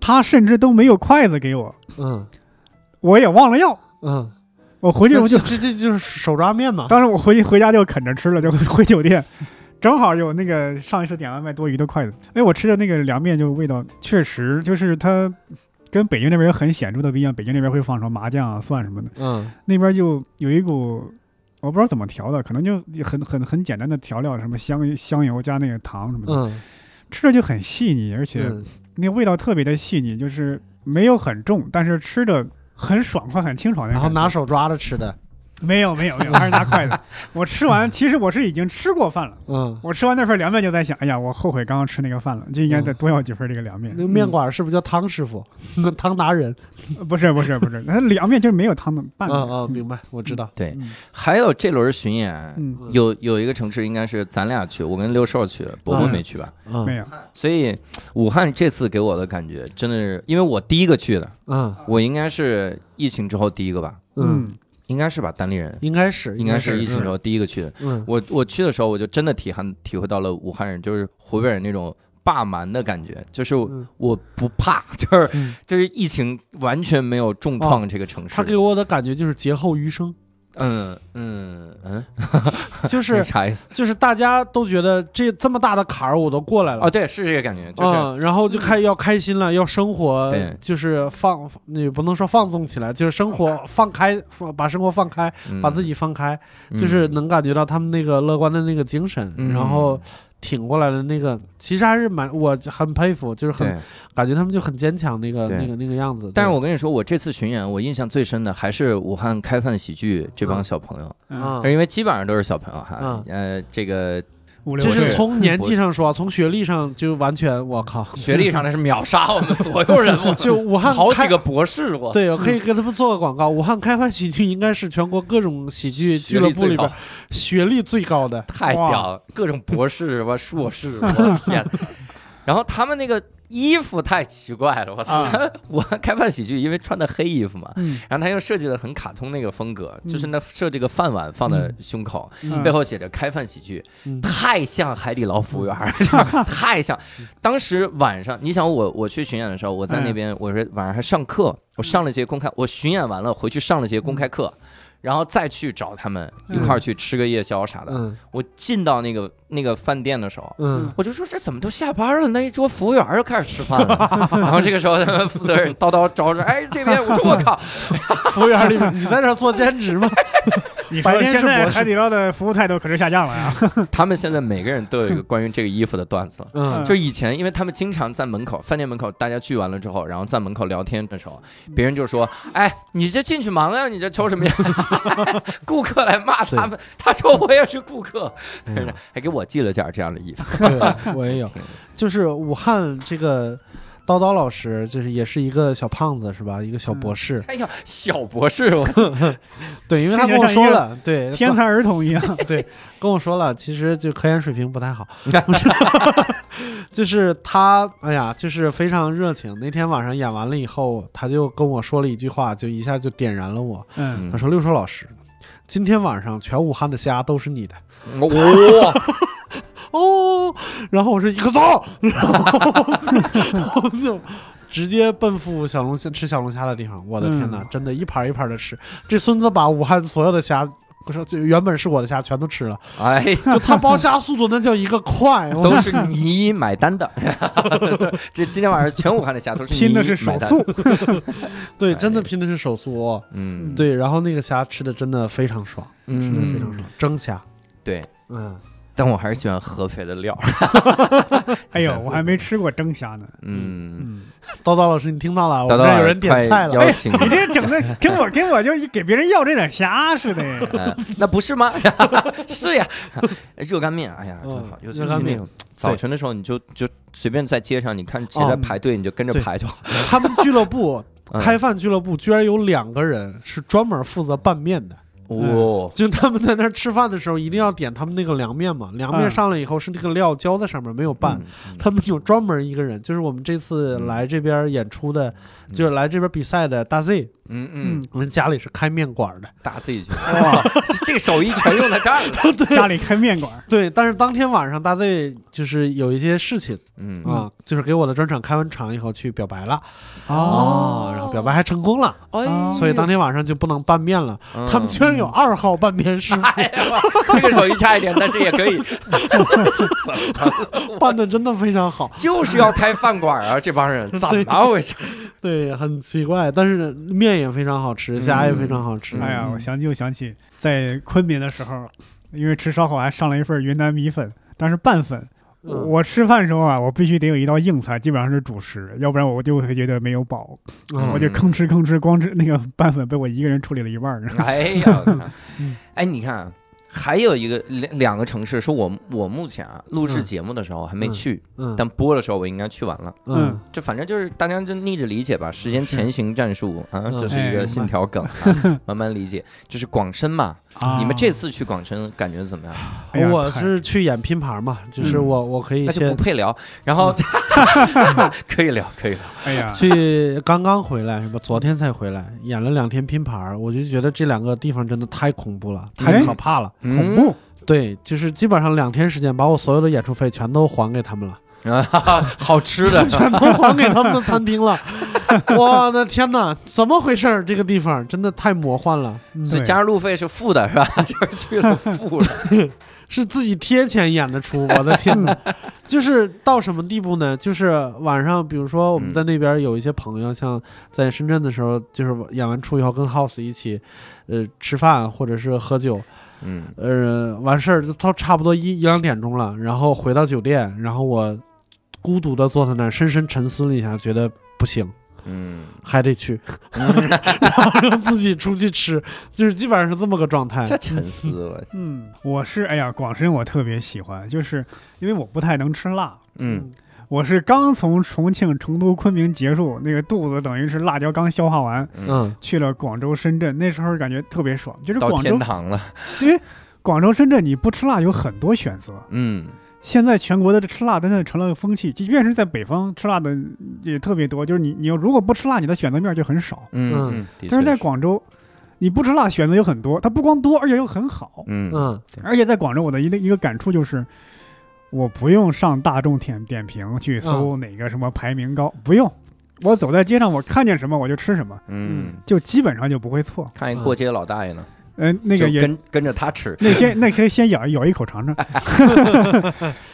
[SPEAKER 1] 他甚至都没有筷子给我，
[SPEAKER 2] 嗯
[SPEAKER 1] 我也忘了要。
[SPEAKER 2] 嗯，
[SPEAKER 1] 我回去
[SPEAKER 2] 那
[SPEAKER 1] 我就，
[SPEAKER 2] 这这就是手抓面嘛。
[SPEAKER 1] 当时我回去回家就啃着吃了，就 回酒店，正好有那个上一次点外卖多余的筷子，哎，我吃的那个凉面就味道确实就是它跟北京那边有很显著的不一样，北京那边会放什么麻酱啊、蒜什么的，
[SPEAKER 2] 嗯
[SPEAKER 1] 那边就有一股我不知道怎么调的，可能就很 很很简单的调料，什么香香油加那个糖什么的，
[SPEAKER 2] 嗯
[SPEAKER 1] 吃着就很细腻，而且
[SPEAKER 2] 嗯
[SPEAKER 1] 那味道特别的细腻，就是没有很重，但是吃着很爽快、很清爽的
[SPEAKER 2] 然
[SPEAKER 1] 感觉。
[SPEAKER 2] 后拿手抓着吃的。
[SPEAKER 1] 没有没有没有，还是拿筷子。我吃完，其实我是已经吃过饭了。
[SPEAKER 2] 嗯，
[SPEAKER 1] 我吃完那份凉面就在想，哎呀，我后悔刚刚吃那个饭了，就应该再
[SPEAKER 2] 嗯
[SPEAKER 1] 多要几份这个凉面
[SPEAKER 2] 那。个面馆是不是叫汤师傅？ 汤达人？
[SPEAKER 1] 呃不是不是不是，那凉面就是没有汤的拌
[SPEAKER 2] 嗯
[SPEAKER 1] 的。
[SPEAKER 2] 嗯，明白，我知道。
[SPEAKER 1] 嗯
[SPEAKER 3] 还有这轮巡演，
[SPEAKER 1] 嗯，
[SPEAKER 3] 有有一个城市应该是咱俩去，我跟刘硕去，伯伯没去吧？
[SPEAKER 1] 没
[SPEAKER 2] 嗯
[SPEAKER 1] 有。
[SPEAKER 3] 所以武汉这次给我的感觉真的是，因为我第一个去的，
[SPEAKER 2] 嗯
[SPEAKER 3] 我应该是疫情之后第一个吧，
[SPEAKER 2] 嗯，
[SPEAKER 1] 嗯，
[SPEAKER 3] 应该是吧，单立人。
[SPEAKER 2] 应该是，
[SPEAKER 3] 应该是疫情之后第一个去的。
[SPEAKER 2] 嗯
[SPEAKER 3] 我我去的时候，我就真的体汉体会到了武汉人就是湖北人那种霸蛮的感觉，就是
[SPEAKER 2] 嗯
[SPEAKER 3] 我不怕，就是
[SPEAKER 2] 嗯，
[SPEAKER 3] 就是疫情完全没有重创这个城市
[SPEAKER 2] 他。给我的感觉就是劫后余生，
[SPEAKER 3] 嗯嗯嗯，
[SPEAKER 2] 就
[SPEAKER 3] 没
[SPEAKER 2] 是
[SPEAKER 3] 啥意思
[SPEAKER 2] 就是大家都觉得这这么大的坎儿我都过来了
[SPEAKER 3] 哦，。对，是这个感觉，就是
[SPEAKER 2] 嗯，然后就开要开心了，要生活
[SPEAKER 3] 对，
[SPEAKER 2] 就是放，也不能说放纵起来，就是生活放开，放把生活放开，把自
[SPEAKER 3] 己
[SPEAKER 2] 己放开，
[SPEAKER 3] 嗯
[SPEAKER 2] 就是能感觉到他们那个乐观的那个精神，然后挺过来的那个，其实还是蛮，我很佩服，就是很
[SPEAKER 3] 对。嗯
[SPEAKER 2] 感觉他们就很坚强那个
[SPEAKER 3] 对
[SPEAKER 2] 那个那个样子。
[SPEAKER 3] 但是我跟你说，我这次巡演，我印象最深的还是武汉开饭喜剧这帮小朋友，
[SPEAKER 2] 对
[SPEAKER 1] 嗯，
[SPEAKER 2] 啊，
[SPEAKER 3] 因为基本上都是小朋友哈
[SPEAKER 2] 嗯。
[SPEAKER 3] 呃，这个
[SPEAKER 1] 五六
[SPEAKER 2] 就
[SPEAKER 3] 这
[SPEAKER 2] 是
[SPEAKER 1] 岁
[SPEAKER 2] 从年纪上说，从学历上就完全，我靠，
[SPEAKER 3] 学历上那是秒杀我们所 有人，我
[SPEAKER 2] 就武汉
[SPEAKER 3] 好
[SPEAKER 2] 开
[SPEAKER 3] 几个博士，我
[SPEAKER 2] 对，我可以给他们做个广 告。武汉开饭喜剧应该是全国各种喜剧俱乐部里边 学历最高的。
[SPEAKER 3] 太屌了，各种博士吧、硕士，我 的天！然后他们那个衣服太奇怪了，我操！
[SPEAKER 1] 啊
[SPEAKER 3] 我开饭喜剧，因为穿的黑衣服嘛，
[SPEAKER 1] 嗯
[SPEAKER 3] 然后他又设计的很卡通那个风格，就是那设计个饭碗放在胸口，
[SPEAKER 1] 嗯
[SPEAKER 3] 背后写着“开饭喜剧”，
[SPEAKER 2] 嗯
[SPEAKER 3] 太像海底捞服务员 儿，就是太像。当时晚上，你想我我去巡演的时候，我在
[SPEAKER 1] 嗯
[SPEAKER 3] 那边，我是晚上还上课，我上了节公开，我巡演完了回去上了节公开课，
[SPEAKER 1] 嗯
[SPEAKER 3] 然后再去找他们一块儿去吃个夜宵啥的。
[SPEAKER 2] 嗯
[SPEAKER 3] 我进到那个那个饭店的时候，
[SPEAKER 2] 嗯
[SPEAKER 3] 我就说这怎么都下班了，那一桌服务员又开始吃饭了。然后这个时候他们负责人叨叨招着，哎这边，我说我靠，
[SPEAKER 2] 服务员里面，你在这儿做兼职 吗？
[SPEAKER 1] 你
[SPEAKER 2] 白
[SPEAKER 1] 说
[SPEAKER 2] 天是
[SPEAKER 1] 现在
[SPEAKER 2] 博士
[SPEAKER 1] 海底捞的服务态度可是下降了啊呀。
[SPEAKER 3] 他们现在每个人都有一个关于这个衣服的段子了。
[SPEAKER 2] 嗯
[SPEAKER 3] 就以前，因为他们经常在门口饭店门口，大家聚完了之后，然后在门口聊天的时候，别人就说：“哎，你这进去忙呀，你这抽 什么烟？”顾客来骂他们，他说我也是顾客，
[SPEAKER 2] 嗯
[SPEAKER 3] 还给我寄了件这样的衣服。
[SPEAKER 2] 对，我也有，就是武汉这个叨叨老师，就是也是一个小胖子是吧？一个小博士，
[SPEAKER 3] 哎呀，小博士， 我
[SPEAKER 2] 对，因为他跟我说了，对，
[SPEAKER 1] 天才儿童一样，
[SPEAKER 2] 跟我说了，其实就科研水平不 太好，就是他，哎呀，就是非常热情。那天晚上演完了以后，他就跟我说了一句话，就一下就点燃了我。
[SPEAKER 1] 嗯，
[SPEAKER 2] 他说：“六叔老师，今天晚上全武汉的虾都是你的
[SPEAKER 3] 我我
[SPEAKER 2] 哦。”然后我说：“一个走。” 然后我就。直接奔赴小龙虾吃小龙虾的地方，我的天哪，
[SPEAKER 1] 嗯
[SPEAKER 2] 真的一盘一盘的吃。这孙子把武汉所有的虾，不是就原本是我的虾，全都吃了。
[SPEAKER 3] 哎，
[SPEAKER 2] 就他剥虾速度那叫一个快，我
[SPEAKER 3] 都是你买单的。 这今天晚上全武汉的虾都是你
[SPEAKER 1] 拼的是手
[SPEAKER 3] 买单
[SPEAKER 1] 速。。
[SPEAKER 2] 对，真的拼的是手速哦。
[SPEAKER 3] 嗯，
[SPEAKER 2] 对，然后那个虾吃的真的非常爽，吃的非常
[SPEAKER 3] 嗯，
[SPEAKER 2] 爽，蒸虾。
[SPEAKER 3] 对。
[SPEAKER 2] 嗯，
[SPEAKER 3] 但我还是喜欢合肥的料。
[SPEAKER 1] 哎
[SPEAKER 2] 啊
[SPEAKER 1] 呦，我还没吃过蒸虾呢。
[SPEAKER 3] 嗯，
[SPEAKER 1] 嗯，
[SPEAKER 2] 叨叨老师，你听到了？我
[SPEAKER 3] 大
[SPEAKER 2] 们
[SPEAKER 3] 刀
[SPEAKER 2] 这儿有人点菜了。哎
[SPEAKER 3] 邀请
[SPEAKER 1] 你 这整的跟我跟我就一给别人要这点虾似 的。
[SPEAKER 3] 呃，那不是吗？ 是呀， 哎热干面，哎呀，真好
[SPEAKER 2] 嗯，
[SPEAKER 3] 尤其是
[SPEAKER 2] 热干
[SPEAKER 3] 那
[SPEAKER 2] 面
[SPEAKER 3] 种早晨的时候，你就就随便在街上，你看谁在
[SPEAKER 2] 哦
[SPEAKER 3] 排队，你就跟着
[SPEAKER 2] 对
[SPEAKER 3] 排就好。
[SPEAKER 2] 哎他们俱乐部
[SPEAKER 3] 嗯
[SPEAKER 2] 开饭俱乐部居然有两个人是专门负责拌面的，
[SPEAKER 3] 哦，
[SPEAKER 2] 就他们在那儿吃饭的时候一定要点他们那个凉面嘛，凉面
[SPEAKER 1] 嗯
[SPEAKER 2] 上来以后是那个料浇在上面，没有拌。
[SPEAKER 3] 嗯
[SPEAKER 2] 他们有专门一个人，就是我们这次
[SPEAKER 3] 嗯
[SPEAKER 2] 来这边演出的，就是来这边比赛的大 Z，
[SPEAKER 3] 嗯嗯
[SPEAKER 1] 嗯，，
[SPEAKER 2] 我们家里是开面馆的。
[SPEAKER 3] 打自己去，
[SPEAKER 1] 哇，
[SPEAKER 3] 这个手艺全用在这 儿了。
[SPEAKER 1] 家里开面馆，
[SPEAKER 2] 对，但是当天晚上大 Z 就是有一些事情
[SPEAKER 3] 嗯
[SPEAKER 2] 啊，就是给我的专场开完场以后去表白了
[SPEAKER 3] 哦
[SPEAKER 2] 啊，然后表白还成功了，
[SPEAKER 3] 哎
[SPEAKER 1] 哦
[SPEAKER 3] 呦，
[SPEAKER 2] 所以当天晚上就不能拌面了。
[SPEAKER 3] 嗯
[SPEAKER 2] 他们居然有二号拌面师
[SPEAKER 3] 哎呀，这个手艺差一点，但是也可以，
[SPEAKER 2] 傅，拌的真的非常好，
[SPEAKER 3] 就是要开饭馆啊！这帮 人怎么回事？
[SPEAKER 2] 对，很奇怪，但是面也非常好吃，虾也非常好吃。
[SPEAKER 3] 嗯
[SPEAKER 1] 哎呀，我想就想起在昆明的时候，因为吃烧烤还上了一份云南米粉，但是拌粉。
[SPEAKER 2] 嗯
[SPEAKER 1] 我吃饭的时候啊，我必须得有一道硬菜，基本上是主食，要不然我就会觉得没有饱，
[SPEAKER 3] 嗯
[SPEAKER 1] 我就吭哧吭哧，光吃那个拌粉被我一个人处理了一半儿。
[SPEAKER 3] 哎呀，我看
[SPEAKER 2] 嗯
[SPEAKER 3] 哎，你看，还有一个两两个城市是我我目前啊录制
[SPEAKER 2] 嗯
[SPEAKER 3] 节目的时候还没
[SPEAKER 2] 嗯
[SPEAKER 3] 去，
[SPEAKER 2] 嗯
[SPEAKER 3] 但播的时候我应该去完了。
[SPEAKER 2] 嗯
[SPEAKER 3] 这反正就是大家就逆着理解吧，时间
[SPEAKER 1] 是
[SPEAKER 3] 前行战术啊，
[SPEAKER 2] 嗯
[SPEAKER 3] 这是一
[SPEAKER 1] 哎
[SPEAKER 3] 个信条梗，啊 慢慢理解。就是广深嘛，
[SPEAKER 1] 啊
[SPEAKER 3] 你们这次去广深感觉怎么样？
[SPEAKER 1] 哎呀
[SPEAKER 2] 我
[SPEAKER 1] 太
[SPEAKER 2] 是去演拼盘嘛，就是
[SPEAKER 3] 嗯
[SPEAKER 2] 我我可以
[SPEAKER 3] 那就
[SPEAKER 2] 先
[SPEAKER 3] 不配聊，然后
[SPEAKER 1] 嗯
[SPEAKER 3] 可以聊，可以聊。
[SPEAKER 1] 哎呀，
[SPEAKER 2] 去刚刚回来是吧？昨天才回来，演了两天拼盘儿，我就觉得这两个地方真的太恐怖了，太可怕了。
[SPEAKER 1] 恐
[SPEAKER 3] 嗯
[SPEAKER 1] 怖，
[SPEAKER 2] 对，就是基本上两天时间，把我所有的演出费全都还给他们了，
[SPEAKER 3] 啊， 好吃 的，
[SPEAKER 1] 嗯
[SPEAKER 2] 全都还给他们的餐厅了。 我的天哪，怎么回事儿？这个地方真的太魔幻了，
[SPEAKER 1] 嗯
[SPEAKER 3] 所以
[SPEAKER 1] 对
[SPEAKER 3] 加上路费是付的，是吧？ 就是去了付 了。
[SPEAKER 2] 是自己贴钱演的出。我的天哪，就是到什么地步呢？就是晚上，比如说我们在那边有一些朋友，像在深圳的时候，就是演完出以后跟 House 一起，呃，吃饭或者是喝酒。
[SPEAKER 3] 嗯，
[SPEAKER 2] 呃，完事儿就到差不多一一两点钟了，然后回到酒店，然后我孤独的坐在那儿，深深沉思了一下，觉得不行，
[SPEAKER 3] 嗯，
[SPEAKER 2] 还得 去，然后让自己出去吃，就是基本上是这么个状态。
[SPEAKER 3] 这沉思了。
[SPEAKER 1] 嗯，我是哎呀，广深我特别喜欢，就是因为我不太能吃辣。
[SPEAKER 3] 嗯，
[SPEAKER 1] 我是刚从重庆、成都、昆明结束，那个肚子等于是辣椒刚消化完，
[SPEAKER 3] 嗯，
[SPEAKER 2] 嗯
[SPEAKER 1] 去了广州、深圳，那时候感觉特别爽。就是
[SPEAKER 3] 到
[SPEAKER 1] 广
[SPEAKER 3] 天
[SPEAKER 1] 州、
[SPEAKER 3] 堂了。
[SPEAKER 1] 广州、深圳，你不吃辣有很多选择。
[SPEAKER 3] 嗯，
[SPEAKER 1] 现在全国的吃辣真的成了个风气，即便是在北方吃辣的也特别多。就是你，你如果不吃辣，你的选择面就很少。
[SPEAKER 3] 嗯嗯，的
[SPEAKER 1] 但是
[SPEAKER 3] 确
[SPEAKER 1] 在广州，你不吃辣选择有很多，它不光多，而且又很好。
[SPEAKER 3] 嗯
[SPEAKER 2] 嗯
[SPEAKER 1] 而且在广州，我的一个一个感触就是，我不用上大众点点评去
[SPEAKER 3] 嗯
[SPEAKER 1] 搜哪个什么排名高，不用，我走在街上，我看见什么我就吃什么，
[SPEAKER 3] 嗯，
[SPEAKER 1] 就基本上就不会错。
[SPEAKER 3] 看一过街老大爷呢，
[SPEAKER 1] 嗯、那
[SPEAKER 3] 就
[SPEAKER 1] 个也，
[SPEAKER 3] 跟跟着他吃。
[SPEAKER 1] 那先那可以先咬一咬一口尝尝。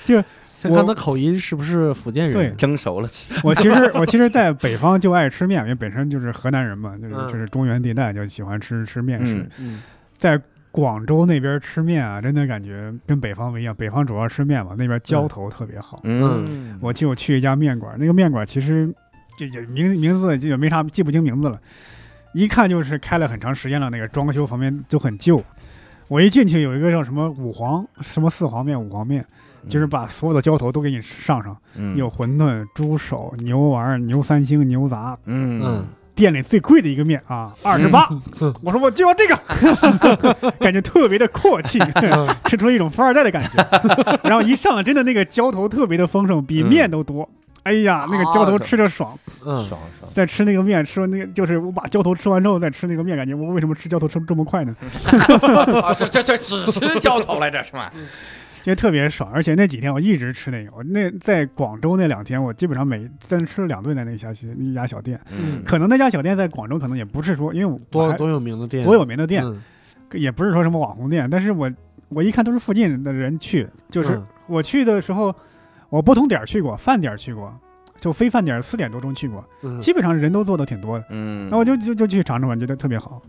[SPEAKER 2] 先看他口音是不是福建人？
[SPEAKER 3] 蒸熟了吃，
[SPEAKER 1] 我其实我其实，在北方就爱吃面，因为本身就是河南人嘛，就是
[SPEAKER 2] 嗯
[SPEAKER 1] 就是中原地带就喜欢吃吃面食。
[SPEAKER 3] 嗯
[SPEAKER 2] 嗯
[SPEAKER 1] 在广州那边吃面啊，真的感觉跟北方不一样，北方主要吃面嘛，那边浇头特别好。
[SPEAKER 3] 嗯，
[SPEAKER 1] 我就去一家面馆，那个面馆其实这这名名字就没啥记不清名字了，一看就是开了很长时间了，那个装修方面就很旧。我一进去有一个叫什么五黄什么四黄面五黄面，就是把所有的浇头都给你上上，
[SPEAKER 3] 嗯
[SPEAKER 1] 有馄饨、猪手、牛丸、牛三星、牛杂，
[SPEAKER 3] 嗯
[SPEAKER 2] 嗯
[SPEAKER 1] 店里最贵的一个面啊，二十八。 我说我就要这个， 感觉特别的阔气， 吃出了一种富二代的感觉。 然后一上来，真的那个浇头特别的丰盛，比
[SPEAKER 3] 嗯啊
[SPEAKER 1] 面都多。哎呀，那个浇头吃着爽，
[SPEAKER 2] 嗯
[SPEAKER 3] 爽 爽，
[SPEAKER 1] 再吃那个面，吃完那个就是我把浇头吃完之后再吃那个面，感觉我为什么吃浇头吃这么快呢？
[SPEAKER 3] 啊，这这这只吃浇头来着是吗？
[SPEAKER 1] 因为特别爽，而且那几天我一直吃那个。我那在广州那两天，我基本上每顿吃了两顿在那家那家小店。
[SPEAKER 3] 嗯
[SPEAKER 1] 可能那家小店在广州可能也不是说，因为我
[SPEAKER 2] 多
[SPEAKER 1] 还
[SPEAKER 2] 多有名的店，
[SPEAKER 1] 多有名的店，
[SPEAKER 2] 嗯
[SPEAKER 1] 也不是说什么网红店，但是我我一看都是附近的人去，就是
[SPEAKER 2] 嗯
[SPEAKER 1] 我去的时候，我不同点儿去过，饭点儿去过，就非饭点儿四点多钟去过，
[SPEAKER 2] 嗯
[SPEAKER 1] 基本上人都坐的挺多的，
[SPEAKER 3] 嗯，
[SPEAKER 1] 那我就就就去尝尝吧，觉得特别好。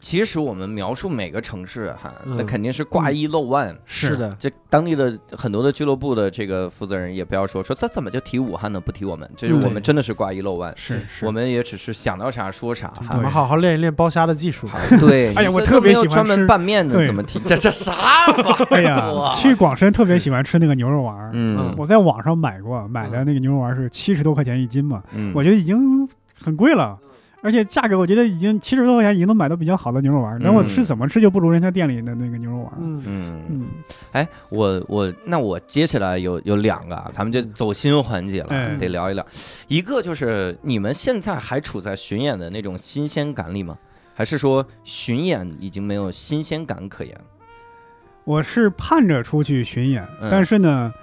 [SPEAKER 3] 其实我们描述每个城市哈，
[SPEAKER 2] 嗯
[SPEAKER 3] 那肯定是挂一漏万。
[SPEAKER 2] 是的，
[SPEAKER 3] 这当地的很多的俱乐部的这个负责人也不要说说他怎么就提武汉呢？不提我们，这是
[SPEAKER 1] 嗯
[SPEAKER 3] 我们真的是挂一漏万，
[SPEAKER 1] 是是
[SPEAKER 3] 我们也只是想到啥说啥
[SPEAKER 1] 对
[SPEAKER 2] 我
[SPEAKER 3] 哈。
[SPEAKER 2] 们好好练一练包虾的技术。
[SPEAKER 3] 对，
[SPEAKER 1] 哎呀
[SPEAKER 3] 你
[SPEAKER 1] 我
[SPEAKER 3] 这
[SPEAKER 1] 特
[SPEAKER 3] 都
[SPEAKER 1] 别
[SPEAKER 3] 没有
[SPEAKER 1] 喜欢
[SPEAKER 3] 专门
[SPEAKER 1] 吃
[SPEAKER 3] 拌面的
[SPEAKER 1] 对
[SPEAKER 3] 怎么 提？这这啥玩
[SPEAKER 1] 哎
[SPEAKER 3] 意
[SPEAKER 1] 呀
[SPEAKER 3] 儿啊？，
[SPEAKER 1] 去广深特别喜欢吃那个牛肉丸儿，
[SPEAKER 3] 嗯
[SPEAKER 1] 我在网上买过，买的那个牛肉丸儿是七十多块钱一斤嘛，
[SPEAKER 3] 嗯，
[SPEAKER 1] 我觉得已经很贵了。而且价格我觉得已经七十多块钱已经能买到比较好的牛肉丸儿，但我吃
[SPEAKER 3] 嗯
[SPEAKER 1] 怎么吃就不如人家店里的那个牛肉丸儿。
[SPEAKER 2] 嗯
[SPEAKER 3] 嗯，
[SPEAKER 1] 嗯，
[SPEAKER 3] 哎，我我那我接下来有有两个啊，咱们就走心环节了，
[SPEAKER 1] 哎
[SPEAKER 3] 得聊一聊。一个就是你们现在还处在巡演的那种新鲜感里吗？还是说巡演已经没有新鲜感可言了？
[SPEAKER 1] 我是盼着出去巡演，
[SPEAKER 3] 嗯
[SPEAKER 1] 但是呢，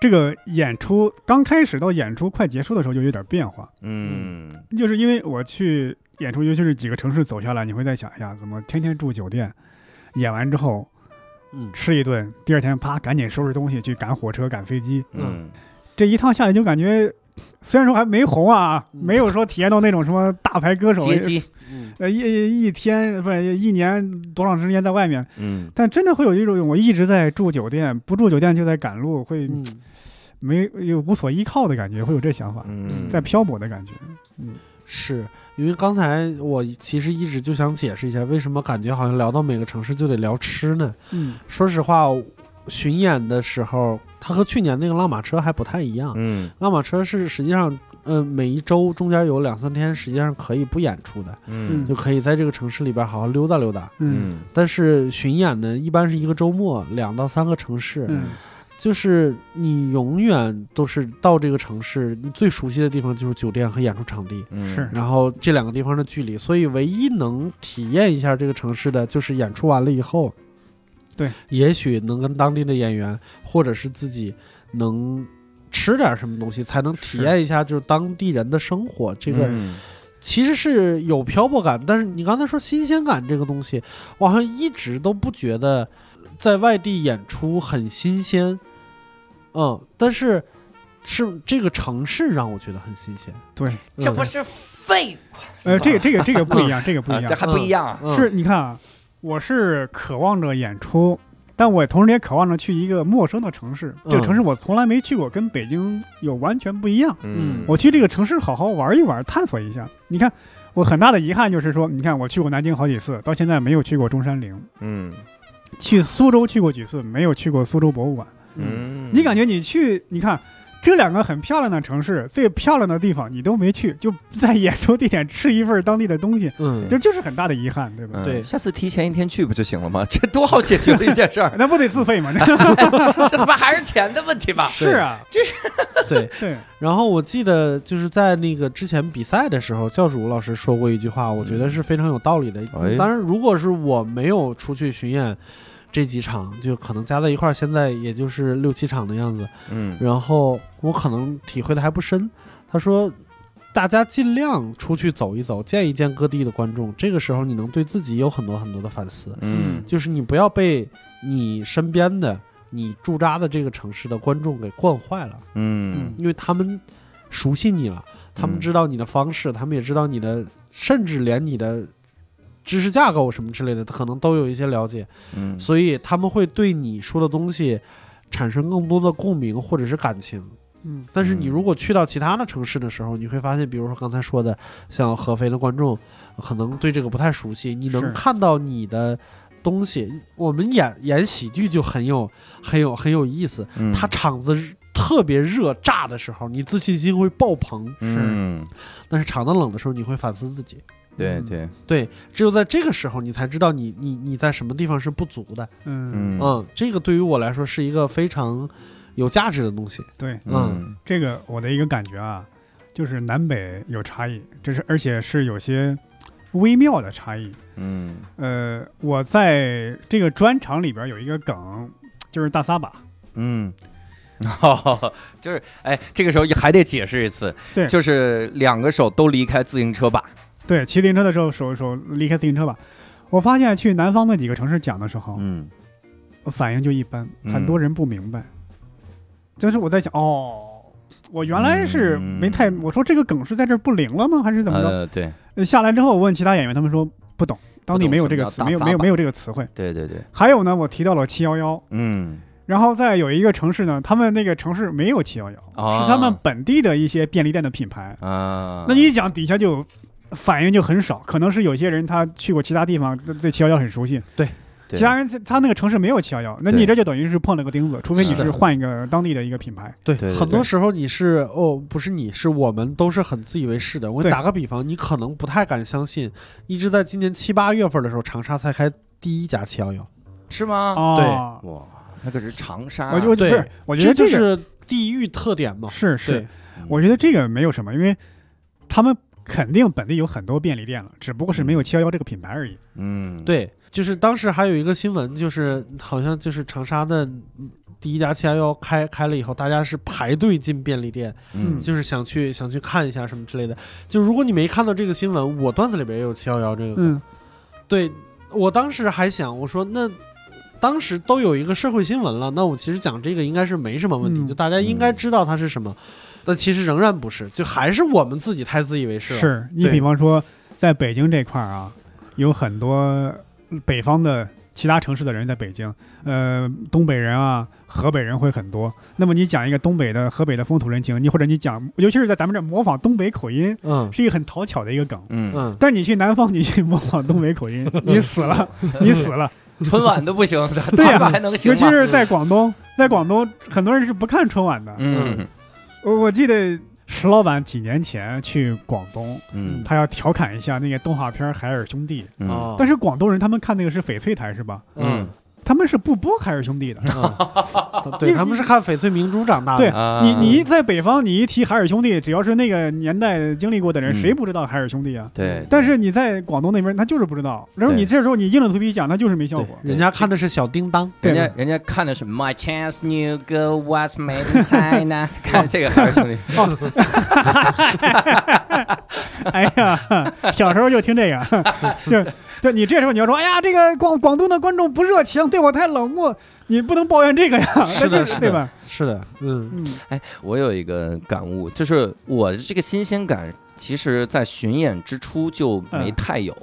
[SPEAKER 1] 这个演出刚开始到演出快结束的时候就有点变化，
[SPEAKER 3] 嗯
[SPEAKER 1] 就是因为我去演出，尤其是几个城市走下来，你会在想，哎呀，怎么天天住酒店，演完之后
[SPEAKER 2] 嗯
[SPEAKER 1] 吃一顿，第二天啪赶紧收拾东西去赶火车、赶飞机，
[SPEAKER 3] 嗯
[SPEAKER 1] 这一趟下来就感觉。虽然说还没红啊，
[SPEAKER 2] 嗯
[SPEAKER 1] 没有说体验到那种什么大牌歌手
[SPEAKER 3] 接机
[SPEAKER 2] 嗯
[SPEAKER 1] 呃一一天不是一年多长时间在外面，
[SPEAKER 3] 嗯
[SPEAKER 1] 但真的会有一种我一直在住酒店，不住酒店就在赶路，会
[SPEAKER 2] 嗯，
[SPEAKER 1] 没有无所依靠的感觉，会有这想法，
[SPEAKER 3] 嗯，
[SPEAKER 1] 啊在漂泊的感觉。
[SPEAKER 2] 是因为刚才我其实一直就想解释一下，为什么感觉好像聊到每个城市就得聊吃呢？
[SPEAKER 1] 嗯
[SPEAKER 2] 说实话，巡演的时候，它和去年那个拉马车还不太一样。
[SPEAKER 3] 嗯
[SPEAKER 2] 拉马车是实际上，呃，每一周中间有两三天，实际上可以不演出的，
[SPEAKER 3] 嗯
[SPEAKER 2] 就可以在这个城市里边好好溜达溜达。
[SPEAKER 1] 嗯
[SPEAKER 3] 嗯
[SPEAKER 2] 但是巡演呢，一般是一个周末两到三个城市，
[SPEAKER 1] 嗯
[SPEAKER 2] 就是你永远都是到这个城市，你最熟悉的地方就是酒店和演出场地，
[SPEAKER 3] 嗯
[SPEAKER 1] 是
[SPEAKER 2] 然后这两个地方的距离，所以唯一能体验一下这个城市的，就是演出完了以后，
[SPEAKER 1] 对，
[SPEAKER 2] 也许能跟当地的演员或者是自己能吃点什么东西，才能体
[SPEAKER 1] 是
[SPEAKER 2] 验一下就是当地人的生活这个。
[SPEAKER 3] 嗯
[SPEAKER 2] 其实是有漂泊感，但是你刚才说新鲜感这个东西，我好像一直都不觉得在外地演出很新鲜，嗯，但是是这个城市让我觉得很新鲜，嗯
[SPEAKER 1] 对，
[SPEAKER 3] 这不
[SPEAKER 2] 是、
[SPEAKER 3] 是废话
[SPEAKER 1] 呃，这个这个这个不一样，这个不
[SPEAKER 3] 啊
[SPEAKER 1] 一，
[SPEAKER 3] 这
[SPEAKER 1] 样。
[SPEAKER 3] 还不一样啊，
[SPEAKER 2] 嗯、
[SPEAKER 1] 是，你看啊，我是渴望着演出，但我同时也渴望着去一个陌生的城市。这个城市我从来没去过，跟北京有完全不一样。
[SPEAKER 3] 嗯，
[SPEAKER 1] 我去这个城市好好玩一玩，探索一下。你看，我很大的遗憾就是说，你看我去过南京好几次，到现在没有去过中山陵；
[SPEAKER 3] 嗯
[SPEAKER 1] 去苏州去过几次，没有去过苏州博物馆。
[SPEAKER 3] 嗯，
[SPEAKER 1] 你感觉你去，你看这两个很漂亮的城市，最漂亮的地方你都没去，就在演出地点吃一份当地的东西，
[SPEAKER 2] 嗯，
[SPEAKER 1] 这就是很大的遗憾，对吧？
[SPEAKER 3] 嗯
[SPEAKER 2] 对
[SPEAKER 3] 下次提前一天去不就行了吗？ 这多好解决的一件事 儿，
[SPEAKER 1] 那不得自费吗？
[SPEAKER 3] 这不还是钱的问题 吧？
[SPEAKER 1] 是啊，
[SPEAKER 2] 对。
[SPEAKER 1] 对，
[SPEAKER 2] 然后我记得就是在那个之前比赛的时候，教主老师说过一句话，我觉得是非常有道理的。
[SPEAKER 3] 哎
[SPEAKER 2] 当然，如果是我没有出去巡演这几场，就可能加在一块儿，现在也就是六七场的样子。
[SPEAKER 3] 嗯
[SPEAKER 2] 然后我可能体会的还不深。他说，大家尽量出去走一走，见一见各地的观众。这个时候，你能对自己有很多很多的反思，
[SPEAKER 3] 嗯
[SPEAKER 2] 就是你不要被你身边的、你驻扎的这个城市的观众给惯坏了，
[SPEAKER 3] 嗯
[SPEAKER 2] 因为他们熟悉你了，他们
[SPEAKER 3] 嗯
[SPEAKER 2] 知道你的方式，他们也知道你的，甚至连你的。知识架构什么之类的，可能都有一些了解，
[SPEAKER 3] 嗯
[SPEAKER 2] 所以他们会对你说的东西产生更多的共鸣或者是感情。
[SPEAKER 1] 嗯
[SPEAKER 2] 但是你如果去到其他的城市的时候，你会发现，比如说刚才说的，像合肥的观众呃可能对这个不太熟悉，你
[SPEAKER 1] 是
[SPEAKER 2] 能看到你的东西。我们演演喜剧就很有很有很有意思，
[SPEAKER 3] 嗯
[SPEAKER 2] 它场子特别热炸的时候，你自信心会爆棚；
[SPEAKER 3] 嗯，
[SPEAKER 2] 但是场子冷的时候，你会反思自己。
[SPEAKER 3] 对对，
[SPEAKER 2] 对，只有在这个时候，你才知道你你你在什么地方是不足的。
[SPEAKER 1] 嗯，
[SPEAKER 3] 嗯
[SPEAKER 2] 嗯，这个对于我来说是一个非常有价值的东西。
[SPEAKER 1] 对，
[SPEAKER 3] 嗯
[SPEAKER 1] 这个我的一个感觉啊，就是南北有差异，这是而且是有些微妙的差异。
[SPEAKER 3] 嗯
[SPEAKER 1] 呃，我在这个专场里边有一个梗，就是大撒把，
[SPEAKER 3] 嗯。哦， 就是哎，这个时候还得解释一次，
[SPEAKER 1] 对
[SPEAKER 3] 就是两个手都离开自行车把，
[SPEAKER 1] 对，骑自行车的时候手手离开自行车吧。我发现去南方那几个城市讲的时候，
[SPEAKER 3] 嗯
[SPEAKER 1] 反应就一般，
[SPEAKER 3] 嗯
[SPEAKER 1] 很多人不明白。就是我在想，哦，我原来是没太，
[SPEAKER 3] 嗯
[SPEAKER 1] 我说这个梗是在这儿不灵了吗？还是怎么着？
[SPEAKER 3] 呃，对
[SPEAKER 1] 呃下来之后，我问其他演员，他们说不懂，当地没有这个词，
[SPEAKER 3] 什么叫
[SPEAKER 1] 没有
[SPEAKER 3] 大撒把
[SPEAKER 1] 没有没有这个词汇。
[SPEAKER 3] 对对对，
[SPEAKER 1] 还有呢，我提到了七幺幺，
[SPEAKER 3] 嗯
[SPEAKER 1] 然后在有一个城市呢，他们那个城市没有七幺幺，
[SPEAKER 3] 哦
[SPEAKER 1] 是他们本地的一些便利店的品牌。
[SPEAKER 3] 啊，
[SPEAKER 1] 那你一讲底下就反应就很少，可能是有些人他去过其他地方，对对七幺幺很熟悉。
[SPEAKER 3] 对
[SPEAKER 1] 其他人他他那个城市没有七幺幺，那
[SPEAKER 3] 对
[SPEAKER 1] 你这就等于是碰了个钉子，除非你
[SPEAKER 3] 是的
[SPEAKER 1] 是换一个当地的一个品牌。
[SPEAKER 2] 对，
[SPEAKER 3] 对对
[SPEAKER 2] 很多
[SPEAKER 3] 对
[SPEAKER 2] 时候你是哦，不是你是我们都是很自以为是的。我给
[SPEAKER 1] 对
[SPEAKER 2] 你打个比方，你可能不太敢相信，一直在今年七八月份的时候，长沙才开第一家七幺幺，
[SPEAKER 3] 是吗？
[SPEAKER 1] 哦，
[SPEAKER 3] 哇，那可是长沙，
[SPEAKER 1] 我就不
[SPEAKER 2] 对
[SPEAKER 1] 是，我觉得
[SPEAKER 2] 这
[SPEAKER 1] 这个
[SPEAKER 2] 就是地域特点嘛。
[SPEAKER 1] 是
[SPEAKER 2] 对
[SPEAKER 1] 是，，
[SPEAKER 3] 啊
[SPEAKER 1] 我觉得这个没有什么，因为他们肯定本地有很多便利店了，只不过是没
[SPEAKER 2] 嗯
[SPEAKER 1] 有七幺幺这个品牌而已。
[SPEAKER 3] 嗯
[SPEAKER 2] 对，就是当时还有一个新闻，就是好像就是长沙的嗯第一家七幺幺开开了以后，大家是排队进便利店，
[SPEAKER 3] 嗯
[SPEAKER 2] 就是想去想去看一下什么之类的。就如果你没看到这个新闻，我段子里边也有七幺幺这个。
[SPEAKER 1] 嗯，
[SPEAKER 2] 对我当时还想，我说那当时都有一个社会新闻了，那我其实讲这个应该是没什么问题，
[SPEAKER 1] 嗯
[SPEAKER 2] 就大家应该知道它是什么，但其实仍然不是，就还是我们自己太自以为是了。
[SPEAKER 1] 是你
[SPEAKER 2] 对
[SPEAKER 1] 比方说在北京这块儿啊，有很多北方的其他城市的人在北京，呃，东北人啊，河北人会很多。那么你讲一个东北的、河北的风土人情，你或者你讲，尤其是在咱们这儿模仿东北口音，
[SPEAKER 2] 嗯
[SPEAKER 1] 是一个很讨巧的一个梗。
[SPEAKER 3] 嗯，
[SPEAKER 2] 嗯，
[SPEAKER 1] 但你去南方，你去模仿东北口音，你死了，你死了。
[SPEAKER 3] 春晚都不 行，咱
[SPEAKER 1] 嗯对呀
[SPEAKER 3] 咱们还能行
[SPEAKER 1] 尤
[SPEAKER 3] 吗？
[SPEAKER 1] 其是在广东，在广东很多人是不看春晚的。
[SPEAKER 3] 嗯
[SPEAKER 1] 我我记得石老板几年前去广东，
[SPEAKER 3] 嗯
[SPEAKER 1] 他要调侃一下那个动画片《海尔兄弟》，
[SPEAKER 3] 嗯
[SPEAKER 2] 哦，
[SPEAKER 1] 但是广东人他们看那个是翡翠台是吧？
[SPEAKER 3] 嗯
[SPEAKER 2] 嗯，
[SPEAKER 1] 他们是不播《海尔兄弟》的。
[SPEAKER 2] 嗯 对，他们是看翡翠明珠长大
[SPEAKER 1] 对
[SPEAKER 2] 的，
[SPEAKER 3] 啊
[SPEAKER 1] 你你一在北方，你一提海尔兄弟，只要是那个年代经历过的人，
[SPEAKER 3] 嗯
[SPEAKER 1] 谁不知道海尔兄弟啊？
[SPEAKER 3] 对
[SPEAKER 1] 但是你在广东那边，他就是不知道。然后
[SPEAKER 3] 对
[SPEAKER 1] 你这时候你硬着头皮讲，他就是没效果。
[SPEAKER 2] 人家看的是小叮当，
[SPEAKER 1] 对
[SPEAKER 3] 人家人家看的是 My Chinese New Girl What's Made in China，看这个还是兄弟，
[SPEAKER 1] 哎呀，小时候就听这个， 就就你这时候你要说，哎呀，这个广广东的观众不热情，对我太冷漠，你不能抱怨这 个呀，
[SPEAKER 2] 是
[SPEAKER 1] 那
[SPEAKER 2] 的
[SPEAKER 1] 这
[SPEAKER 2] 是的
[SPEAKER 1] 对吧？
[SPEAKER 2] 是的，嗯
[SPEAKER 1] 嗯，
[SPEAKER 3] 哎，我有一个感悟，就是我的这个新鲜感，其实在巡演之初就没
[SPEAKER 1] 嗯
[SPEAKER 3] 太有，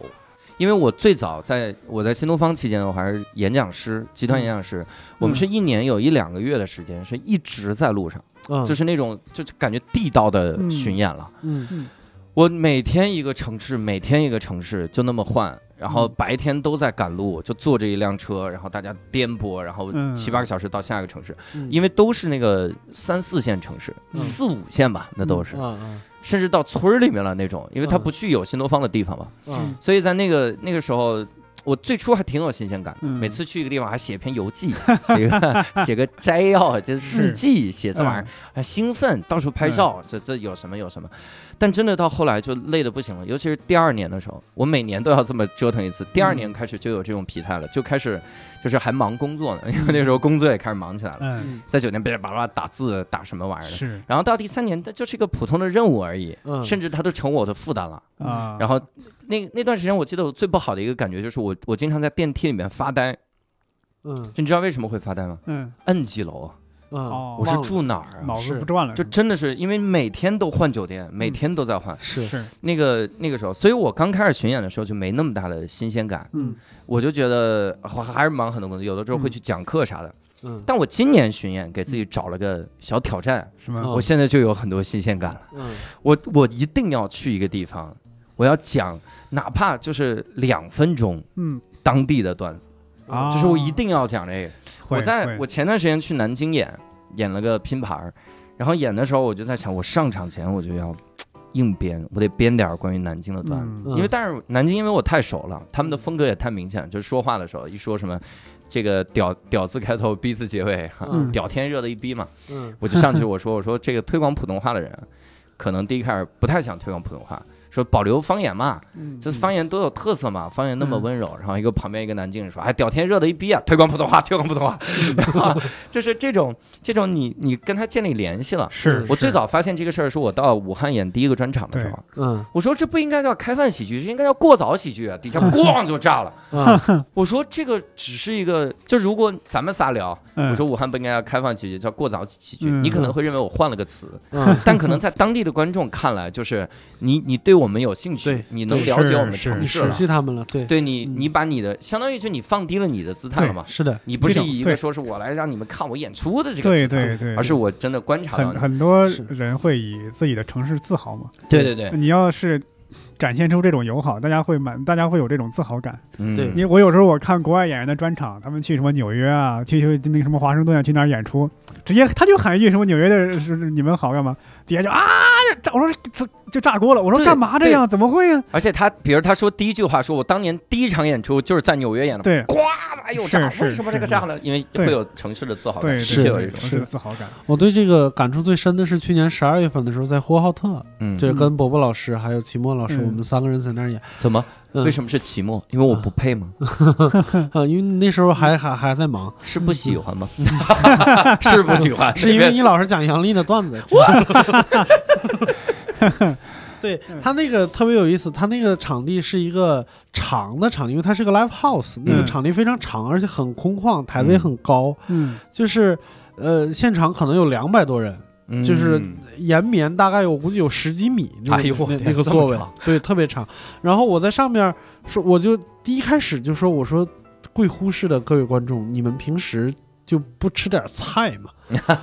[SPEAKER 3] 因为我最早在我在新东方期间，我还是演讲师，集
[SPEAKER 1] 嗯
[SPEAKER 3] 团演讲师，我们是一年有一两个月的时间是一直在路上，
[SPEAKER 2] 嗯，
[SPEAKER 3] 就是是那种就是感觉地道的巡演了。
[SPEAKER 2] 嗯
[SPEAKER 3] 我每天一个城市，每天一个城市就那么换，然后
[SPEAKER 1] 嗯
[SPEAKER 3] 白天都在赶路，就坐这一辆车，然后大家颠簸，然后
[SPEAKER 1] 嗯
[SPEAKER 3] 七八个小时到下一个城市，
[SPEAKER 2] 嗯
[SPEAKER 3] 因为都是那个三四线城市，
[SPEAKER 2] 嗯
[SPEAKER 3] 四五线吧，那都是，
[SPEAKER 2] 嗯
[SPEAKER 3] 甚至到村儿里面了那种，因为它
[SPEAKER 2] 嗯
[SPEAKER 3] 不去有新东方的地方嘛，
[SPEAKER 2] 嗯
[SPEAKER 3] 所以在那个那个时候。我最初还挺有新鲜感的，
[SPEAKER 1] 嗯
[SPEAKER 3] 每次去一个地方还写篇游记，写 个写个摘要，就是日记，写这
[SPEAKER 2] 嗯
[SPEAKER 3] 玩意儿。还兴奋，到处拍照，这这有什么有什么。但真的到后来就累得不行了，尤其是第二年的时候，我每年都要这么折腾一次。第
[SPEAKER 2] 嗯
[SPEAKER 3] 二年开始就有这种疲态了，就开始就是还忙工作呢，因为那时候工作也开始忙起来了，
[SPEAKER 1] 嗯，
[SPEAKER 3] 在酒店噼里啪啦打字打什么玩意儿的。
[SPEAKER 1] 是
[SPEAKER 3] 然后到第三年，它就是一个普通的任务而已，
[SPEAKER 2] 嗯，
[SPEAKER 3] 甚
[SPEAKER 2] 至
[SPEAKER 3] 至它都成我的负担了。
[SPEAKER 1] 啊，
[SPEAKER 3] 然后那那段时间，我记得我最不好的一个感觉就是我我经常在电梯里面发呆。
[SPEAKER 2] 嗯
[SPEAKER 3] 你知道为什么会发呆吗？
[SPEAKER 1] 嗯，
[SPEAKER 3] 摁几楼啊？
[SPEAKER 2] 嗯，
[SPEAKER 1] 哦
[SPEAKER 3] 我是
[SPEAKER 2] 忘了
[SPEAKER 3] 住哪儿啊？
[SPEAKER 1] 脑子
[SPEAKER 2] 是
[SPEAKER 1] 不转了，嗯
[SPEAKER 3] 就真的是因为每天都换酒店，每天都在换。
[SPEAKER 2] 是
[SPEAKER 1] 是
[SPEAKER 3] 那个那个时候，所以我刚开始巡演的时候就没那么大的新鲜感，
[SPEAKER 1] 嗯
[SPEAKER 3] 我就觉得我还是忙很多工作，有的时候会去讲课啥的。
[SPEAKER 2] 嗯
[SPEAKER 3] 但我今年巡演给自己找了个小挑战，
[SPEAKER 1] 什么
[SPEAKER 2] 哦
[SPEAKER 3] 我现在就有很多新鲜感了。
[SPEAKER 2] 嗯
[SPEAKER 3] 我我一定要去一个地方，我要讲，哪怕就是两分钟
[SPEAKER 1] 嗯
[SPEAKER 3] 当地的段子，
[SPEAKER 1] 啊，
[SPEAKER 3] 哦就是我一定要讲这个。
[SPEAKER 1] 会
[SPEAKER 3] 我在
[SPEAKER 1] 会
[SPEAKER 3] 我前段时间去南京演，演了个拼盘儿，然后演的时候我就在想，我上场前我就要硬编，我得编点儿关于南京的段子。
[SPEAKER 1] 嗯
[SPEAKER 2] 嗯
[SPEAKER 3] 因为但是南京，因为我太熟了，他们的风格也太明显，就是说话的时候一说什么，这个屌屌字开头，逼字结尾，哈
[SPEAKER 2] 嗯
[SPEAKER 3] 屌天热的一逼嘛，
[SPEAKER 2] 嗯
[SPEAKER 3] 我就上 去我说我说这个推广普通话的人，可能第一开始不太想推广普通话，说保留方言嘛，
[SPEAKER 1] 嗯
[SPEAKER 3] 就是方言都有特色嘛，方言那么温柔，然后一个旁边一个南京人说，哎屌天热的一逼啊，推广普通话，推广普 通话，然后就是这种这种你你跟他建立联系了。
[SPEAKER 1] 是
[SPEAKER 3] 我最早发现这个事儿是我到武汉演第一个专场的时候。
[SPEAKER 2] 嗯
[SPEAKER 3] 我说这不应该叫开饭喜剧，这应该叫过早喜剧啊！底下咣就炸 了。
[SPEAKER 2] 嗯
[SPEAKER 3] 我说这个只是一个，就如果咱们仨聊，我
[SPEAKER 1] 我
[SPEAKER 3] 说武汉不应该叫开饭喜剧，叫过早喜剧，
[SPEAKER 1] 嗯
[SPEAKER 3] 你可能会认为我换了个词，
[SPEAKER 2] 嗯
[SPEAKER 3] 但可能在当地的观众看来，就是你你对我们有兴趣
[SPEAKER 2] 对，
[SPEAKER 3] 你能了解
[SPEAKER 1] 是
[SPEAKER 3] 我们
[SPEAKER 1] 是
[SPEAKER 3] 城
[SPEAKER 2] 你
[SPEAKER 3] 市
[SPEAKER 2] 熟
[SPEAKER 3] 了，
[SPEAKER 2] 悉他们了，对，
[SPEAKER 3] 对你
[SPEAKER 2] 嗯
[SPEAKER 3] 你把你的相当于就你放低了你的姿态了嘛？
[SPEAKER 2] 是的，
[SPEAKER 3] 你不是
[SPEAKER 1] 这种
[SPEAKER 3] 以一个
[SPEAKER 1] 对
[SPEAKER 3] 说是我来让你们看我演出的这个
[SPEAKER 1] 对
[SPEAKER 3] 姿态，
[SPEAKER 1] 对对，
[SPEAKER 3] 而是我真的观察到
[SPEAKER 1] 很
[SPEAKER 3] 你，
[SPEAKER 1] 很多
[SPEAKER 2] 是
[SPEAKER 1] 人会以自己的城市自豪嘛。
[SPEAKER 3] 对对对，
[SPEAKER 1] 你要是展现出这种友好，大家会满，大家会有这种自豪感。
[SPEAKER 3] 嗯
[SPEAKER 2] 对
[SPEAKER 1] 因为我有时候我看国外演员的专场，他们去什么纽约啊，去去那个什么华盛顿啊，去哪儿演出，直接他就喊一句什么纽约的是是你们好干嘛，底下就啊炸，我说这就炸锅了，我说
[SPEAKER 3] 对
[SPEAKER 1] 干嘛这样，怎么会啊呀？
[SPEAKER 3] 而且他，比如他说第一句话，说我当年第一场演出就是在纽约演的，
[SPEAKER 1] 对
[SPEAKER 3] 呱啦又炸，
[SPEAKER 1] 是是
[SPEAKER 3] 为什么这个炸呢？因为会有城市的自豪感，
[SPEAKER 1] 对，
[SPEAKER 3] 的确有
[SPEAKER 1] 对
[SPEAKER 3] 一种，
[SPEAKER 1] 对是的自豪 感。
[SPEAKER 2] 我对这个感触最深的是去年十二月份的时候，在呼和浩特，
[SPEAKER 3] 嗯，
[SPEAKER 2] 就是跟伯伯老师还有齐墨老师，
[SPEAKER 1] 嗯
[SPEAKER 2] 我们三个人在那儿演。
[SPEAKER 3] 怎么？
[SPEAKER 2] 嗯
[SPEAKER 3] 为什么是期末？因为我不配吗？
[SPEAKER 2] 啊， 因为那时候还还还在忙，
[SPEAKER 3] 是不喜欢吗？ 是不喜欢，
[SPEAKER 2] 是因为你老是讲杨笠的段子。 对他那个特别有意思，他那个场地是一个长的场地，因为它是个 live house，那个
[SPEAKER 1] 嗯
[SPEAKER 2] 场地非常长，而且很空旷，台子也很高，
[SPEAKER 1] 嗯
[SPEAKER 2] 就是呃，现场可能有两百多人，
[SPEAKER 3] 嗯
[SPEAKER 2] 就是延绵大概有我估计有十几米那
[SPEAKER 3] 哎呦
[SPEAKER 2] 个
[SPEAKER 3] 我
[SPEAKER 2] 那
[SPEAKER 3] 天
[SPEAKER 2] 那个
[SPEAKER 3] 这么
[SPEAKER 2] 座位
[SPEAKER 3] 长，
[SPEAKER 2] 对，特别长。然后我在上面说，我就第一开始就说，我说贵呼市的各位观众，你们平时就不吃点菜吗？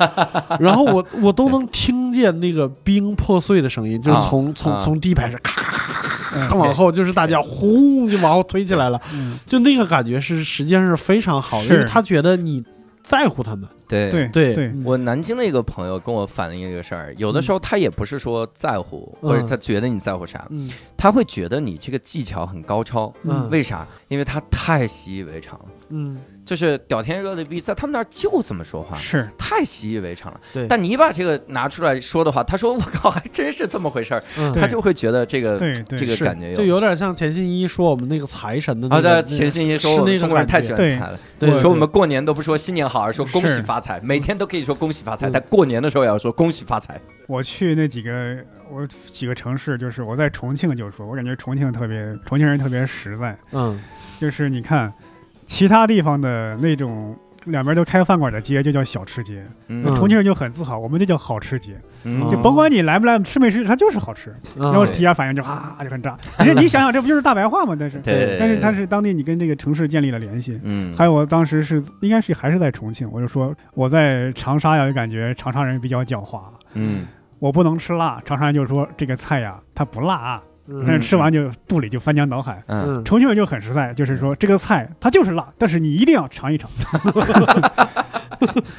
[SPEAKER 2] 然后我我都能听见那个冰破碎的声音，就是
[SPEAKER 3] 啊
[SPEAKER 2] 从、从
[SPEAKER 3] 啊哎
[SPEAKER 2] 从第一排是咔
[SPEAKER 1] 嗯
[SPEAKER 2] 咔往后，就是大家轰就往后推起来了，
[SPEAKER 1] 嗯，
[SPEAKER 2] 就那个感觉是实际上是非常好的，
[SPEAKER 1] 是
[SPEAKER 2] 因为他觉得你在乎他们，
[SPEAKER 3] 对
[SPEAKER 1] 对
[SPEAKER 2] 对
[SPEAKER 1] 对，
[SPEAKER 3] 我南京的一个朋友跟我反映一个事儿，有的时候他也不是说在乎，
[SPEAKER 2] 嗯
[SPEAKER 3] 或者他觉得你在乎啥，
[SPEAKER 2] 嗯
[SPEAKER 3] 他会觉得你这个技巧很高超。
[SPEAKER 2] 嗯
[SPEAKER 3] 为啥？因为他太习以为常了，
[SPEAKER 2] 嗯，
[SPEAKER 3] 就是屌天热的逼，在他们那儿就这么说话，
[SPEAKER 1] 是
[SPEAKER 3] 太习以为常了。
[SPEAKER 2] 对
[SPEAKER 3] 但你把这个拿出来说的话，他说我靠，还真是这么回事儿，
[SPEAKER 2] 嗯
[SPEAKER 1] 对
[SPEAKER 3] 他就会觉得这个
[SPEAKER 1] 对对
[SPEAKER 3] 这个
[SPEAKER 2] 是
[SPEAKER 3] 感觉
[SPEAKER 2] 就有点像钱信一说我们那个财神的
[SPEAKER 3] 啊，
[SPEAKER 2] 那
[SPEAKER 3] 在
[SPEAKER 2] 个
[SPEAKER 3] 前些年说，
[SPEAKER 2] 是
[SPEAKER 3] 我
[SPEAKER 2] 那
[SPEAKER 3] 们
[SPEAKER 2] 个
[SPEAKER 3] 中国人
[SPEAKER 2] 感
[SPEAKER 3] 太
[SPEAKER 2] 觉
[SPEAKER 3] 喜欢
[SPEAKER 1] 对
[SPEAKER 3] 财了。
[SPEAKER 2] 对
[SPEAKER 1] 我
[SPEAKER 3] 说我们过年都不说新年好，而说恭喜
[SPEAKER 1] 是
[SPEAKER 3] 发财，每天都可以说恭喜发财，
[SPEAKER 2] 嗯
[SPEAKER 3] 但过年的时候也要说恭喜发财。
[SPEAKER 1] 我去那几个我几个城市，就是我在重庆就说，我感觉重庆特别，重庆人特别实在，
[SPEAKER 2] 嗯
[SPEAKER 1] 就是你看其他地方的那种。两边都开饭馆的街就叫小吃街，
[SPEAKER 3] 嗯
[SPEAKER 1] 重庆人就很自豪，我们就叫好吃街，
[SPEAKER 3] 嗯
[SPEAKER 1] 就甭管你来不来吃没吃，它就是好吃。
[SPEAKER 2] 嗯
[SPEAKER 1] 然后提下反应就啊就很炸，其实你想想，这不就是大白话吗？但是，
[SPEAKER 3] 嗯对，
[SPEAKER 1] 但是它是当地你跟这个城市建立了联系。
[SPEAKER 3] 嗯，
[SPEAKER 1] 还有我当时是应该是还是在重庆，我就说我在长沙呀，就感觉长沙人比较狡猾，
[SPEAKER 3] 嗯
[SPEAKER 1] 我不能吃辣，长沙人就说这个菜呀它不辣啊，
[SPEAKER 2] 嗯
[SPEAKER 1] 但是吃完就肚里就翻江倒海。
[SPEAKER 3] 嗯
[SPEAKER 2] 嗯
[SPEAKER 1] 重庆人就很实在，就是说这个菜它就是辣，但是你一定要尝一尝。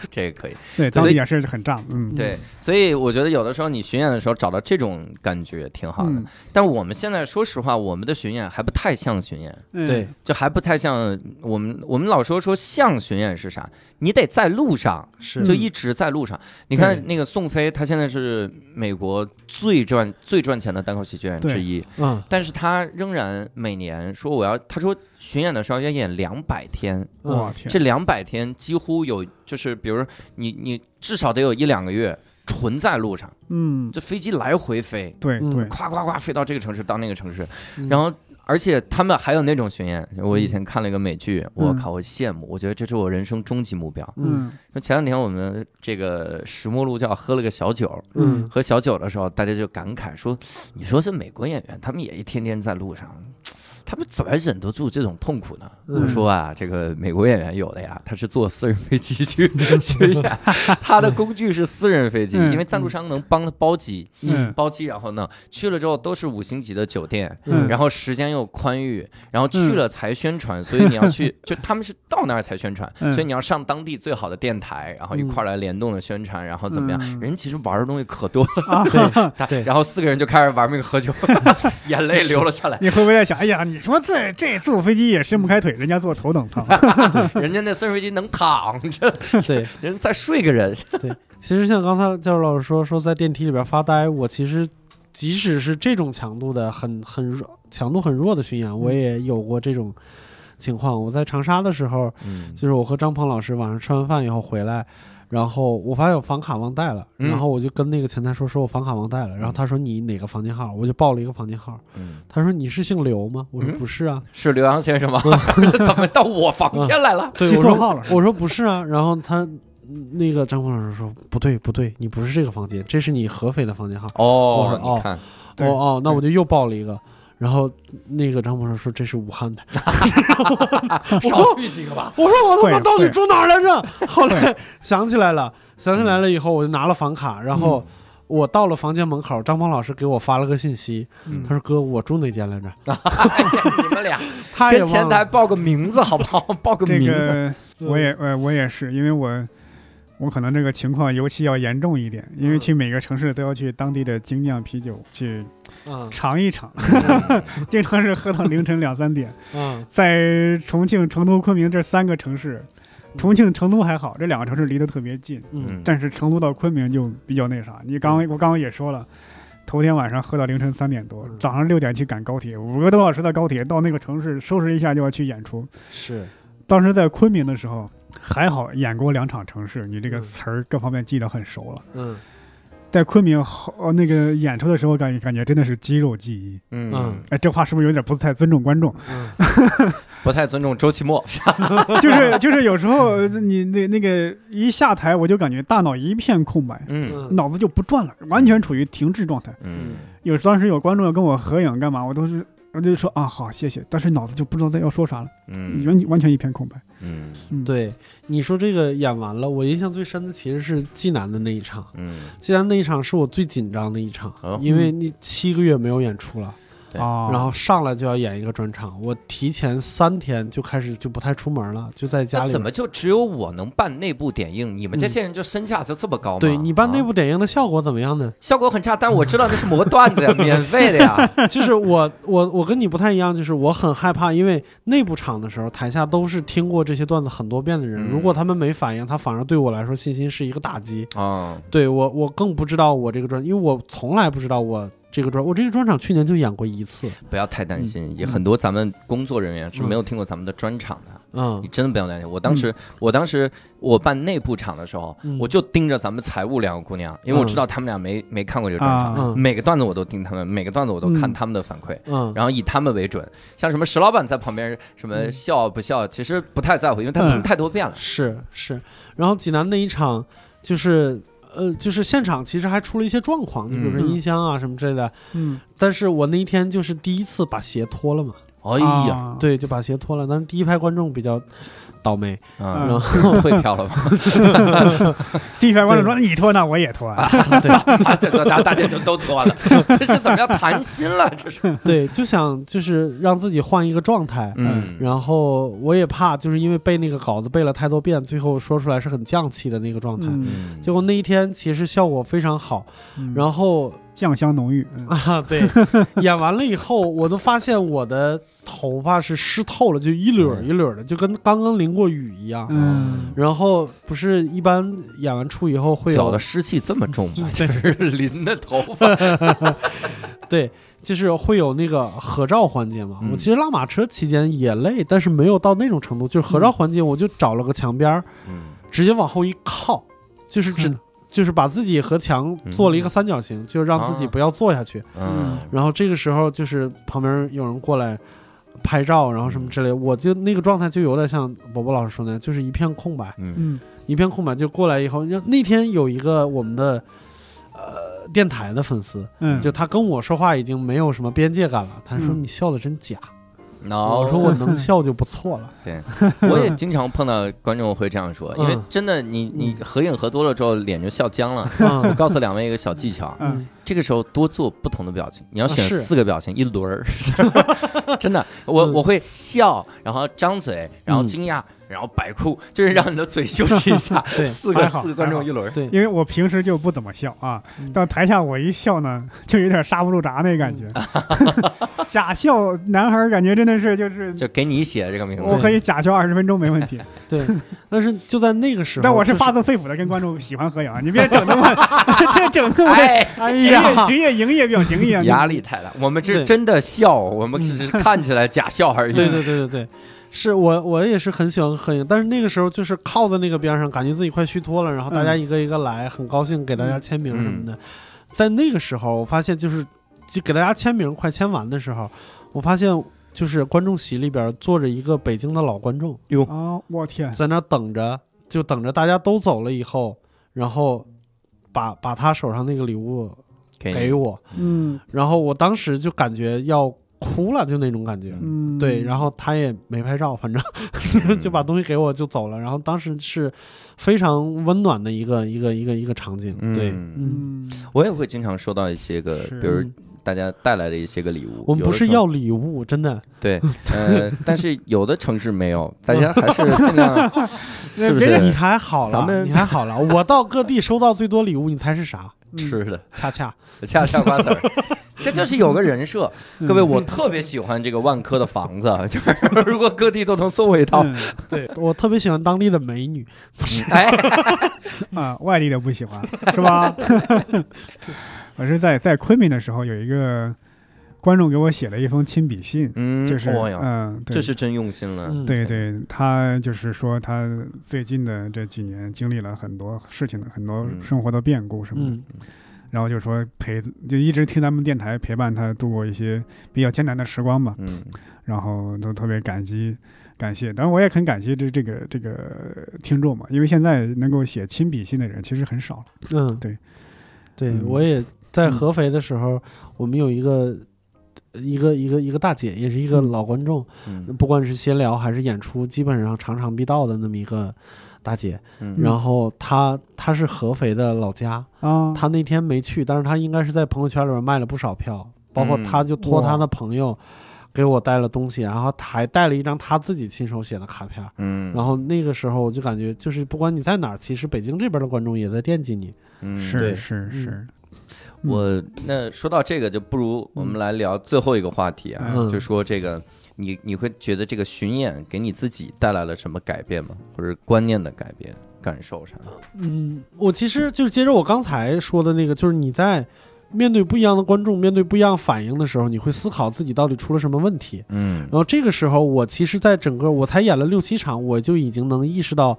[SPEAKER 3] 这个可以。所以
[SPEAKER 1] 对，当地也是很炸，嗯，
[SPEAKER 3] 对，所以我觉得有的时候你巡演的时候找到这种感觉挺好的
[SPEAKER 1] 嗯。，
[SPEAKER 3] 但我们现在说实话，我们的巡演还不太像巡演，
[SPEAKER 1] 嗯
[SPEAKER 2] 对，
[SPEAKER 3] 就还不太像我们我们老说说像巡演是啥？你得在路上，
[SPEAKER 2] 是
[SPEAKER 3] 就
[SPEAKER 1] 嗯
[SPEAKER 3] 一直在路上。你
[SPEAKER 2] 对
[SPEAKER 3] 看那个宋飞，他现在是美国最赚最赚钱的单口喜剧演员
[SPEAKER 1] 对
[SPEAKER 3] 之一，
[SPEAKER 2] 嗯
[SPEAKER 3] 但是他仍然每年说我要，他说巡演的时候要演两百天，
[SPEAKER 2] 嗯
[SPEAKER 1] 我天，
[SPEAKER 3] 这两百天几乎有，就是比如说你你至少得有一两个月纯在路上，
[SPEAKER 1] 嗯，
[SPEAKER 3] 这飞机来回飞，
[SPEAKER 1] 对
[SPEAKER 2] 嗯
[SPEAKER 1] 对，
[SPEAKER 3] 夸夸夸飞到这个城市到那个城市，
[SPEAKER 2] 嗯
[SPEAKER 3] 然后而且他们还有那种巡演，我以
[SPEAKER 1] 嗯
[SPEAKER 3] 前看了一个美剧，我靠，我羡慕，我觉得这是我人生终极目标。
[SPEAKER 2] 嗯
[SPEAKER 1] 嗯
[SPEAKER 3] 那前两天我们这个石墨路教喝了个小酒。
[SPEAKER 2] 嗯
[SPEAKER 3] 喝小酒的时候，大家就感慨说：“你说这美国演员，他们也一天天在路上，他们怎么忍得住这种痛苦呢？”
[SPEAKER 2] 嗯
[SPEAKER 3] 我说啊，这个美国演员有的呀，他是坐私人飞机去
[SPEAKER 2] 嗯
[SPEAKER 3] 去演，他的工具是私人飞机，
[SPEAKER 1] 嗯
[SPEAKER 3] 因为赞助商能帮他包机，
[SPEAKER 1] 嗯
[SPEAKER 3] 包机然后呢，去了之后都是五星级的酒店。
[SPEAKER 1] 嗯
[SPEAKER 3] 然后时间又宽裕，然后去了才宣传，所以你要 去，就他们是到那儿才宣传，
[SPEAKER 1] 嗯
[SPEAKER 3] 所以你要上当地最好的电台，然后一块儿来联动的宣传，然后怎么样？
[SPEAKER 1] 嗯
[SPEAKER 3] 人其实玩的东西可多了，
[SPEAKER 1] 啊，
[SPEAKER 3] 他
[SPEAKER 2] 对
[SPEAKER 3] 然后四个人就开始玩命喝酒， 眼泪流了下来。
[SPEAKER 1] 你会不会在想，哎呀，你说这这坐飞机也伸不开腿，人家坐头等舱，
[SPEAKER 3] 人 家那私人飞机能躺着，
[SPEAKER 2] 对，
[SPEAKER 3] 人再睡个人，
[SPEAKER 2] 其实像刚才教授老师说说在电梯里边发呆，我其实即使是这种强度的很很弱强度很弱的巡演，我也有过这种情况。我在长沙的时候，
[SPEAKER 3] 嗯
[SPEAKER 2] 就是我和张鹏老师晚上吃完饭以后回来。然后我发现我房卡忘带了，
[SPEAKER 3] 嗯
[SPEAKER 2] 然后我就跟那个前台说，说我房卡忘带了。然后他说你哪个房间号，我就报了一个房间号。
[SPEAKER 3] 嗯，
[SPEAKER 2] 他说你是姓刘吗？我说
[SPEAKER 3] 嗯
[SPEAKER 2] 不是啊。
[SPEAKER 3] 是刘洋先生吗？ 这怎么到我房间来了？
[SPEAKER 2] 对，
[SPEAKER 1] 记
[SPEAKER 2] 我
[SPEAKER 1] 错
[SPEAKER 2] 说
[SPEAKER 1] 号了
[SPEAKER 2] 我说不是啊，然后他嗯那个张鹏老师说不对不对，你不是这个房间，这是你合肥的房间号。
[SPEAKER 3] 哦，
[SPEAKER 2] 哦
[SPEAKER 3] 你看，
[SPEAKER 1] 对
[SPEAKER 2] 哦哦，那
[SPEAKER 1] 对
[SPEAKER 2] 我就又报了一个。然后那个张鹏老师说这是武汉的，哦
[SPEAKER 3] 少去几个吧。
[SPEAKER 2] 我说我他妈
[SPEAKER 1] 会
[SPEAKER 2] 到底
[SPEAKER 1] 会
[SPEAKER 2] 住哪儿来着？后来 嗯想起来了，想起来了以后我就拿了房卡，然后我到了房间门口，张鹏老师给我发了个信息，
[SPEAKER 1] 嗯
[SPEAKER 2] 他说哥我住哪间来着？
[SPEAKER 3] 你们俩
[SPEAKER 1] 哎
[SPEAKER 2] 他也
[SPEAKER 3] 跟前
[SPEAKER 2] 忘
[SPEAKER 3] 台
[SPEAKER 2] 了
[SPEAKER 3] 报个名字好不好？报个
[SPEAKER 1] 这
[SPEAKER 3] 名字。
[SPEAKER 1] 个我也呃我也是，因为我我可能这个情况尤其要严重一点，因为去每个城市都要去当地的精酿啤酒去
[SPEAKER 2] 嗯
[SPEAKER 1] 尝一尝， 经常是喝到凌晨两三点。
[SPEAKER 2] 嗯
[SPEAKER 1] 在重庆、成都、昆明这三个城市，重庆、成都还好，这两个城市离得特别近，
[SPEAKER 2] 嗯
[SPEAKER 1] 但是成都到昆明就比较那啥。你刚我刚刚也说了。头天晚上喝到凌晨三点多
[SPEAKER 2] 嗯，
[SPEAKER 1] 早上六点去赶高铁，五个多小时的高铁到那个城市收拾一下就要去演出，
[SPEAKER 2] 是
[SPEAKER 1] 当时在昆明的时候，还好演过两场城市，你这个
[SPEAKER 2] 嗯
[SPEAKER 1] 词儿各方面记得很熟了。
[SPEAKER 2] 嗯
[SPEAKER 1] 在昆明好呃那个演出的时候感觉感觉真的是肌肉记忆。
[SPEAKER 3] 嗯
[SPEAKER 2] 嗯，
[SPEAKER 1] 哎，这话是不是有点不太尊重观 众？
[SPEAKER 2] 嗯
[SPEAKER 3] 不太尊重周奇墨，
[SPEAKER 1] 就是就是有时候呃你那那个一下台，我就感觉大脑一片空白，
[SPEAKER 3] 嗯
[SPEAKER 2] 嗯
[SPEAKER 1] 脑子就不转了，完全处于停滞状态。
[SPEAKER 3] 嗯
[SPEAKER 1] 有当时有观众要跟我合影干嘛，我都是我就说啊好谢谢，但是脑子就不知道在要说啥了，
[SPEAKER 3] 嗯
[SPEAKER 1] 完完全一片空白。
[SPEAKER 3] 嗯
[SPEAKER 2] 对，你说这个演完了，我印象最深的其实是济南的那一场，
[SPEAKER 3] 嗯，
[SPEAKER 2] 济南那一场是我最紧张的一场，
[SPEAKER 3] 哦
[SPEAKER 2] 因为你七个月没有演出了，
[SPEAKER 3] 对
[SPEAKER 1] 啊，
[SPEAKER 2] 然后上来就要演一个专场，我提前三天就开始就不太出门了，就在家
[SPEAKER 3] 那
[SPEAKER 2] 里
[SPEAKER 3] 怎
[SPEAKER 2] 边。
[SPEAKER 3] 么就只有我能办内部点映？你们这些人就身价就这么高吗？
[SPEAKER 2] 对你办内
[SPEAKER 3] 啊
[SPEAKER 2] 部点映的效果怎么样呢？
[SPEAKER 3] 效果很差，但我知道那是磨段子呀，免费的呀。
[SPEAKER 2] 就是我我我跟你不太一样，就是我很害怕，因为内部场的时候，台下都是听过这些段子很多遍的人，
[SPEAKER 3] 嗯
[SPEAKER 2] 如果他们没反应，他反而对我来说信心是一个打击。
[SPEAKER 3] 啊，
[SPEAKER 2] 对我我更不知道我这个专，因为我从来不知道我这个专，我这个专场去年就演过一次。
[SPEAKER 3] 不要太担心，也
[SPEAKER 2] 嗯
[SPEAKER 3] 很多咱们工作人员是没有听过咱们的专场的，
[SPEAKER 2] 嗯
[SPEAKER 3] 你真的不要担心。我当时，我当时我办内部场的时候
[SPEAKER 2] 嗯，
[SPEAKER 3] 我就盯着咱们财务两个姑娘，因为我知道她们俩没没看过这个专场，
[SPEAKER 1] 啊，
[SPEAKER 2] 嗯
[SPEAKER 3] 每个段子我都盯她们，每个段子我都看
[SPEAKER 1] 嗯
[SPEAKER 3] 她们的反馈。
[SPEAKER 2] 嗯，
[SPEAKER 3] 然后以他们为准，像什么石老板在旁边什么
[SPEAKER 2] 嗯
[SPEAKER 3] 笑不笑，其实不太在乎，因为他
[SPEAKER 1] 嗯
[SPEAKER 3] 听太多遍了。
[SPEAKER 2] 是是，然后济南那一场就是。呃，就是现场其实还出了一些状况，就比如说
[SPEAKER 1] 嗯
[SPEAKER 2] 音箱啊什么之类的。
[SPEAKER 1] 嗯，
[SPEAKER 2] 但是我那一天就是第一次把鞋脱了嘛，
[SPEAKER 3] 哎呀，
[SPEAKER 1] 啊，
[SPEAKER 2] 对，就把鞋脱了。但是第一排观众比较倒霉，
[SPEAKER 1] 嗯
[SPEAKER 3] 啊，
[SPEAKER 2] 然
[SPEAKER 3] 会飘了吧？
[SPEAKER 1] 第一排观众说你脱那我也脱啊，
[SPEAKER 3] 啊这这大大家就都脱 了，这是怎么样谈心了？这是，
[SPEAKER 2] 对，就想就是让自己换一个状态。
[SPEAKER 3] 嗯
[SPEAKER 2] 然后我也怕，就是因为背那个稿子背了太多遍，最后说出来是很降气的那个状态。
[SPEAKER 1] 嗯，
[SPEAKER 3] 嗯，
[SPEAKER 2] 结果那一天其实效果非常好，
[SPEAKER 1] 嗯
[SPEAKER 2] 然 后
[SPEAKER 1] 酱香浓郁，嗯
[SPEAKER 2] 啊，对，演完了以后，我都发现我的头发是湿透了，就一绺
[SPEAKER 3] 嗯
[SPEAKER 2] 儿一绺儿的，就跟刚刚淋过雨一样。
[SPEAKER 1] 嗯，
[SPEAKER 2] 然后不是一般演完出以后会
[SPEAKER 3] 脚
[SPEAKER 2] 有嗯
[SPEAKER 3] 的湿气这么重啊吗？就是淋的头发，
[SPEAKER 2] 对，就是会有那个合照环节嘛。
[SPEAKER 3] 嗯
[SPEAKER 2] 我其实拉马车期间也累，但是没有到那种程度。就是合照环节，我就找了个墙边儿，
[SPEAKER 3] 嗯
[SPEAKER 2] 直接往后一靠，就是只、
[SPEAKER 1] 嗯
[SPEAKER 2] 就是把自己和墙做了一个三角形，就让自己
[SPEAKER 3] 啊
[SPEAKER 2] 不要坐下去。
[SPEAKER 3] 嗯
[SPEAKER 2] 然后这个时候就是旁边有人过来拍照，然后什么之类的，我就那个状态就有点像宝宝老师说的，就是一片空白，
[SPEAKER 3] 嗯
[SPEAKER 1] 嗯
[SPEAKER 2] 一片空白就过来以后，那那天有一个我们的呃电台的粉丝，
[SPEAKER 1] 嗯，
[SPEAKER 2] 就他跟我说话已经没有什么边界感了，他说
[SPEAKER 1] 嗯
[SPEAKER 2] 你笑的真假，
[SPEAKER 3] 然
[SPEAKER 2] 我说我能笑就不错 了，
[SPEAKER 3] 我也经常碰到观众会这样说，因为
[SPEAKER 2] 嗯
[SPEAKER 3] 真的你你合影合多了之后脸就笑僵 了。我
[SPEAKER 2] 嗯
[SPEAKER 3] 告诉两位一个小技巧，
[SPEAKER 1] 嗯
[SPEAKER 3] 这个时候多做不同的表情，你要选
[SPEAKER 2] 啊是
[SPEAKER 3] 四个表情、一轮儿， 真的，我、
[SPEAKER 2] 嗯，
[SPEAKER 3] 我会笑，然后张嘴，然后惊讶，然后摆酷，就是让你的嘴休息一 下
[SPEAKER 2] 对
[SPEAKER 3] 四个
[SPEAKER 1] 还好
[SPEAKER 3] 四个观众一轮儿，
[SPEAKER 2] 对，
[SPEAKER 1] 因为我平时就不怎么笑啊
[SPEAKER 2] 嗯，
[SPEAKER 1] 到台下我一笑呢，就有点刹不住闸那感觉。 假笑男孩儿感觉真的是就是，
[SPEAKER 3] 就给你写这个名
[SPEAKER 1] 我
[SPEAKER 2] 哦
[SPEAKER 3] 字，
[SPEAKER 1] 可以假笑二十分钟没问题，
[SPEAKER 2] 对，但是就在那个时候，
[SPEAKER 1] 但我是
[SPEAKER 2] 就
[SPEAKER 1] 发自肺腑的跟观众喜欢合影啊，你别整的我这整的我
[SPEAKER 3] 哎，
[SPEAKER 2] 哎
[SPEAKER 1] 职业
[SPEAKER 2] 呀
[SPEAKER 1] 职，业营业表情一 样。
[SPEAKER 3] 压力太大，我们这
[SPEAKER 2] 对嗯
[SPEAKER 3] 是真的笑，我们只是看起来假笑而已。
[SPEAKER 2] 对对对对对，是我我也是很喜欢合影，但是那个时候就是靠在那个边上，感觉自己快虚脱了，然后大家一个一个来，很高兴给大家签名什么的。在那个时候，我发现就是就给大家签名快签完的时候，我发现就是观众席里边坐着一个北京的老观众，
[SPEAKER 1] 啊！我天，
[SPEAKER 2] 在那儿等着，就等着大家都走了以后，然后把把他手上那个礼物
[SPEAKER 3] 给你，
[SPEAKER 2] 给我，
[SPEAKER 1] 嗯
[SPEAKER 2] 然后我当时就感觉要哭了，就那种感觉。
[SPEAKER 1] 嗯，
[SPEAKER 2] 对，然后他也没拍照，反正
[SPEAKER 3] 嗯
[SPEAKER 2] 就把东西给我就走了。然后当时是非常温暖的一个一个一个一个场景，
[SPEAKER 3] 嗯
[SPEAKER 2] 对，嗯，
[SPEAKER 1] 嗯
[SPEAKER 3] 我也会经常收到一些个，
[SPEAKER 1] 是
[SPEAKER 3] 比如大家带来的一些个礼物，
[SPEAKER 2] 我们
[SPEAKER 3] 有的
[SPEAKER 2] 不是
[SPEAKER 3] 时候
[SPEAKER 2] 要礼物，真的，
[SPEAKER 3] 对，呃，但是有的城市没有，大家还是尽 量，是不
[SPEAKER 1] 别
[SPEAKER 2] 你
[SPEAKER 3] 是
[SPEAKER 2] 还好了，
[SPEAKER 3] 咱们
[SPEAKER 2] 你还好了，我到各地收到最多礼物，你猜是啥？
[SPEAKER 1] 嗯
[SPEAKER 3] 吃的？
[SPEAKER 2] 恰恰，
[SPEAKER 3] 恰恰瓜子 儿。这就是有个人设，
[SPEAKER 1] 嗯
[SPEAKER 3] 各位，我特别喜欢这个万科的房子，啊 就是如果各地都能送我一套，
[SPEAKER 1] 嗯
[SPEAKER 2] 对我特别喜欢当地的美女，
[SPEAKER 3] 哎，
[SPEAKER 1] 啊，外地的不喜欢是吧？ 我是在在昆明的时候，有一个观众给我写了一封亲笔信，
[SPEAKER 3] 嗯
[SPEAKER 1] 就是
[SPEAKER 3] 哦呀，
[SPEAKER 1] 嗯，对
[SPEAKER 3] 这是真用心了，
[SPEAKER 2] 嗯，
[SPEAKER 1] 对对，他就是说他最近的这几年经历了很多事情，很多
[SPEAKER 3] 嗯
[SPEAKER 1] 生活的变故什么的。
[SPEAKER 2] 嗯
[SPEAKER 1] 然后就说陪，就一直听咱们电台陪伴他度过一些比较艰难的时光吧。
[SPEAKER 3] 嗯，
[SPEAKER 1] 然后都特别感激感谢，当然我也很感谢这这个这个听众嘛，因为现在能够写亲笔信的人其实很少了。
[SPEAKER 2] 嗯，
[SPEAKER 1] 对，
[SPEAKER 2] 对
[SPEAKER 1] 嗯
[SPEAKER 2] 我也在合肥的时候，我们有一个一个一个一个大姐，也是一个
[SPEAKER 1] 嗯
[SPEAKER 2] 老观众，
[SPEAKER 3] 嗯
[SPEAKER 2] 不管是闲聊还是演出，基本上场场必到的那么一个大姐。
[SPEAKER 3] 嗯
[SPEAKER 2] 然后她她是合肥的老家，
[SPEAKER 1] 啊，
[SPEAKER 2] 她那天没去，但是她应该是在朋友圈里边卖了不少票，包括
[SPEAKER 3] 嗯
[SPEAKER 2] 她就托
[SPEAKER 1] 哇
[SPEAKER 2] 她的朋友。给我带了东西，然后还带了一张她自己亲手写的卡片，
[SPEAKER 3] 嗯，
[SPEAKER 2] 然后那个时候我就感觉，就是不管你在哪儿，其实北京这边的观众也在惦记你。
[SPEAKER 3] 嗯
[SPEAKER 1] 是
[SPEAKER 2] 对
[SPEAKER 1] 是
[SPEAKER 2] 嗯
[SPEAKER 1] 是，
[SPEAKER 3] 我那说到这个，就不如我们来聊最后一个话题啊，
[SPEAKER 2] 嗯
[SPEAKER 3] 就说这个你你会觉得这个巡演给你自己带来了什么改变吗？或者观念的改变、感受啥？的？
[SPEAKER 2] 嗯，我其实就是接着我刚才说的那个，就是你在面对不一样的观众，面对不一样反应的时候，你会思考自己到底出了什么问题。
[SPEAKER 3] 嗯
[SPEAKER 2] 然后这个时候，我其实，在整个我才演了六七场，我就已经能意识到，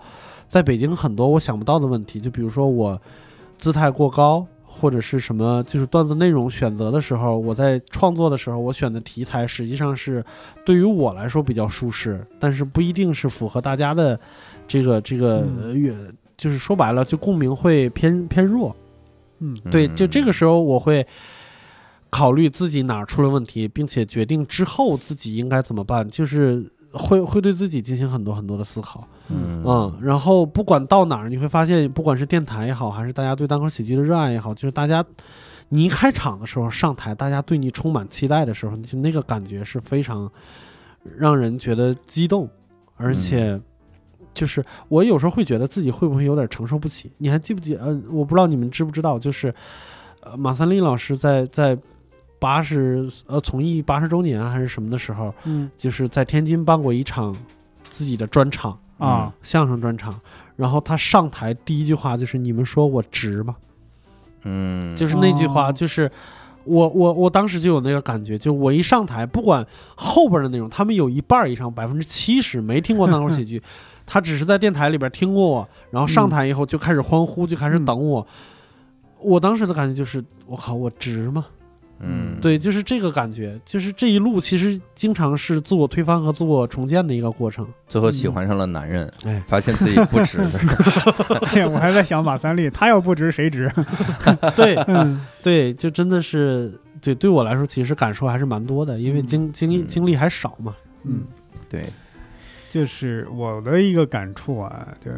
[SPEAKER 2] 在北京很多我想不到的问题，就比如说我姿态过高，或者是什么，就是段子内容选择的时候，我在创作的时候，我选的题材实际上是对于我来说比较舒适，但是不一定是符合大家的这个这个
[SPEAKER 1] 嗯
[SPEAKER 2] 呃 乐，就是说白了，就共鸣会偏偏弱。
[SPEAKER 1] 嗯
[SPEAKER 2] 对，就这个时候我会考虑自己哪儿出了问题，并且决定之后自己应该怎么办，就是会会对自己进行很多很多的思考。
[SPEAKER 3] 嗯
[SPEAKER 2] 嗯，然后不管到哪儿，你会发现，不管是电台也好，还是大家对单口喜剧的热爱也好，就是大家你一开场的时候上台，大家对你充满期待的时候，就那个感觉是非常让人觉得激动，而且就是我有时候会觉得自己会不会有点承受不起。你还记不记？嗯、我不知道你们知不知道，就是呃，马三立老师在在八十呃从艺八十周年啊还是什么的时候，
[SPEAKER 1] 嗯
[SPEAKER 2] 就是在天津办过一场自己的专场。
[SPEAKER 1] 啊，
[SPEAKER 2] 相声专场，然后他上台第一句话就是“你们说我值吗
[SPEAKER 3] 嗯，”，
[SPEAKER 2] 就是那句话，
[SPEAKER 1] 哦
[SPEAKER 2] 就是我我我当时就有那个感觉，就我一上台，不管后边的内容，他们有一半以上百分之七十没听过单口 喜剧，他只是在电台里边听过我，然后上台以后就开始欢呼，就开始等我。
[SPEAKER 1] 嗯
[SPEAKER 2] 我当时的感觉就是，我靠，我值吗？
[SPEAKER 3] 嗯
[SPEAKER 2] 对，就是这个感觉，就是这一路其实经常是自我推翻和自我重建的一个过程。
[SPEAKER 3] 最后喜欢上了男人，
[SPEAKER 2] 嗯哎
[SPEAKER 3] 发现自己不值。
[SPEAKER 1] 哎 呀，我还在想马三立，他要不值谁值？
[SPEAKER 2] 对，
[SPEAKER 1] 嗯
[SPEAKER 2] 对，就真的是对对我来说，其实感受还是蛮多的，因为
[SPEAKER 1] 嗯
[SPEAKER 2] 经经历
[SPEAKER 3] 嗯
[SPEAKER 2] 经历还少嘛。
[SPEAKER 1] 嗯，
[SPEAKER 3] 对，
[SPEAKER 1] 就是我的一个感触啊，就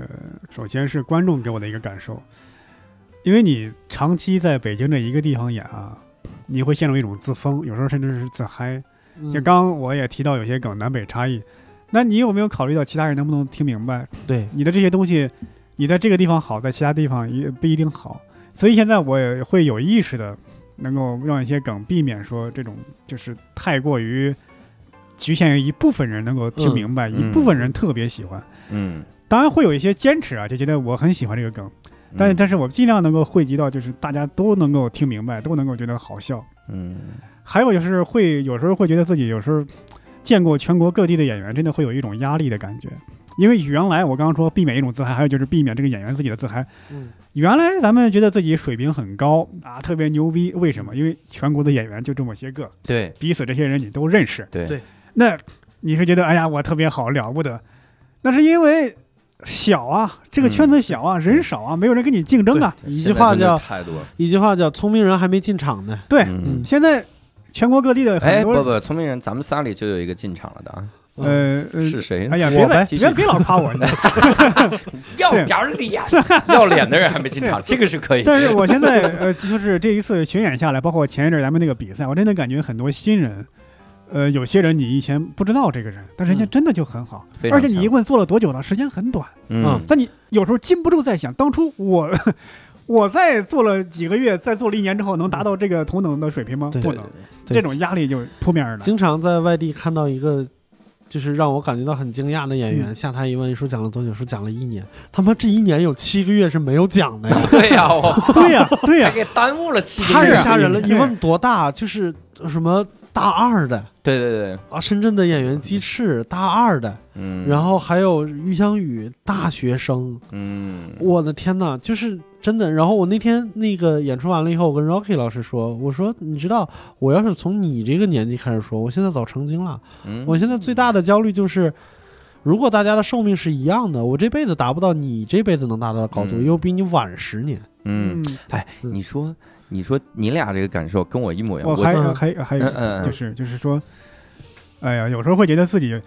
[SPEAKER 1] 首先是观众给我的一个感受，因为你长期在北京这一个地方演啊，你会陷入一种自封，有时候甚至是自嗨。就刚
[SPEAKER 2] 嗯
[SPEAKER 1] 刚我也提到有些梗南北差异，那你有没有考虑到其他人能不能听明白？
[SPEAKER 2] 对，
[SPEAKER 1] 你的这些东西，你在这个地方好，在其他地方也不一定好。所以现在我也会有意识的，能够让一些梗避免说这种就是太过于局限于一部分人能够听明白，
[SPEAKER 3] 嗯
[SPEAKER 1] 一部分人特别喜欢。
[SPEAKER 3] 嗯，
[SPEAKER 1] 当然会有一些坚持啊，就觉得我很喜欢这个梗，但是但
[SPEAKER 3] 是
[SPEAKER 1] 是我尽量能够汇集到就是大家都能够听明白，都能够觉得好笑。
[SPEAKER 3] 嗯
[SPEAKER 1] 还有就是会有时候会觉得自己有时候见过全国各地的演员，真的会有一种压力的感觉。因为原来我刚刚说避免一种自嗨，还有就是避免这个演员自己的自嗨。
[SPEAKER 2] 嗯
[SPEAKER 1] 原来咱们觉得自己水平很高啊，特别牛逼，为什么？因为全国的演员就这么些个，
[SPEAKER 3] 对
[SPEAKER 1] 彼此这些人你都认识。
[SPEAKER 3] 对
[SPEAKER 2] 对
[SPEAKER 1] 那你是觉得哎呀我特别好了不得，那是因为小啊，这个圈子小啊，人少啊，没有人跟你竞争啊。
[SPEAKER 3] 嗯
[SPEAKER 2] 一句话叫
[SPEAKER 3] 太多了。
[SPEAKER 2] 一句话叫“聪明人还没进场呢
[SPEAKER 1] 对，
[SPEAKER 3] 嗯
[SPEAKER 1] 现在全国各地的很
[SPEAKER 3] 哎，
[SPEAKER 1] 多
[SPEAKER 3] 不不，聪明人，咱们仨里就有一个进场了的啊，”。
[SPEAKER 2] 嗯，
[SPEAKER 1] 呃呃
[SPEAKER 3] 是谁呢？
[SPEAKER 1] 哎呀，
[SPEAKER 2] 我
[SPEAKER 1] 别
[SPEAKER 2] 呗
[SPEAKER 1] 再
[SPEAKER 3] 继续
[SPEAKER 1] 别别老夸我， 你知道 吗
[SPEAKER 3] 要点儿脸， 要脸的人还没进场，这个是可以。
[SPEAKER 1] 但是我现在呃，就是这一次巡演下来，包括前一阵儿咱们那个比赛，我真的感觉很多新人，呃，有些人你以前不知道这个人，但人家
[SPEAKER 2] 嗯
[SPEAKER 1] 真的就很好，
[SPEAKER 3] 非常
[SPEAKER 1] 而且你
[SPEAKER 3] 强
[SPEAKER 1] 一问做了多久了，时间很短，
[SPEAKER 3] 嗯
[SPEAKER 1] 但你有时候禁不住在想，当初我我在做了几个月，再做了一年之后，能达到这个同等的水平吗？
[SPEAKER 2] 对
[SPEAKER 1] 不
[SPEAKER 3] 对
[SPEAKER 1] 能，
[SPEAKER 2] 对
[SPEAKER 1] 这种压力就扑面而来。
[SPEAKER 2] 经常在外地看到一个。就是让我感觉到很惊讶的演
[SPEAKER 1] 嗯
[SPEAKER 2] 员，下台一问，说讲了多久？说讲了一年。他妈这一年有七个月是没有讲的 呀，
[SPEAKER 3] 对 呀，我
[SPEAKER 1] 对呀、对呀、
[SPEAKER 3] 还给耽误了七
[SPEAKER 2] 太
[SPEAKER 3] 个月
[SPEAKER 1] 是啊。
[SPEAKER 2] 吓人了！
[SPEAKER 1] 对
[SPEAKER 2] 一问多大，就是呃什么大二的
[SPEAKER 3] 对对对，
[SPEAKER 2] 啊，深圳的演员鸡翅大二的，
[SPEAKER 3] 嗯，
[SPEAKER 2] 然后还有于翔宇大学生，
[SPEAKER 3] 嗯，
[SPEAKER 2] 我的天呐，就是真的。然后我那天那个演出完了以后，我跟 Rocky 老师说，我说你知道，我要是从你这个年纪开始说，我现在早成精了。
[SPEAKER 3] 嗯
[SPEAKER 2] 我现在最大的焦虑就是，如果大家的寿命是一样的，我这辈子达不到你这辈子能达到的高度，
[SPEAKER 3] 嗯
[SPEAKER 2] 又比你晚十年。
[SPEAKER 3] 嗯，哎，你说你说你俩这个感受跟我一模一样，
[SPEAKER 1] 我
[SPEAKER 3] 我
[SPEAKER 1] 还
[SPEAKER 2] 我
[SPEAKER 1] 还还有
[SPEAKER 3] 嗯嗯
[SPEAKER 1] 就
[SPEAKER 3] 嗯
[SPEAKER 1] 是就是说，哎呀，有时候会觉得自己，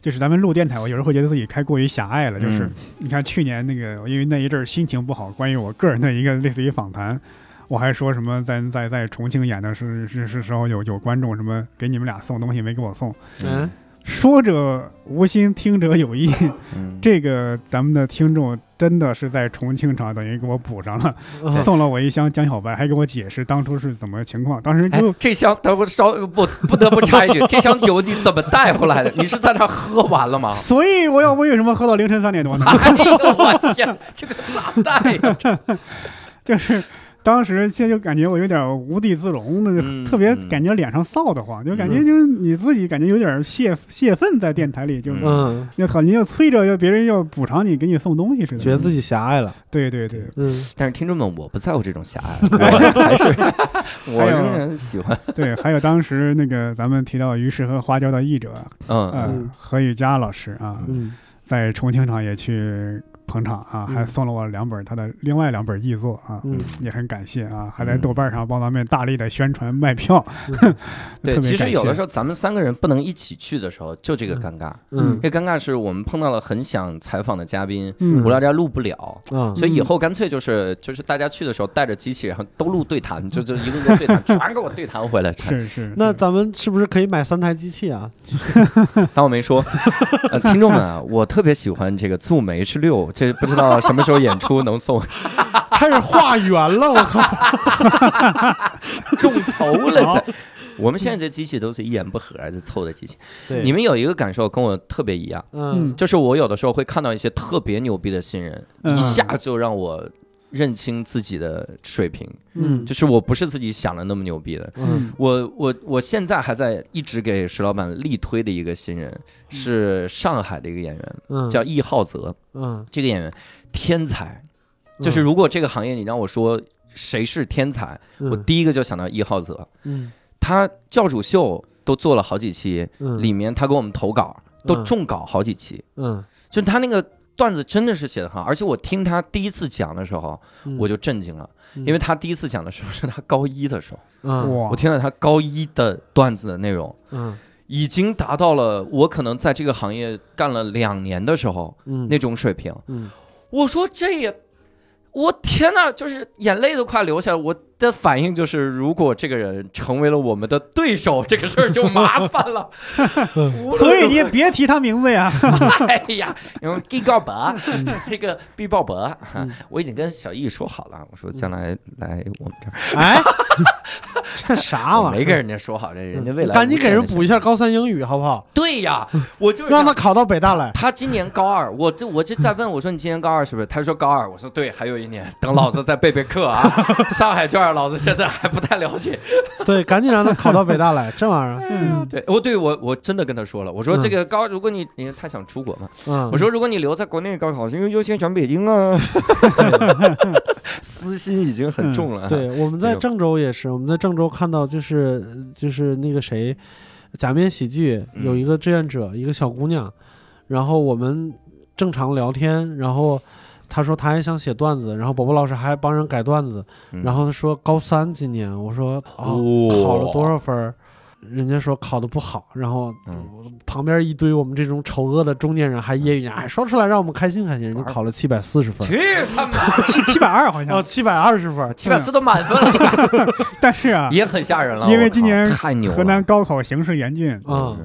[SPEAKER 1] 就是咱们录电台，我有时候会觉得自己太过于狭隘了。就是、
[SPEAKER 3] 嗯
[SPEAKER 1] 你看去年那个，因为那一阵儿心情不好，关于我个人的一个类似于访谈，我还说什么在在在重庆演的是是是时候有有观众什么给你们俩送东西没给我送，
[SPEAKER 2] 哎
[SPEAKER 3] 嗯
[SPEAKER 1] 说者无心，听者有意。
[SPEAKER 3] 嗯，
[SPEAKER 1] 这个咱们的听众真的是在重庆场等于给我补上了，
[SPEAKER 3] 嗯
[SPEAKER 2] 啊
[SPEAKER 1] 送了我一箱江小白，还给我解释当初是怎么情况，当时
[SPEAKER 3] 哎
[SPEAKER 1] 就。，
[SPEAKER 3] 这箱等会儿稍不不得不插一 句，这箱酒你怎么带回来的？你是在那儿喝完了 吗？
[SPEAKER 1] 所以我要我为什么喝到凌晨三点多呢？
[SPEAKER 3] 哎呦我天，这个咋带呀？
[SPEAKER 1] 就是当时现在就感觉我有点无地自容的，
[SPEAKER 3] 嗯
[SPEAKER 1] 特别感觉脸上臊得慌，就感觉就是你自己感觉有点泄泄愤在电台里，就
[SPEAKER 3] 嗯
[SPEAKER 2] 嗯，
[SPEAKER 1] 就好，你要催着要别人要补偿你，给你送东西似的。
[SPEAKER 2] 觉得自己狭隘了。
[SPEAKER 1] 对对对，
[SPEAKER 2] 嗯，
[SPEAKER 3] 但是听众们，我不在乎这种狭 隘，啊我还是 我仍然喜欢。
[SPEAKER 1] 对，还有当时那个咱们提到于适和花椒的译者，
[SPEAKER 3] 嗯，
[SPEAKER 1] 呃
[SPEAKER 2] 嗯，
[SPEAKER 1] 何雨佳老师啊，
[SPEAKER 2] 嗯，
[SPEAKER 1] 在重庆场也去捧场啊，
[SPEAKER 2] 嗯
[SPEAKER 1] 还送了我两本他的另外两本译作啊，
[SPEAKER 2] 嗯
[SPEAKER 1] 也很感谢啊，还在豆瓣上帮咱们大力的宣传卖票。
[SPEAKER 3] 对，
[SPEAKER 1] 特别
[SPEAKER 3] 其实
[SPEAKER 1] 感
[SPEAKER 3] 有的
[SPEAKER 1] 谢
[SPEAKER 3] 时候咱们三个人不能一起去的时候，就这个尴尬。
[SPEAKER 2] 嗯
[SPEAKER 3] 这尴尬是我们碰到了很想采访的嘉宾，
[SPEAKER 1] 嗯
[SPEAKER 3] 无聊斋录不了。
[SPEAKER 2] 啊，
[SPEAKER 3] 所以以后干脆就是 就是大家去的时候带着机器，然后都录对谈，就就一个个对谈，全给我对谈回来。
[SPEAKER 1] 是是，
[SPEAKER 2] 那咱们是不是可以买三台机器啊？
[SPEAKER 3] 当我没说，呃，听众们啊，我特别喜欢这个 Zoom H 六，这不知道什么时候演出能送
[SPEAKER 2] 开始化缘了，我靠！
[SPEAKER 3] 众筹了。这我们现在这机器都是一言不合就凑的机器。
[SPEAKER 2] 对
[SPEAKER 3] 你们有一个感受跟我特别一样，
[SPEAKER 2] 嗯
[SPEAKER 3] 就是我有的时候会看到一些特别牛逼的新人，
[SPEAKER 1] 嗯
[SPEAKER 3] 一下就让我认清自己的水平，
[SPEAKER 2] 嗯
[SPEAKER 3] 就是我不是自己想的那么牛逼的。
[SPEAKER 2] 嗯
[SPEAKER 3] 我我我现在还在一直给石老板力推的一个新人，是上海的一个演员，
[SPEAKER 2] 嗯，
[SPEAKER 3] 叫易浩泽。
[SPEAKER 2] 嗯，
[SPEAKER 3] 这个演员天才，就是如果这个行业你让我说谁是天才，我
[SPEAKER 2] 嗯
[SPEAKER 3] 第一个就想到易浩泽。
[SPEAKER 2] 嗯
[SPEAKER 3] 他教主秀都做了好几期，
[SPEAKER 2] 嗯
[SPEAKER 3] 里面他给我们投稿，都
[SPEAKER 2] 嗯
[SPEAKER 3] 中稿好几期，
[SPEAKER 2] 嗯，
[SPEAKER 3] 就他那个段子真的是写的很好。而且我听他第一次讲的时候，
[SPEAKER 2] 嗯
[SPEAKER 3] 我就震惊了，
[SPEAKER 2] 嗯
[SPEAKER 3] 因为他第一次讲的时候是他高一的时候，
[SPEAKER 2] 嗯
[SPEAKER 1] 哇
[SPEAKER 3] 我，听到他高一的段子的内容。
[SPEAKER 2] 嗯
[SPEAKER 3] 已经达到了我可能在这个行业干了两年的时候
[SPEAKER 2] 嗯
[SPEAKER 3] 那种水平。
[SPEAKER 2] 嗯
[SPEAKER 3] 我说这也，我天哪，就是眼泪都快流下来。我的反应就是，如果这个人成为了我们的对手，这个事儿就麻烦 了。无论
[SPEAKER 1] 所以你也别提他名 字呀。
[SPEAKER 3] 哎呀，因为 G 告白这个 B 鲍勃，啊
[SPEAKER 2] 嗯
[SPEAKER 3] 我已经跟小易说好了，我说将来来我们这儿，
[SPEAKER 2] 哎， 这啥
[SPEAKER 3] 我
[SPEAKER 2] 玩意儿？嗯
[SPEAKER 3] 没跟人家说好，这人家未来
[SPEAKER 2] 赶紧给人补一
[SPEAKER 3] 下。
[SPEAKER 2] 下高三英语，好不好？
[SPEAKER 3] 对呀，我就是
[SPEAKER 2] 让他考到北大来。
[SPEAKER 3] 他今年高二，我这我这在问我说你今年高二是不是？他说高二，我说对，还有一年，等老子再备备课啊。上海卷老子现在还不太了 解。
[SPEAKER 2] 对，赶紧让他考到北大来，这玩意儿，
[SPEAKER 1] 嗯
[SPEAKER 3] 对，我对我我真的跟他说了，我说这个高，如果你你他想出国嘛，
[SPEAKER 2] 嗯，
[SPEAKER 3] 我说如果你留在国内高考，因为优先选北京啊， 私心已经很重了。，
[SPEAKER 2] 对，我们在
[SPEAKER 3] 啊这种
[SPEAKER 2] 郑州也是，我们在郑州看到就是就是那个谁，假面喜剧
[SPEAKER 3] 嗯
[SPEAKER 2] 有一个志愿者，一个小姑娘，然后我们正常聊天，然后她说她也想写段子，然后宝宝老师还帮人改段子，
[SPEAKER 3] 嗯
[SPEAKER 2] 然后她说高三今年，我说哦，
[SPEAKER 3] 哦
[SPEAKER 2] 考了多？少分儿？人家说考的不好，然后
[SPEAKER 3] 嗯
[SPEAKER 2] 旁边一堆我们这种丑恶的中年人还揶揄人，哎，说出来让我们开心开心，人家考了七百四十分，
[SPEAKER 3] 去他妈！
[SPEAKER 1] 七七百二好
[SPEAKER 2] 哦，
[SPEAKER 1] 像，
[SPEAKER 2] 七百二十分，
[SPEAKER 3] 七百四都满分 了，
[SPEAKER 1] 但是啊，
[SPEAKER 3] 也很吓人了。
[SPEAKER 1] 因为
[SPEAKER 3] 我靠
[SPEAKER 1] 今年
[SPEAKER 3] 太牛了，
[SPEAKER 1] 河南高考形势严峻，
[SPEAKER 2] 嗯，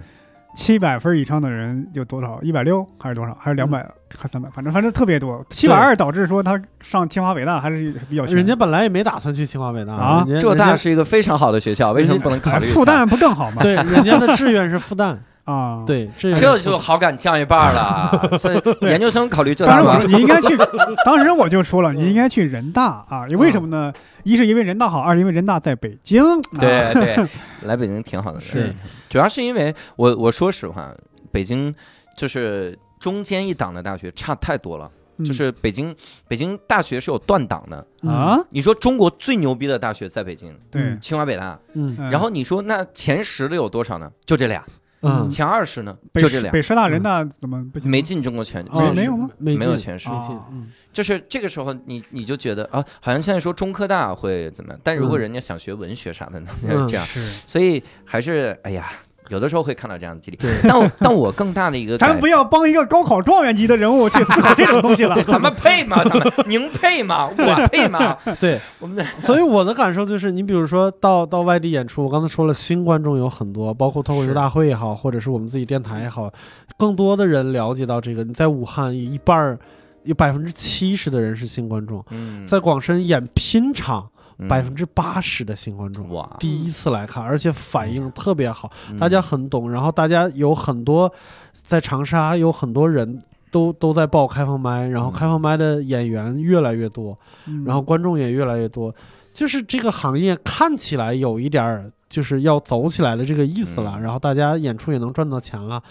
[SPEAKER 1] 七百分以上的人有多少？一百六还是多少？还是两百？还三百？反正反正特别多。七百二导致说他上清华北大还是比较悬
[SPEAKER 2] 人家本来也没打算去清华北大
[SPEAKER 1] 啊
[SPEAKER 2] 人家
[SPEAKER 3] 浙
[SPEAKER 2] 人
[SPEAKER 3] 大
[SPEAKER 2] 家
[SPEAKER 3] 是一个非常好的学校，为什么不能考虑一下
[SPEAKER 1] 复旦不更好吗？
[SPEAKER 2] 对，人家的志愿是复旦，
[SPEAKER 1] 啊，。
[SPEAKER 2] 对，这
[SPEAKER 3] 这就好感降一半了。 这研究生考虑这
[SPEAKER 1] 当
[SPEAKER 3] 干
[SPEAKER 1] 时
[SPEAKER 3] 嘛
[SPEAKER 1] 我？你应该去，当时我就说了，你应该去人大啊，为什么呢？一是因为人大好，二是因为人大在北京。啊
[SPEAKER 3] 对对， 来北京挺好的。嗯
[SPEAKER 1] 是，
[SPEAKER 3] 主要是因为我我说实话，北京就是中间一档的大学差太多了。
[SPEAKER 1] 嗯
[SPEAKER 3] 就是北京，北京大学是有断档的。
[SPEAKER 1] 啊，
[SPEAKER 3] 你说中国最牛逼的大学在北京，
[SPEAKER 1] 对。
[SPEAKER 3] 清华北大。
[SPEAKER 2] 嗯
[SPEAKER 1] 嗯
[SPEAKER 3] 然后你说那前十的有多少呢？就这俩。
[SPEAKER 2] 嗯，
[SPEAKER 3] 前二十呢？
[SPEAKER 1] 北
[SPEAKER 3] 就这俩。
[SPEAKER 1] 北师大、人大怎么不行？
[SPEAKER 3] 没进中国前
[SPEAKER 1] 哦
[SPEAKER 3] 前
[SPEAKER 1] 没
[SPEAKER 3] 十
[SPEAKER 1] 有吗？
[SPEAKER 2] 啊没
[SPEAKER 3] 没有
[SPEAKER 2] 进
[SPEAKER 3] 前十
[SPEAKER 2] 没进
[SPEAKER 1] 啊，
[SPEAKER 2] 嗯
[SPEAKER 3] 就是这个时候你，你就觉得啊，好像现在说中科大会怎么样，但如果
[SPEAKER 2] 嗯
[SPEAKER 3] 人家想学文学啥的呢，
[SPEAKER 2] 嗯
[SPEAKER 3] 这样，
[SPEAKER 1] 是，
[SPEAKER 3] 所以还是哎呀，有的时候会看到这样的激励。
[SPEAKER 2] 对
[SPEAKER 3] 但我但我更大的一个
[SPEAKER 1] 咱
[SPEAKER 3] 感
[SPEAKER 1] 不，要帮一个高考状元级的人物去思考这种东西 了。
[SPEAKER 3] 咱们配吗？咱们您配吗？ 我配吗？
[SPEAKER 2] 对，
[SPEAKER 3] 我们的
[SPEAKER 2] 所以我的感受就是，你比如说到到外地演出，我刚才说了，新观众有很多，包括脱口秀
[SPEAKER 3] 是
[SPEAKER 2] 大会也好，或者是我们自己电台也好，更多的人了解到这个。你在武汉一半儿有百分之七十的人是新观众，
[SPEAKER 3] 嗯
[SPEAKER 2] 在广深演拼场
[SPEAKER 3] 嗯
[SPEAKER 2] 百分之八十的新观众。
[SPEAKER 3] 哇，
[SPEAKER 2] 第一次来看，而且反应特别好，
[SPEAKER 3] 嗯
[SPEAKER 2] 大家很懂，然后大家有很多在长沙有很多人都都在报开放麦，然后
[SPEAKER 3] 嗯
[SPEAKER 2] 开放麦的演员越来越多，
[SPEAKER 1] 嗯
[SPEAKER 2] 然后观众也越来越多，就是这个行业看起来有一点儿就是要走起来的这个意思了，
[SPEAKER 3] 嗯
[SPEAKER 2] 然后大家演出也能赚到钱了，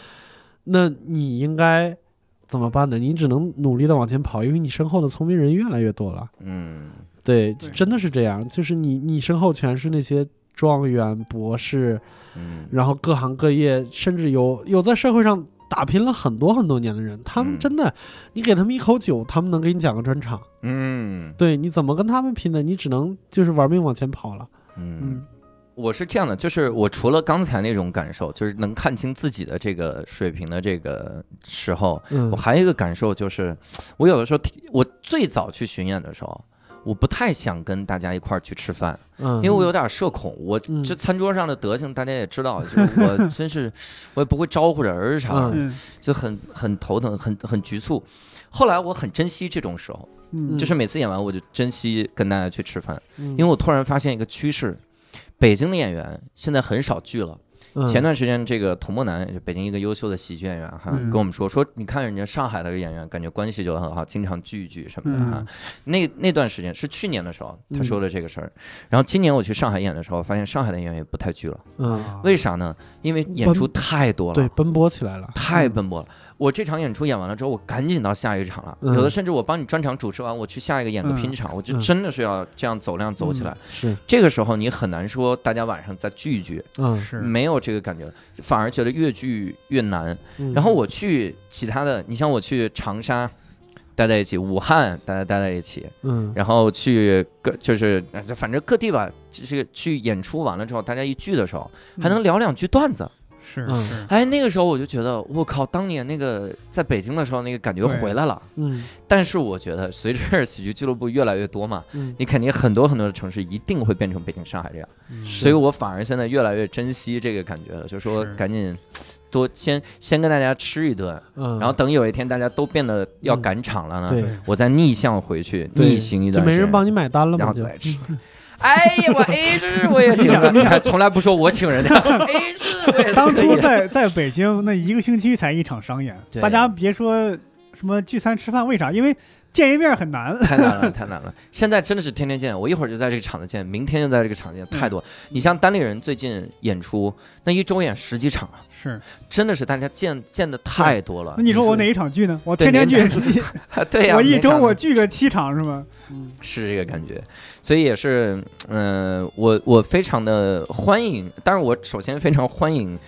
[SPEAKER 2] 那你应该怎么办呢？你只能努力的往前跑，因为你身后的聪明人越来越多了。
[SPEAKER 3] 嗯
[SPEAKER 2] 对，
[SPEAKER 1] 对
[SPEAKER 2] 真的是这样，就是你你身后全是那些状元、博士，
[SPEAKER 3] 嗯
[SPEAKER 2] 然后各行各业，甚至有有在社会上打拼了很多很多年的人，他们
[SPEAKER 3] 嗯
[SPEAKER 2] 真的，你给他们一口酒，他们能给你讲个专场。
[SPEAKER 3] 嗯
[SPEAKER 2] 对，你怎么跟他们拼呢？你只能就是玩命往前跑了。
[SPEAKER 3] 嗯，我是这样的，就是我除了刚才那种感受，就是能看清自己的这个水平的这个时候，
[SPEAKER 2] 嗯
[SPEAKER 3] 我还有一个感受就是，我有的时候挺，我最早去巡演的时候，我不太想跟大家一块儿去吃饭，
[SPEAKER 2] 嗯，
[SPEAKER 3] 因为我有点社恐。我
[SPEAKER 2] 嗯
[SPEAKER 3] 这餐桌上的德行大家也知道，就是我真是我也不会招呼人儿啥的，
[SPEAKER 2] 嗯
[SPEAKER 1] 嗯
[SPEAKER 3] 就很很头疼，很很局促。后来我很珍惜这种时候，
[SPEAKER 1] 嗯
[SPEAKER 3] 就，是每次演完我就珍惜跟大家去吃饭，
[SPEAKER 2] 因
[SPEAKER 3] 因为我突然发现一个趋势。北京的演员现在很少聚了。
[SPEAKER 2] 嗯
[SPEAKER 3] 前段时间，这个童墨南，也是北京一个优秀的喜剧演员哈，
[SPEAKER 1] 嗯
[SPEAKER 3] 跟我们说说，你看人家上海的演员，感觉关系就很好，经常聚一聚什么的哈。
[SPEAKER 1] 嗯
[SPEAKER 3] 那那段时间是去年的时候，他
[SPEAKER 2] 嗯
[SPEAKER 3] 说的这个事儿。然后今年我去上海演的时候，发现上海的演员也不太聚了，
[SPEAKER 2] 嗯，
[SPEAKER 3] 为啥呢？因为演出太多了，
[SPEAKER 2] 对，奔波起来了。
[SPEAKER 3] 太奔波了。我这场演出演完了之后，我赶紧到下一场了。
[SPEAKER 2] 嗯
[SPEAKER 3] 有的甚至我帮你专场主持完，我去下一个演个
[SPEAKER 1] 嗯
[SPEAKER 3] 拼场，我就
[SPEAKER 2] 嗯
[SPEAKER 3] 真的是要这样走量走起来。
[SPEAKER 2] 是，
[SPEAKER 3] 这个时候你很难说大家晚上再聚一聚，
[SPEAKER 2] 嗯，
[SPEAKER 1] 是，
[SPEAKER 3] 没有这个感觉，反而觉得越聚越难。
[SPEAKER 2] 嗯
[SPEAKER 3] 然后我去其他的，你像我去长沙。待在一起，武汉大家待在一起，
[SPEAKER 2] 嗯
[SPEAKER 3] 然后去各就是呃反正各地吧，就是去演出完了之后，
[SPEAKER 1] 嗯
[SPEAKER 3] 大家一聚的时候，还能聊两句段子。
[SPEAKER 1] 是
[SPEAKER 2] 嗯
[SPEAKER 1] 是，
[SPEAKER 3] 哎，那个时候我就觉得，我靠，当年那个在北京的时候那个感觉
[SPEAKER 1] 对
[SPEAKER 3] 回来了。
[SPEAKER 2] 嗯
[SPEAKER 3] 但是我觉得，随着喜剧俱乐部越来越多嘛，
[SPEAKER 2] 嗯，
[SPEAKER 3] 你肯定很多很多的城市一定会变成北京、上海这样。
[SPEAKER 1] 嗯
[SPEAKER 2] 是
[SPEAKER 3] 所以我反而现在越来越珍惜这个感觉了，就说
[SPEAKER 1] 是
[SPEAKER 3] 赶紧多先先跟大家吃一顿，
[SPEAKER 2] 嗯，
[SPEAKER 3] 然后等有一天大家都变得要
[SPEAKER 2] 嗯
[SPEAKER 3] 赶场了呢，
[SPEAKER 2] 对，
[SPEAKER 3] 我再逆向回去
[SPEAKER 2] 对
[SPEAKER 3] 逆行一
[SPEAKER 2] 就
[SPEAKER 3] 段，
[SPEAKER 2] 没人帮，你买单了
[SPEAKER 3] 然
[SPEAKER 2] 嘛，
[SPEAKER 3] 后
[SPEAKER 2] 就
[SPEAKER 3] 再吃。哎呀，我 A 制我也行了， 你看从来不说我请人家 A 制我 也
[SPEAKER 1] 当初
[SPEAKER 3] 行。
[SPEAKER 1] 在在北京那一个星期才一场商演，
[SPEAKER 3] 对
[SPEAKER 1] 大家别说什么聚餐吃饭，为啥？因为见一面 很难。
[SPEAKER 3] 太难了，太难了！现在真的是天天见，我一会儿就在这个场子见，明天就在这个场子见，
[SPEAKER 1] 嗯
[SPEAKER 3] 太多。你像单立人最近演出，那一周演十几场了，
[SPEAKER 1] 是，
[SPEAKER 3] 真的是大家见见的太多了
[SPEAKER 1] 那。你说我哪一场聚呢？我天
[SPEAKER 3] 对
[SPEAKER 1] 天聚，
[SPEAKER 3] 对呀、
[SPEAKER 1] 我一
[SPEAKER 3] 没
[SPEAKER 1] 周
[SPEAKER 3] 场
[SPEAKER 1] 我
[SPEAKER 3] 子
[SPEAKER 1] 聚个七场是吗？
[SPEAKER 2] 嗯
[SPEAKER 3] 是这个感觉，所以也是，嗯、我我非常的欢迎，当然我首先非常欢迎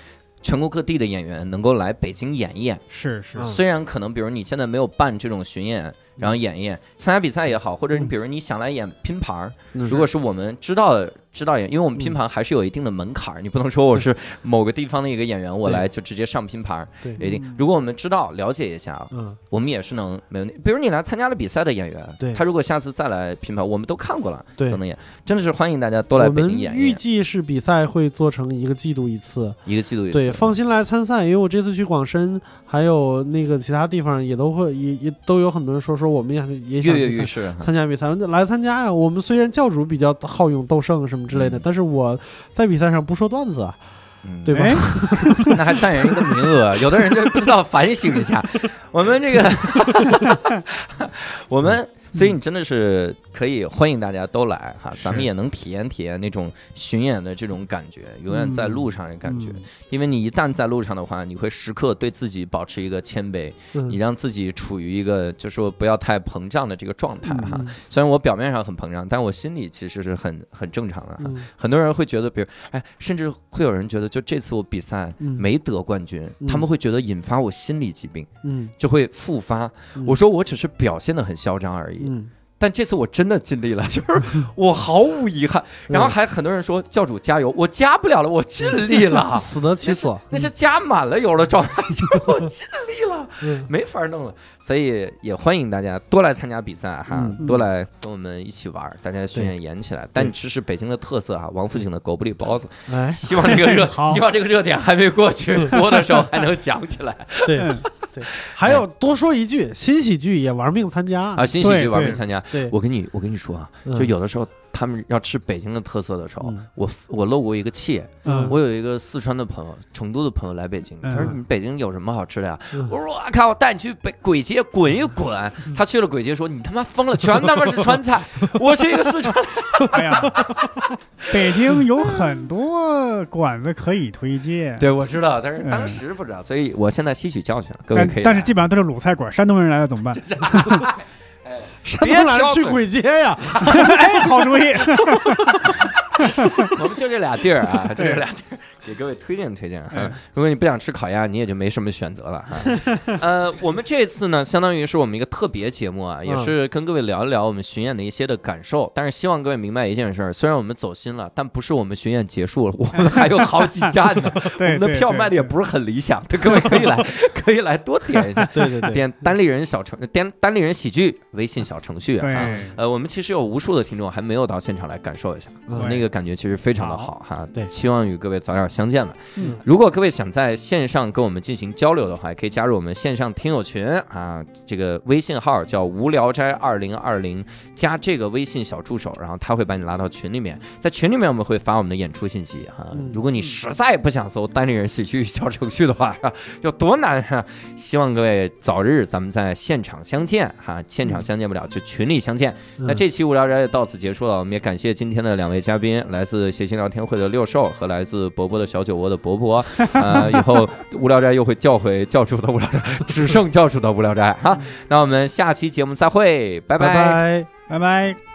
[SPEAKER 3] 全国各地的演员能够来北京演一演，
[SPEAKER 1] 是是
[SPEAKER 2] 嗯
[SPEAKER 3] 虽然可能比如你现在没有办这种巡演，然后演一演，参加比赛也好，或者你
[SPEAKER 2] 嗯
[SPEAKER 3] 比如你想来演拼盘儿，
[SPEAKER 2] 嗯
[SPEAKER 3] 如果是我们知道的知道演，因为我们拼盘还是有一定的门槛儿，你不能说我是某个地方的一个演员，我
[SPEAKER 2] 对
[SPEAKER 3] 来就直接上拼盘儿，
[SPEAKER 2] 对
[SPEAKER 3] 有一定
[SPEAKER 1] 嗯。
[SPEAKER 3] 如果我们知道了解一下啊，
[SPEAKER 2] 嗯
[SPEAKER 3] 我们也是能没问题。比如你来参加了比赛的演员，
[SPEAKER 2] 对
[SPEAKER 3] 他如果下次再来品牌，我们都看过了，
[SPEAKER 2] 对
[SPEAKER 3] 都能演，真的是欢迎大家都来
[SPEAKER 2] 我
[SPEAKER 3] 北
[SPEAKER 2] 们
[SPEAKER 3] 京演一
[SPEAKER 2] 预
[SPEAKER 3] 演
[SPEAKER 2] 计是比赛会做成一个季度一次，
[SPEAKER 3] 一个季度一次
[SPEAKER 2] 对，放心来参赛，因为我这次去广深还有那个其他地方也都会也也都有很多人说说我们也也想
[SPEAKER 3] 跃跃
[SPEAKER 2] 去
[SPEAKER 3] 欲
[SPEAKER 2] 参
[SPEAKER 3] 试哈。
[SPEAKER 2] 参加比赛，来参加呀！我们虽然教主比较好勇斗胜什么之类的，
[SPEAKER 3] 嗯
[SPEAKER 2] 但是我在比赛上不说段子，啊
[SPEAKER 3] 嗯
[SPEAKER 2] 对吧？
[SPEAKER 1] 哎
[SPEAKER 3] 那还占人一个名 额，啊有的人就不知道反省一 下。我们这个， 我们所以你真的是可以欢迎大家都来哈，咱们
[SPEAKER 1] 是
[SPEAKER 3] 也能体验体验那种巡演的这种感觉，永远在路上的感觉。
[SPEAKER 1] 嗯
[SPEAKER 3] 因为你一旦在路上的话，你会时刻对自己保持一个谦卑，
[SPEAKER 2] 嗯
[SPEAKER 3] 你让自己处于一个就说不要太膨胀的这个状态哈
[SPEAKER 2] 嗯。
[SPEAKER 3] 虽然我表面上很膨胀，但我心里其实是很很正常的哈。
[SPEAKER 2] 嗯
[SPEAKER 3] 很多人会觉得，比如，哎，甚至会有人觉得，就这次我比赛
[SPEAKER 2] 嗯
[SPEAKER 3] 没得冠军，
[SPEAKER 2] 嗯
[SPEAKER 3] 他们会觉得引发我心理疾病，
[SPEAKER 2] 嗯
[SPEAKER 3] 就会复发。
[SPEAKER 2] 嗯
[SPEAKER 3] 我说我只是表现的很嚣张而已，
[SPEAKER 2] 嗯，
[SPEAKER 3] 但这次我真的尽 力了，就是我毫无遗憾。然后还很多人说教主加油，我加不了了，我尽力
[SPEAKER 2] 啊，
[SPEAKER 3] 了。
[SPEAKER 2] 死得其所，
[SPEAKER 3] 那是加满了油的状态，就是我尽力了，
[SPEAKER 2] 嗯
[SPEAKER 3] 没法弄了，所以也欢迎大家多来参加比赛哈，
[SPEAKER 2] 嗯
[SPEAKER 1] 嗯
[SPEAKER 3] 多来跟我们一起玩儿，大家训练演起来。但你吃吃北京的特色哈，王府井的狗不理包子，
[SPEAKER 2] 哎，
[SPEAKER 3] 希望这个热
[SPEAKER 1] 好，
[SPEAKER 3] 希望这个热点还没过 去，播的时候还能想起来
[SPEAKER 2] 对
[SPEAKER 1] 嗯
[SPEAKER 2] 对，还有多说一句，新喜剧也玩命参加
[SPEAKER 3] 啊！，新喜剧玩命参加，
[SPEAKER 2] 对，
[SPEAKER 3] 我跟你我跟你说啊，
[SPEAKER 2] 嗯
[SPEAKER 3] 就有的时候他们要吃北京的特色的时候
[SPEAKER 2] 嗯，
[SPEAKER 3] 我我露过一个怯。
[SPEAKER 1] 嗯
[SPEAKER 3] 我有一个四川的朋友，成都的朋友来北京，他说
[SPEAKER 1] 嗯
[SPEAKER 3] 你北京有什么好吃的呀？
[SPEAKER 2] 嗯
[SPEAKER 3] 我说我靠，我带你去北簋街滚一滚。 他去了簋街，说你他妈疯了， 全他妈是川菜，我是一个四川人。
[SPEAKER 1] 哎呀，北京有很多馆子可以推荐，
[SPEAKER 3] 对，我知 道，但是
[SPEAKER 1] 嗯
[SPEAKER 3] 当时不知道，所以我现在吸取 教训了，各位
[SPEAKER 1] 但
[SPEAKER 3] 可以来。
[SPEAKER 1] 但是基本上都是鲁菜馆，山东人来了怎 么办？
[SPEAKER 2] 山东来去鬼街呀，
[SPEAKER 1] 哎，好主意，
[SPEAKER 3] 我们就这俩地儿啊， 就
[SPEAKER 1] 对
[SPEAKER 3] 这俩地儿，给各位推荐推荐哈
[SPEAKER 1] 嗯。
[SPEAKER 3] 如果你不想吃烤鸭，你也就没什么选择了哈。呃，我们这次呢，相当于是我们一个特别节目啊，也是跟各位聊一聊我们巡演的一些的感受。但是希望各位明白一件事儿，虽然我们走心了，但不是我们巡演结束了，我们还有好几站呢，我
[SPEAKER 1] 对，
[SPEAKER 3] 们的
[SPEAKER 1] 对
[SPEAKER 3] 票卖的也，不是很理想，各位可以来， 可以来多点一下，
[SPEAKER 2] 对对对，
[SPEAKER 3] 点单立人小程，点单立人喜剧微信小程序
[SPEAKER 1] 对
[SPEAKER 3] 啊。
[SPEAKER 1] 对，
[SPEAKER 3] 呃，我们其实有无数的听众还没有到现场来感受一下，
[SPEAKER 2] 嗯
[SPEAKER 3] 那个感觉其实非常的好哈。
[SPEAKER 2] 对
[SPEAKER 3] 希望与各位早点相见吧。
[SPEAKER 1] 嗯
[SPEAKER 3] 如果各位想在线上跟我们进行交流的话，也可以加入我们线上听友群啊，这个微信号叫“无聊斋二零二零”，加这个微信小助手，然后他会把你拉到群里面，在群里面我们会发我们的演出信息哈、
[SPEAKER 2] 嗯
[SPEAKER 3] 如果你实在不想搜单立人喜剧小程序的话， 啊有多难啊！希望各位早日咱们在现场相见哈、现场相见不了就群里相见。
[SPEAKER 2] 嗯
[SPEAKER 3] 那这期无聊斋也到此结束了，我们也感谢今天的两位嘉宾，来自谐星聊天会的六兽和来自伯伯的小酒窝的伯 伯。呃，以后无聊斋又会叫回教主的无聊斋，嗯只剩教主的无聊斋哈。那我们下期节目再会，拜
[SPEAKER 2] 拜拜。
[SPEAKER 1] 拜拜。